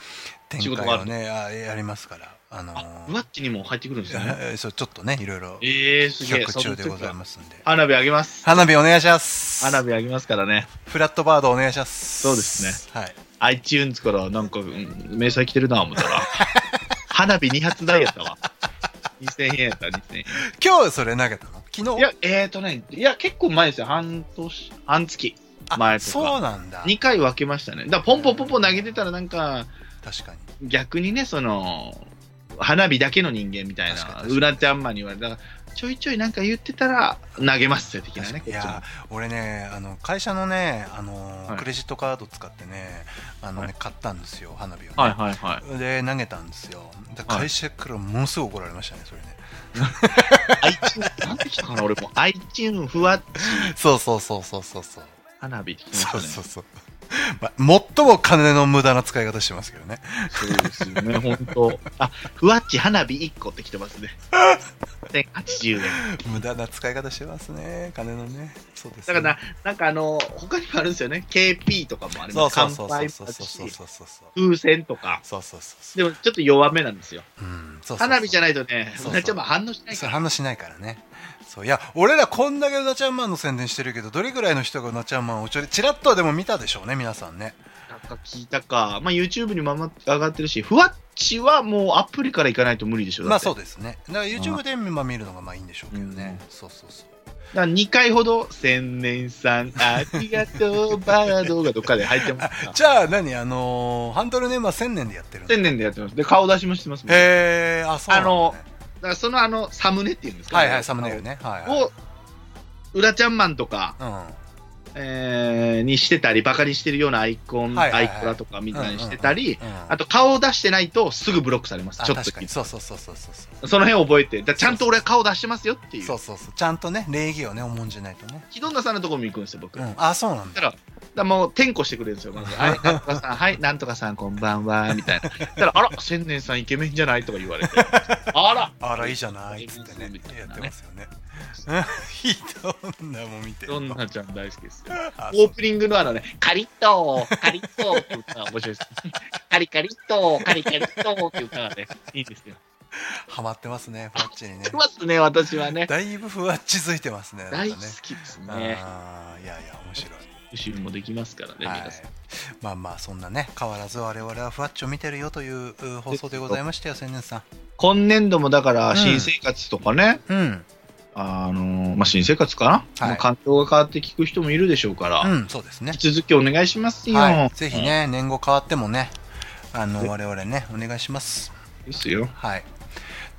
Speaker 3: 展
Speaker 4: 仕事
Speaker 3: 開
Speaker 4: があ
Speaker 3: を
Speaker 4: る
Speaker 3: ねあやりますからあの
Speaker 4: あ
Speaker 3: ー
Speaker 4: ふわっちにも入ってくるんですよ ね
Speaker 3: そうちょっとねいろいろ
Speaker 4: えー、すげえ
Speaker 3: 企画中でございますんで
Speaker 4: 花火あげます
Speaker 3: 花火お願いします
Speaker 4: 花火あげますからね
Speaker 3: フラットバードお願いします
Speaker 4: そうです
Speaker 3: ねはい
Speaker 4: iTunes からなんか、うん、明細来てるな思ったら花火2発台やったわ2000円やった2000円
Speaker 3: 今日それ投げたの昨日
Speaker 4: いやえーとねいや結構前ですよ半年半月
Speaker 3: あ
Speaker 4: 前とか
Speaker 3: そうなんだ
Speaker 4: 2回分けましたねだからポンポンポンポン投げてたらなんか
Speaker 3: 確かに
Speaker 4: 逆にねその花火だけの人間みたい
Speaker 3: 確かに
Speaker 4: な
Speaker 3: 確かに
Speaker 4: 裏ってあんまり言われただからちょいちょいなんか言ってたら投げますよ的なね
Speaker 3: い
Speaker 4: こっちも
Speaker 3: や俺ねあの会社のねあの、
Speaker 4: はい
Speaker 3: クレジットカード使ってねあのね、
Speaker 4: は
Speaker 3: 買ったんですよ花火をね、
Speaker 4: はいはいはい
Speaker 3: で投げたんですよで
Speaker 4: はい
Speaker 3: 会社からものすごい怒られましたねそれね
Speaker 4: iTunes なんて来たかな俺も iTunes ふわっち
Speaker 3: そうそうそうそうそうそう
Speaker 4: 花火って来ました
Speaker 3: そう
Speaker 4: ね
Speaker 3: そうそう、まあ、最も金の無駄な使い方してますけどね
Speaker 4: そうですよね、本当。あ、ふわっち花火1個って来てますね。1080円。
Speaker 3: 無駄な使い方してますね金のねそうです
Speaker 4: だ
Speaker 3: ね
Speaker 4: からな、なんかあの、他にもあるんですよね。KP とかもあり
Speaker 3: そ
Speaker 4: ま
Speaker 3: う
Speaker 4: す。
Speaker 3: そう
Speaker 4: 乾
Speaker 3: そうそ
Speaker 4: 杯
Speaker 3: う
Speaker 4: も
Speaker 3: そう
Speaker 4: ある
Speaker 3: そうそう
Speaker 4: し、
Speaker 3: そうそう
Speaker 4: 風船とか。
Speaker 3: そうそうそう
Speaker 4: でもちょっと弱めなんですよ。
Speaker 3: うんそうそうそう
Speaker 4: 花火じゃないとね
Speaker 3: そう、そう
Speaker 4: うなちゃんも反応しない
Speaker 3: そ
Speaker 4: か
Speaker 3: れ
Speaker 4: ら。
Speaker 3: 反応しないからねそういや俺らこんだけうなちゃんマンの宣伝してるけどどれぐらいの人がうなちゃんマンをちょりちらっとはでも見たでしょうね皆さんね
Speaker 4: なんか聞いたか。まあ YouTube にも上がってるし、ふわっちはもうアプリから行かないと無理でしょ。
Speaker 3: まあそう
Speaker 4: う。
Speaker 3: ですねだから YouTube でまあ見るのがまあいいんでしょうけどね、
Speaker 4: う
Speaker 3: そうそうそう
Speaker 4: だから2回ほど、千年さん、ありがとう、バー動画とかで入ってますから。
Speaker 3: じゃ あ何あのーハンドルネームは1000年でやってるのへ
Speaker 4: 千年でやってます。で、顔出しもしてますもんね
Speaker 3: えあそうなんだ、ね、
Speaker 4: だからそのあのサムネっていうんですか、
Speaker 3: はいはいサムネイルねはい、はい
Speaker 4: を、裏ちゃんマンとか、
Speaker 3: うん、
Speaker 4: えーにしてたり、バカにしてるようなアイコン、
Speaker 3: はいはいはい
Speaker 4: アイコラとかみたいにしてたり、
Speaker 3: うん
Speaker 4: あと顔を出してないとすぐブロックされます。
Speaker 3: あ
Speaker 4: ちょっと
Speaker 3: 確かにそうそうそうそうそうそう
Speaker 4: その辺覚えて、だちゃんと俺は顔出してますよっていう。
Speaker 3: そうそうそうちゃんとね礼儀をね重んじないとね、
Speaker 4: 木どんなさんのところも行くんですよ、僕。
Speaker 3: うん、あそうなん
Speaker 4: だ
Speaker 3: だ
Speaker 4: から、だからもう、転校してくれるんですよ、ま ず。はい、なんとかさん、はい、なんとかさん、こんばんは、みたいな。だから、あら、千年さんイケメンじゃないとか言わ れて。あら、
Speaker 3: あらいいじゃないっつってね
Speaker 4: みたい
Speaker 3: や
Speaker 4: な
Speaker 3: っ
Speaker 4: ね
Speaker 3: てますよねうん ひどんなもん見てる
Speaker 4: どんなちゃん大好きですよ。
Speaker 3: あ
Speaker 4: オ
Speaker 3: そ
Speaker 4: ー
Speaker 3: う
Speaker 4: プニングのあのね、カリッとー、カリッとーって歌が面白いです。カリカリッとー、カリカリッとーって歌がね、いいんですよ。
Speaker 3: ハマってますねフワッチにね
Speaker 4: 来ますね、私はね。
Speaker 3: だいぶふわっちづいてますねなんか
Speaker 4: 大
Speaker 3: ね
Speaker 4: 好きですね。
Speaker 3: あーいやいや面白い
Speaker 4: 復習もできますからね、
Speaker 3: は
Speaker 4: 皆
Speaker 3: い
Speaker 4: さん。、
Speaker 3: まあまあそんなね変わらず我々はふわっちを見てるよというう放送でございましたよ千年さ
Speaker 4: 今年度もだから、
Speaker 3: 新
Speaker 4: 新
Speaker 3: 生
Speaker 4: 生活とかね、
Speaker 3: んうん
Speaker 4: あのまあ、新生活かな、
Speaker 3: はい
Speaker 4: 環境が変わって聞く人もいるでしょうから、
Speaker 3: うんそうですね
Speaker 4: 引き続きお願いしますよ。
Speaker 3: はい、ぜひね、年後変わってもねあの我々ねお願いします
Speaker 4: うん。ですよ。
Speaker 3: はい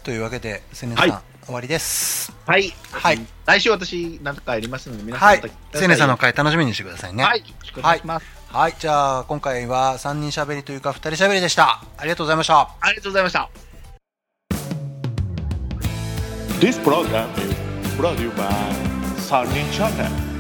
Speaker 3: というわけで千年さん、
Speaker 4: は
Speaker 3: 終わりです
Speaker 4: はい。
Speaker 3: はい。
Speaker 4: 来週私、何かやりますので、皆さん
Speaker 3: はい
Speaker 4: また来てくださ
Speaker 3: 千年さんの回楽しみにしてくださいね
Speaker 4: はい。よろしくお願いします。
Speaker 3: はい、じゃあ今回は3人しゃべりというか2人しゃべりでしたありがとうございました
Speaker 4: ありがとうございました。
Speaker 2: This program is brought to you by Sunny Channel.